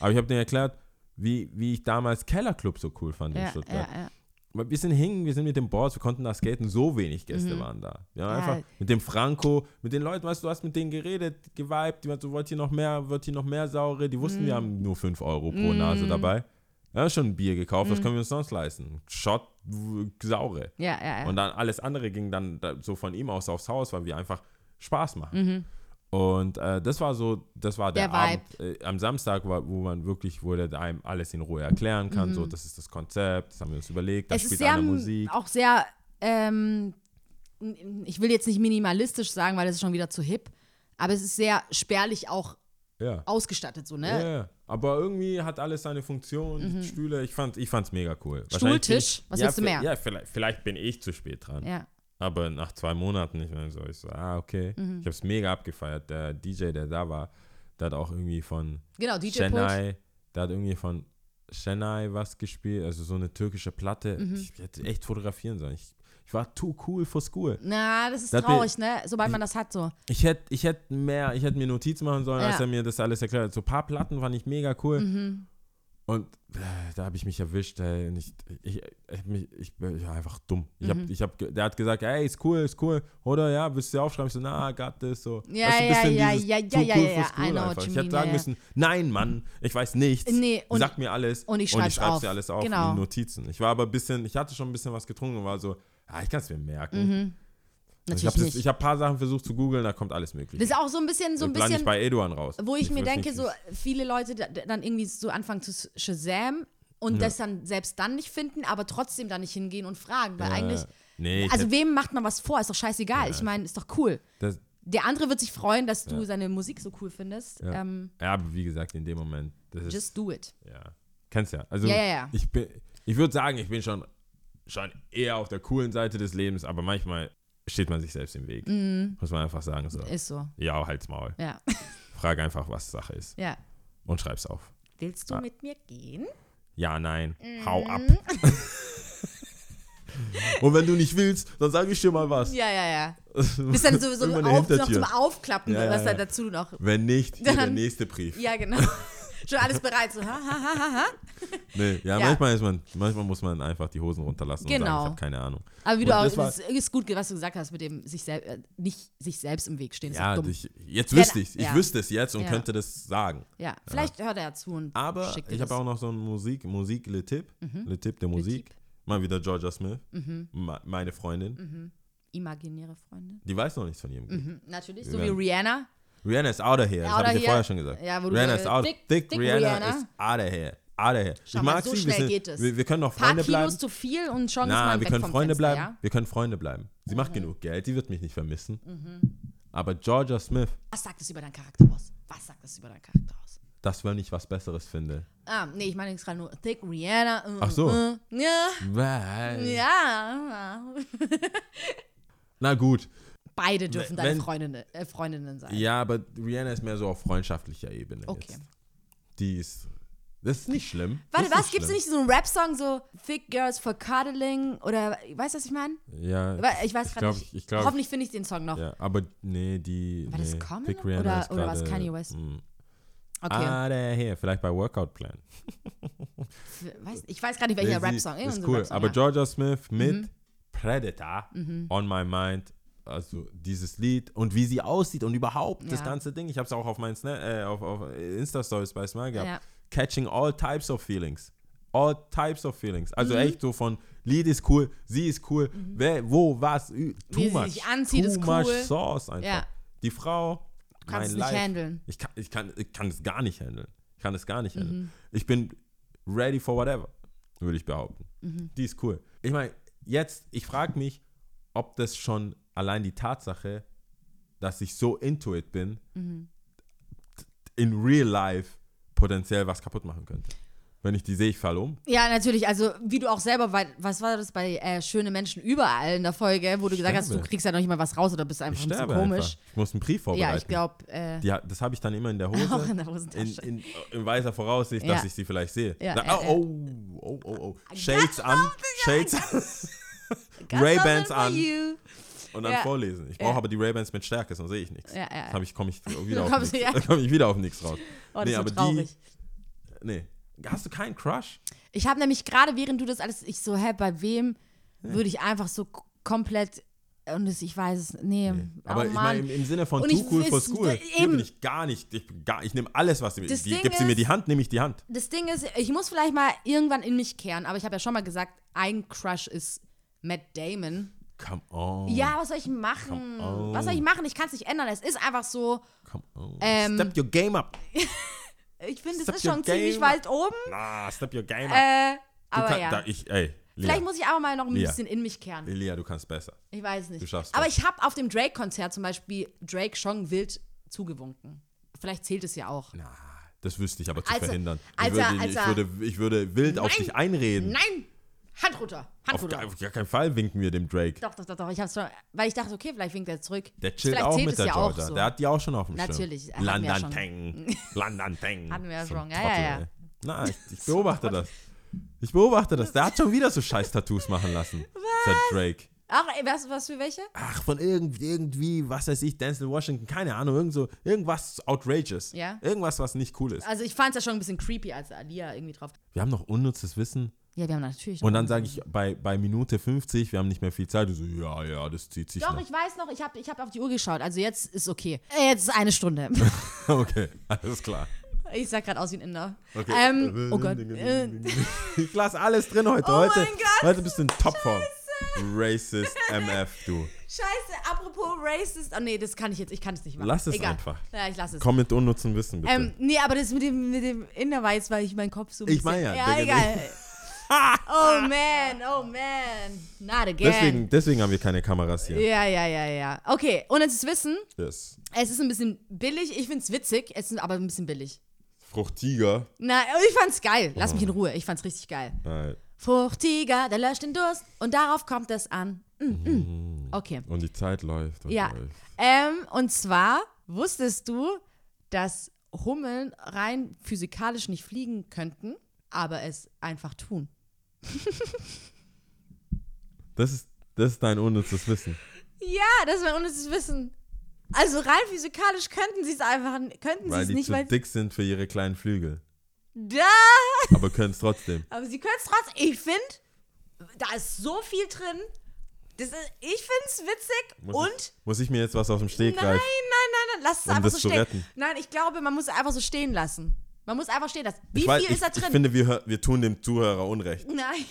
E: Aber ich habe denen erklärt, wie, wie ich damals Kellerclub so cool fand in
C: Ja, ja,
E: Stuttgart.
C: ja.
E: Weil Wir sind hingen, wir sind mit dem Boards, wir konnten da skaten, so wenig Gäste waren da. Wir haben
C: Ja.
E: einfach mit dem Franco, mit den Leuten, weißt du, du hast mit denen geredet, geweibt, die meinten, so, wollt ihr noch mehr, wird hier noch mehr saure, die wussten, wir haben nur 5 Euro pro Nase dabei. Wir haben schon ein Bier gekauft, was können wir uns sonst leisten? Shot, w- saure.
C: Ja, ja, ja.
E: Und dann alles andere ging dann da, so von ihm aus aufs Haus, weil wir einfach Spaß machen. Und äh, das war so, das war der,
C: Mhm. Der
E: Abend äh, am Samstag, war, wo man wirklich, wo der einem alles in Ruhe erklären kann. So, das ist das Konzept, das haben wir uns überlegt, da
C: Mhm. Es ist
E: spielt
C: sehr,
E: andere Musik.
C: auch sehr, ähm, ich will jetzt nicht minimalistisch sagen, weil das ist schon wieder zu hip, aber es ist sehr spärlich auch
E: Ja.
C: ausgestattet, so,
E: Ja,
C: ne? Mhm.
E: ja. aber irgendwie hat alles seine Funktion, die Stühle, ich fand es mega cool.
C: Stuhltisch?
E: Wahrscheinlich bin ich-
C: Was
E: ja,
C: willst du
E: vi-
C: mehr?
E: Ja, vielleicht, vielleicht bin ich zu spät dran.
C: Ja.
E: Aber nach zwei Monaten, ich meine, so, ich so, ah, okay.
C: Mhm.
E: Ich habe es mega abgefeiert. Der DJ, der da war, der hat auch irgendwie von
C: Genau, DJ Pult.
E: Chennai, der hat irgendwie von Chennai was gespielt, also so eine türkische Platte. Ich hätte echt fotografieren sollen. Ich, ich war too cool for school.
C: Na, das ist
E: Da hat
C: traurig, ne? Sobald man das hat, so.
E: Ich hätte ich hätt mehr, ich hätte mir Notizen machen sollen, als
C: Ja. Mhm.
E: er mir das alles erklärt hat. So ein paar Platten fand ich mega cool. Und äh, da habe ich mich erwischt, ey. Und ich, ich, ich, hab mich- ich bin ja, einfach dumm. Ich
C: Mhm.
E: hab, ich hab, ge- der hat gesagt, ey, ist cool, ist cool. Oder ja, willst du dir aufschreiben? Ich so, na, got this. So.
C: Ja,
E: Weißt du,
C: ja,
E: ein bisschen
C: ja,
E: dieses
C: ja, ja,
E: too
C: ja,
E: cool
C: ja,
E: for
C: ja,
E: school
C: I know what
E: einfach.
C: you
E: Ich hätte
C: mean,
E: sagen
C: ja, ja.
E: müssen, nein, Mann, ich weiß nichts.
C: Nee, und-
E: Sag mir alles.
C: und ich schreib's
E: schreib's
C: auf.
E: dir alles auf
C: Genau.
E: in die Notizen. Ich war aber ein bisschen, ich hatte schon ein bisschen was getrunken und war so, ah, ich kann es mir merken. Also Ich
C: Mhm, Natürlich
E: habe
C: nicht.
E: ich hab ein paar Sachen versucht zu googeln, da kommt alles mögliche.
C: Das ist auch so ein bisschen, so ein
E: Dann lande ich
C: bisschen,
E: bei Eduan raus.
C: wo ich, mir
E: weiß
C: denke,
E: nicht,
C: so viele Leute da, dann irgendwie so anfangen zu Shazam und das dann selbst dann nicht finden, aber trotzdem dann nicht hingehen und fragen, weil
E: äh,
C: eigentlich,
E: Nee, ich
C: also
E: hätte-
C: wem macht man was vor? Ist doch scheißegal. Ich meine, ist doch cool.
E: das,
C: Der andere wird sich freuen, dass du seine Musik so cool findest.
E: ja.
C: Ähm,
E: ja, aber wie gesagt, in dem Moment, das ist,
C: just do it.
E: ja, kennst ja. Also
C: Ja, ja, ja.
E: ich bin, ich würde sagen, ich bin schon, schon eher auf der coolen Seite des Lebens, aber manchmal steht man sich selbst im Weg.
C: Mhm.
E: Muss man einfach sagen so.
C: Ist so.
E: Ja, halt's Maul.
C: Ja.
E: Frag einfach, was Sache ist
C: ja.
E: und schreib's auf.
C: Willst du
E: Ah.
C: mit mir gehen?
E: Ja, nein,
C: Mhm.
E: hau ab. und wenn du nicht willst, dann sage ich dir mal was.
C: Ja, ja, ja. Bis dann sowieso
E: Irgendwann
C: auf,
E: hinter
C: noch
E: dir.
C: zum Aufklappen, ne,
E: Ja, ja,
C: was
E: ja.
C: da dazu noch.
E: Wenn nicht, hier der
C: Dann-
E: nächste Brief.
C: Ja, genau. Schon alles bereit. So, ha, ha, ha, ha, ha.
E: Nee, ja,
C: Ja.
E: Manchmal, ist man, manchmal muss man einfach die Hosen runterlassen und sagen,
C: Genau.
E: ich habe keine Ahnung.
C: Aber wie
E: Und
C: du auch,
E: das war-
C: es ist gut, was du gesagt hast, mit dem sich sel äh, nicht sich selbst im Weg stehen. Ist
E: Ja,
C: auch dumm.
E: ich, jetzt
C: Ja,
E: wüsste
C: da-
E: ich Ich
C: ja.
E: wüsste es jetzt und
C: Ja.
E: könnte das sagen.
C: ja, vielleicht hört er ja zu und
E: Aber
C: schickt dir
E: ich
C: das. Mhm.
E: habe auch noch so einen Musik, Musik Le Tipp, Le Tipp der Musik.
C: Tipp.
E: Mal wieder Georgia Smith,
C: Mhm.
E: me- meine Freundin.
C: imaginäre Freunde.
E: Die weiß noch nichts von ihrem Glück.
C: Natürlich,
E: Wir
C: so wie
E: werden-
C: Rihanna.
E: Rihanna ist out of here, das
C: Mhm. Outta
E: habe ich dir
C: here.
E: vorher schon gesagt.
C: Ja, wo du-
E: Rihanna ist out,
C: dick-
E: dick, dick,
C: dick
E: Rihanna,
C: Rihanna.
E: ist out of here, out of here. ich
C: Schau mal,
E: mag
C: so
E: sie, wir,
C: schnell
E: sind,
C: geht es.
E: wir, wir können noch
C: Paar
E: Freunde
C: Kilos
E: bleiben.
C: zu viel und schon ist
E: Na,
C: man
E: wir
C: weg
E: können
C: vom
E: Freunde
C: Fenster,
E: bleiben.
C: Ja? Mhm.
E: Wir können Freunde bleiben. Sie macht genug Geld, die wird mich nicht vermissen. Aber Georgia Smith,
C: Was sagt es über deinen Charakter aus? Was sagt es über deinen Charakter aus?
E: das wenn ich was Besseres finde.
C: Ah, nee, ich meine jetzt gerade nur Dick Rihanna. äh,
E: Ach so.
C: äh, Ja,
E: Weil.
C: ja.
E: Na gut.
C: Beide dürfen deine
E: Wenn-
C: Freundinnen, äh, Freundinnen sein.
E: Ja, aber Rihanna ist mehr so auf freundschaftlicher Ebene.
C: Okay.
E: Jetzt. Die ist. Das ist nicht schlimm.
C: Warte,
E: das
C: was? Gibt es nicht so einen Rap-Song, so Thick Girls for Cuddling? Oder, weißt du, was ich meine?
E: nicht? Ja.
C: Weil Ich weiß
E: Ich
C: gerade
E: glaub,
C: nicht.
E: ich- ich glaub-
C: Hoffentlich finde ich den Song noch.
E: ja, aber nee, die.
C: War
E: nee,
C: das Common
E: Rihanna
C: oder-
E: ist
C: oder was,
E: gerade,
C: Kanye West?
E: mm,
C: Okay.
E: Ah, der hier, vielleicht bei Workout Plan.
C: Weiß, ich weiß gar nicht, welcher
E: Nee, sie-
C: Rap-Song.
E: Ist
C: irgendein
E: cool.
C: Rap-Song,
E: Aber
C: ja. Mhm.
E: Georgia Smith mit Predator on my mind. Also dieses Lied und wie sie aussieht und überhaupt das
C: Ja.
E: ganze Ding. Ich habe es auch auf meinen Sna- äh, auf, auf Insta-Stories bei Smile gehabt.
C: Ja.
E: Catching all types of feelings. All types of feelings.
C: Mhm.
E: Also echt so von Lied ist cool, sie ist cool, wer, wo, was, ü- too
C: Wie sie
E: much.
C: sich anzieht,
E: too
C: ist
E: much
C: cool.
E: Sauce einfach.
C: Ja.
E: Die Frau, mein
C: kannst es nicht
E: Life.
C: handeln. Mhm.
E: Ich kann, ich, kann, ich kann es gar nicht handeln. Ich kann es gar nicht handeln. Ich bin ready for whatever, würde ich behaupten.
C: Mhm.
E: Die ist cool. Ich meine, jetzt, ich frage mich, ob das schon allein die Tatsache, dass ich so into it bin,
C: Mhm.
E: in real life potenziell was kaputt machen könnte. Wenn ich die sehe, ich fall um.
C: Ja, natürlich. Also, wie du auch selber, wei- was war das bei äh, Schöne Menschen überall in der Folge, wo du gesagt hast, du
E: sterbe.
C: kriegst ja noch nicht mal was raus oder bist
E: Ich
C: einfach ein bisschen
E: sterbe
C: komisch.
E: einfach. Ich muss einen Brief vorbereiten.
C: Ja, ich glaube, äh,
E: Die, hat- das habe ich dann immer in der Hose.
C: Auch in der Hosentasche.
E: In, in, in weiser Voraussicht, dass
C: Ja.
E: ich sie vielleicht sehe.
C: Ja,
E: Na,
C: ja,
E: oh, oh, oh, oh, oh. Shades an, Shades an.
C: Got something
E: Ray-Bans
C: for
E: an.
C: you. Oh,
E: Und dann
C: Ja.
E: vorlesen. Ich brauche aber die Ray-Bans mit Stärke, sonst sehe ich nichts.
C: Ja, ja, ja.
E: Dann komme ich
C: Dann
E: wieder auf
C: kommst
E: nichts.
C: du, ja.
E: Dann komme ich wieder auf nichts raus.
C: Oh, das
E: nee,
C: ist
E: aber
C: so traurig.
E: die. Nee. Hast du keinen Crush?
C: Ich habe nämlich gerade, während du das alles, ich so, hä, bei wem würde ich einfach so k- komplett, und das, ich weiß es, nee,
E: Aber
C: oh
E: ich
C: Mann.
E: meine, im, im Sinne von
C: Und
E: too
C: ich
E: cool for
C: wiss-
E: school,
C: da-
E: hier
C: eben.
E: bin ich gar nicht. Ich, bin gar, ich nehme alles, was sie
C: Das
E: die,
C: Ding
E: Gibt sie mir
C: ist-
E: die Hand, nehme ich die Hand.
C: das Ding ist, ich muss vielleicht mal irgendwann in mich kehren, aber ich habe ja schon mal gesagt, ein Crush ist Matt Damon.
E: Come on.
C: Ja, was soll ich machen?
E: Come on.
C: Was soll ich machen? Ich kann es nicht ändern. Es ist einfach so,
E: Come on.
C: Ähm,
E: step your game up.
C: ich finde, es
E: Step
C: ist
E: your
C: schon ziemlich
E: game
C: weit oben.
E: Na, step your game up.
C: Äh,
E: Du
C: aber
E: kann-
C: ja.
E: da, ich, ey, Lia,
C: Vielleicht muss ich aber mal noch ein
E: Lia.
C: bisschen in mich kehren.
E: Elia, du kannst besser.
C: Ich weiß nicht.
E: Du schaffst
C: aber
E: das.
C: ich habe auf dem Drake-Konzert zum Beispiel Drake schon wild zugewunken. Vielleicht zählt es ja auch.
E: Na, das wüsste ich aber zu
C: Also,
E: verhindern. Ich,
C: als er-
E: würde,
C: als
E: ich,
C: er-
E: würde, ich würde wild auf
C: Nein,
E: dich einreden.
C: Nein! Hand runter! Hand
E: Auf, gar-
C: runter!
E: auf gar keinen Fall winken wir dem Drake.
C: Doch, doch, doch, doch. Ich hab's schon, weil ich dachte, okay, vielleicht winkt er zurück.
E: Der chillt
C: vielleicht
E: auch
C: zählt
E: mit
C: es
E: der
C: ja auch
E: Georgia.
C: so.
E: Der hat die auch schon auf dem Schirm.
C: Natürlich, hatten wir ja
E: London
C: schon.
E: Tang. London Tang.
C: Hatten wir ja
E: So ein
C: schon, ja,
E: Trottel,
C: ja, ja.
E: ey. Na, ich, ich beobachte das. Ich beobachte das. Der hat schon wieder so scheiß Tattoos machen lassen. Der Drake.
C: Ach, ey, was, was für welche?
E: Ach, von irgendwie, irgendwie, was weiß ich, Denzel Washington, keine Ahnung, irgend so, irgendwas outrageous.
C: Ja.
E: Irgendwas, was nicht cool ist.
C: Also ich fand's ja schon ein bisschen creepy, als Alia irgendwie drauf.
E: Wir haben noch unnützes Wissen.
C: Ja, wir haben natürlich.
E: Und dann sage ich bei, bei Minute 50, wir haben nicht mehr viel Zeit. Du so, ja, ja, das zieht sich
C: Doch,
E: noch.
C: ich weiß noch, ich habe ich hab auf die Uhr geschaut. Also jetzt ist okay. Äh, Jetzt ist eine Stunde.
E: Okay, alles klar.
C: ich sah gerade aus wie ein Inder.
E: Okay.
C: Ähm, oh Gott. Äh,
E: Ich lasse alles drin heute.
C: Oh
E: heute,
C: mein Gott.
E: heute bist du in Topform. Racist MF, du.
C: scheiße, apropos racist. Oh nee, das kann ich jetzt, ich kann es nicht machen.
E: Lass es
C: Egal.
E: einfach.
C: Ja, ich lass es.
E: Komm mit unnützen Wissen, bitte.
C: Ähm, nee, aber das mit dem, mit dem Inder war jetzt, weil ich meinen Kopf so ein
E: Ich
C: bisschen-
E: meine ja,
C: Ja,
E: Digga,
C: egal. oh man, oh man. Not again.
E: deswegen, deswegen haben wir keine Kameras hier.
C: Ja, ja, ja, ja. Okay, und jetzt ist Wissen.
E: Yes.
C: Es ist ein bisschen billig. Ich find's witzig, es ist aber ein bisschen billig.
E: Fruchtiger.
C: Na, ich fand's geil. Lass
E: Oh.
C: mich in Ruhe. Ich fand's richtig geil.
E: Nein.
C: Fruchtiger, der löscht den Durst und darauf kommt es an. Mm, mm. Okay.
E: Und die Zeit läuft. und
C: Ja.
E: läuft.
C: Ähm, und zwar wusstest du, dass Hummeln rein physikalisch nicht fliegen könnten, aber es einfach tun.
E: Das ist, das ist dein unnützes Wissen.
C: Ja, das ist mein unnützes Wissen. Also rein physikalisch könnten sie es einfach, könnten sie
E: Weil
C: es
E: die
C: nicht,
E: zu
C: weil
E: dick sind für ihre kleinen Flügel.
C: da.
E: Aber können es trotzdem.
C: Aber sie können es trotzdem. Ich finde, da ist so viel drin. Das ist, ich find's witzig
E: Muss
C: und
E: Ich, muss ich mir jetzt was aus dem
C: Nein, nein,
E: Stegreif?
C: nein, nein, lass es
E: Um
C: einfach
E: das
C: so
E: zu
C: stehen.
E: retten.
C: Nein, ich glaube, man muss es einfach so stehen lassen. Man muss einfach stehen lassen. Wie
E: ich weiß,
C: viel
E: ich,
C: ist da
E: Ich
C: drin?
E: finde, wir, hör- wir tun dem Zuhörer Unrecht.
C: Nein.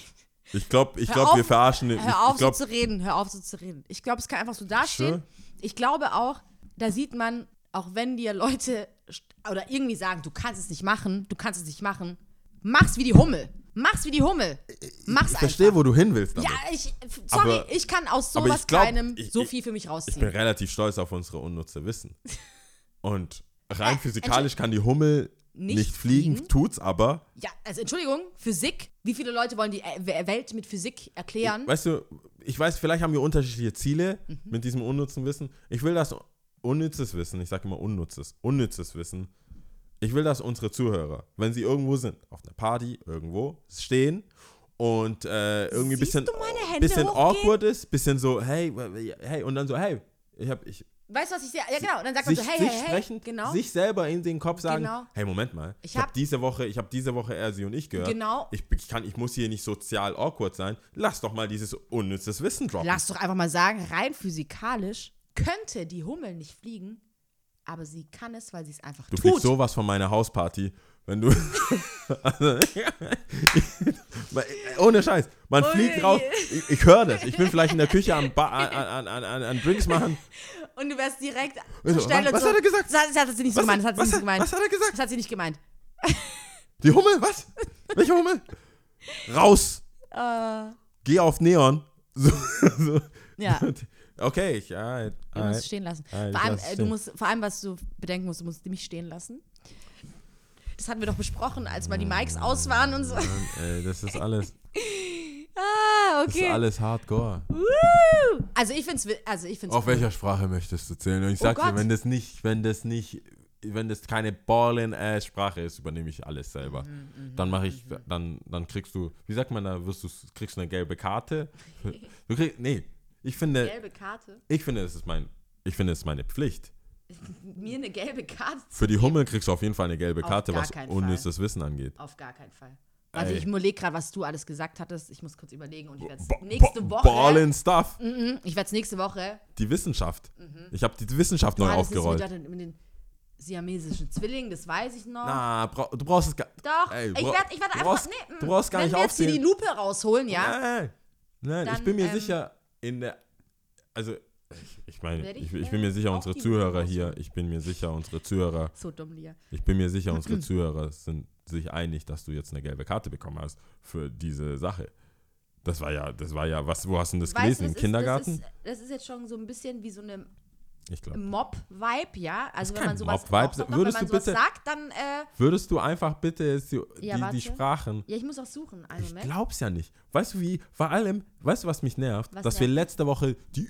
E: Ich glaube, ich
C: Hör
E: glaub,
C: auf,
E: wir verarschen den. ich,
C: Hör auf
E: ich glaub,
C: so zu reden, hör auf so zu reden. Ich glaube, es kann einfach so dastehen.
E: Sure.
C: Ich glaube auch, da sieht man, auch wenn dir Leute st- oder irgendwie sagen, du kannst es nicht machen, du kannst es nicht machen, mach's wie die Hummel. Mach's wie die Hummel. Mach's
E: ich
C: einfach.
E: verstehe, wo du hin willst. Damit.
C: ja, ich, sorry,
E: Aber-
C: ich kann aus
E: aber ich
C: sowas
E: glaub,
C: Kleinem
E: ich-
C: so
E: ich-
C: viel für mich
E: ich bin
C: rausziehen.
E: relativ stolz auf unsere unnutze Wissen. Und rein
C: Äh,
E: physikalisch kann die Hummel
C: Nicht
E: nicht, fliegen,
C: fliegen?
E: tut's aber.
C: Ja, also Entschuldigung, Physik. Wie viele Leute wollen die äh, Welt mit Physik erklären? Mhm.
E: Weißt du, ich weiß, vielleicht haben wir unterschiedliche Ziele mit diesem unnutzen Wissen. Ich will das unnützes Wissen, ich sage immer unnützes, unnützes Wissen. Ich will, dass unsere Zuhörer, wenn sie irgendwo sind, auf einer Party, irgendwo, stehen und äh, irgendwie
C: Siehst
E: ein bisschen,
C: du meine Hände
E: bisschen
C: hochgehen?
E: awkward ist, bisschen so, hey, hey, und dann so, hey, ich hab, ich,
C: Weißt du, was ich sehe? Ja, genau. Dann sagt
E: sich,
C: man so, hey,
E: sich
C: hey, hey.
E: sprechend,
C: genau.
E: sich selber in den Kopf sagen,
C: Genau.
E: hey, Moment mal,
C: Ich
E: ich habe
C: hab-
E: hab diese Woche, ich habe diese Woche er, sie und ich gehört.
C: Genau.
E: Ich, ich kann, ich muss hier nicht sozial awkward sein. Lass doch mal dieses unnützes Wissen droppen.
C: Lass doch einfach mal sagen, rein physikalisch könnte die Hummel nicht fliegen, aber sie kann es, weil sie es einfach
E: du
C: tut.
E: kriegst sowas von meiner Hausparty, wenn du. also, ohne Scheiß. Man fliegt raus. Ich, ich höre das. Ich bin vielleicht in der Küche am ba an, an, an, an, an Drinks machen.
C: Und du wärst direkt
E: Also,
C: zur Stelle
E: was- was
C: so,
E: hat er gesagt?
C: Das, hat- das hat sie nicht so
E: Was-
C: gemeint. Das hat sie
E: was
C: nicht so
E: hat-
C: gemeint.
E: was hat er gesagt?
C: Das hat sie nicht gemeint.
E: Die Hummel, was? Welche Hummel? Raus!
C: Äh.
E: Geh auf Neon. So, so.
C: Ja.
E: Okay, ich, alright,
C: Du musst es
E: alright.
C: stehen lassen.
E: Ah, ich
C: vor, allem,
E: lass es
C: äh, du
E: stehen.
C: musst, vor allem, was du bedenken musst, du musst mich stehen lassen. Das hatten wir doch besprochen, als mal die Mikes aus waren und so.
E: Ey, äh, das ist alles,
C: Ah,
E: das
C: okay.
E: ist alles hardcore.
C: Woo! Also ich find's, wi- also ich find's
E: Auf welcher Sprache möchtest du zählen? Und ich sag dir,
C: Oh Gott.
E: wenn das nicht, wenn das nicht, wenn das keine Ballin-Ass-Sprache ist, übernehme ich alles
C: Mhm,
E: selber. dann mache ich, dann, dann kriegst du, wie sagt man da, wirst du, kriegst du eine gelbe Karte. Du kriegst, nee, ich finde,
C: gelbe Karte.
E: ich finde, es ist mein, ich finde, es ist meine Pflicht.
C: Mir eine gelbe Karte.
E: Für die Hummel kriegst du auf jeden Fall eine gelbe
C: Auf
E: Karte,
C: gar
E: was
C: keinen
E: unnützes Wissen angeht.
C: Auf gar keinen Fall. Warte,
E: Ey.
C: ich überlege gerade, was du alles gesagt hattest. Ich muss kurz überlegen und ich werde
E: Ba-
C: nächste
E: ba-
C: Woche.
E: Ballin' Stuff.
C: Ich werde es nächste Woche.
E: Die Wissenschaft. Ich habe die Wissenschaft neu
C: Ah, Mhm. das ist
E: aufgerollt.
C: Mit, den- mit den siamesischen Zwillingen, das weiß ich noch.
E: Na, bra du brauchst es gar
C: Doch,
E: Ey,
C: ich
E: bra-
C: werde ich werd
E: du
C: einfach.
E: brauchst-
C: nee, mm.
E: du brauchst gar
C: Wenn
E: nicht
C: wir jetzt hier die
E: aufzählen.
C: Lupe rausholen, ja.
E: Nein, nein
C: Dann,
E: ich bin mir
C: ähm,
E: sicher, in der. Also, ich, ich meine,
C: Werde ich
E: ich, ich
C: mir
E: bin mir sicher,
C: auch
E: unsere
C: die
E: Zuhörer
C: Lupe
E: hier, ich bin mir sicher, unsere Zuhörer,
C: So dumm, Lia.
E: ich bin mir sicher, unsere Zuhörer sind sich einig, dass du jetzt eine gelbe Karte bekommen hast für diese Sache. Das war ja, das war ja, was, wo hast du denn das gelesen? Im
C: das ist- Das
E: Kindergarten?
C: ist, das ist jetzt schon so ein bisschen wie so eine
E: ich glaube.
C: Mob-Vibe, ja. Also wenn
E: kein
C: man sowas,
E: Mob-Vibe.
C: Doch, doch, doch,
E: Würdest
C: wenn man
E: du
C: sowas
E: bitte-
C: sagt, dann. Äh,
E: Würdest du einfach bitte jetzt die,
C: Ja,
E: die,
C: warte.
E: die Sprachen.
C: ja, ich muss auch suchen. Einen
E: Ich
C: Moment.
E: glaub's ja nicht. Weißt du wie, vor allem, weißt du, was mich nervt?
C: Was
E: dass wir
C: nervt?
E: letzte Woche die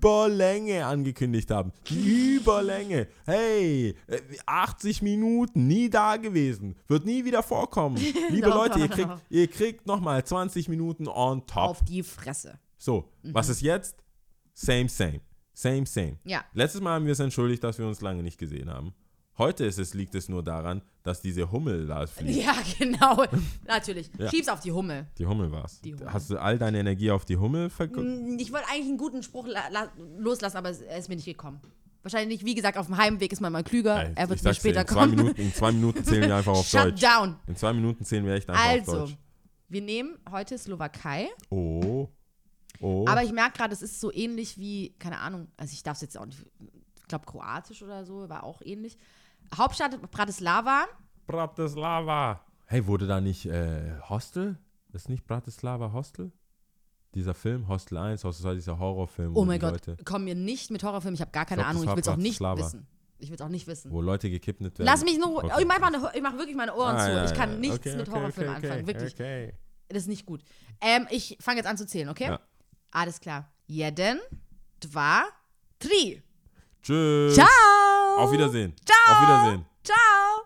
E: Überlänge angekündigt haben. Die Überlänge. Hey, äh, 80 Minuten, nie da gewesen. Wird nie wieder vorkommen. Liebe
C: Doch,
E: Leute, ihr
C: doch.
E: kriegt, ihr kriegt nochmal 20 Minuten on top.
C: Auf Mhm. die Fresse.
E: So, was ist jetzt? Same, same. Same, same.
C: Ja.
E: Letztes Mal haben wir es entschuldigt, dass wir uns lange nicht gesehen haben. Heute ist es, liegt es nur daran, dass diese Hummel da fliegt.
C: Ja, genau. Natürlich.
E: Ja.
C: Schieb's auf die Hummel.
E: Die Hummel war's.
C: Die Hummel.
E: Hast du all deine Energie auf die Hummel verkauft?
C: Mm, Ich wollte eigentlich einen guten Spruch la la loslassen, aber es- er ist mir nicht gekommen. Wahrscheinlich, wie gesagt, auf dem Heimweg ist man mal klüger. er wird mir später
E: in zwei,
C: kommen.
E: Minuten, in zwei Minuten zählen wir einfach auf
C: Shut
E: Deutsch.
C: down.
E: In zwei Minuten zählen wir echt einfach auf
C: Also,
E: Deutsch.
C: wir nehmen heute Slowakei,
E: Oh. Oh.
C: aber ich merke gerade, es ist so ähnlich wie, keine Ahnung, also ich darf es jetzt auch nicht, ich glaube Kroatisch oder so, war auch ähnlich. Hauptstadt Bratislava,
E: Bratislava. Hey, wurde da nicht äh, Hostel? Ist nicht Bratislava Hostel? Dieser Film, Hostel 1, Hostel 2, dieser Horrorfilm.
C: oh
E: wo
C: mein
E: die
C: Gott,
E: Leute,
C: komm mir nicht mit Horrorfilmen, ich habe gar keine
E: glaub,
C: Ahnung,
E: das
C: ich
E: war
C: will es auch nicht
E: Bratislava.
C: wissen. Ich will es auch nicht wissen.
E: Wo Leute gekidnappt werden.
C: Lass mich nur,
E: Okay.
C: oh, ich mache mach wirklich meine Ohren
E: Ah,
C: zu,
E: ja,
C: ich kann
E: ja.
C: nichts
E: Okay,
C: mit
E: okay,
C: Horrorfilmen
E: okay,
C: anfangen,
E: okay,
C: wirklich.
E: Okay.
C: Das ist nicht gut. Ähm, ich fange jetzt an zu zählen, okay?
E: Ja.
C: Alles klar. Jeden, dva, tri.
E: Tschüss.
C: Ciao.
E: Auf Wiedersehen.
C: Ciao.
E: Auf Wiedersehen.
C: Ciao.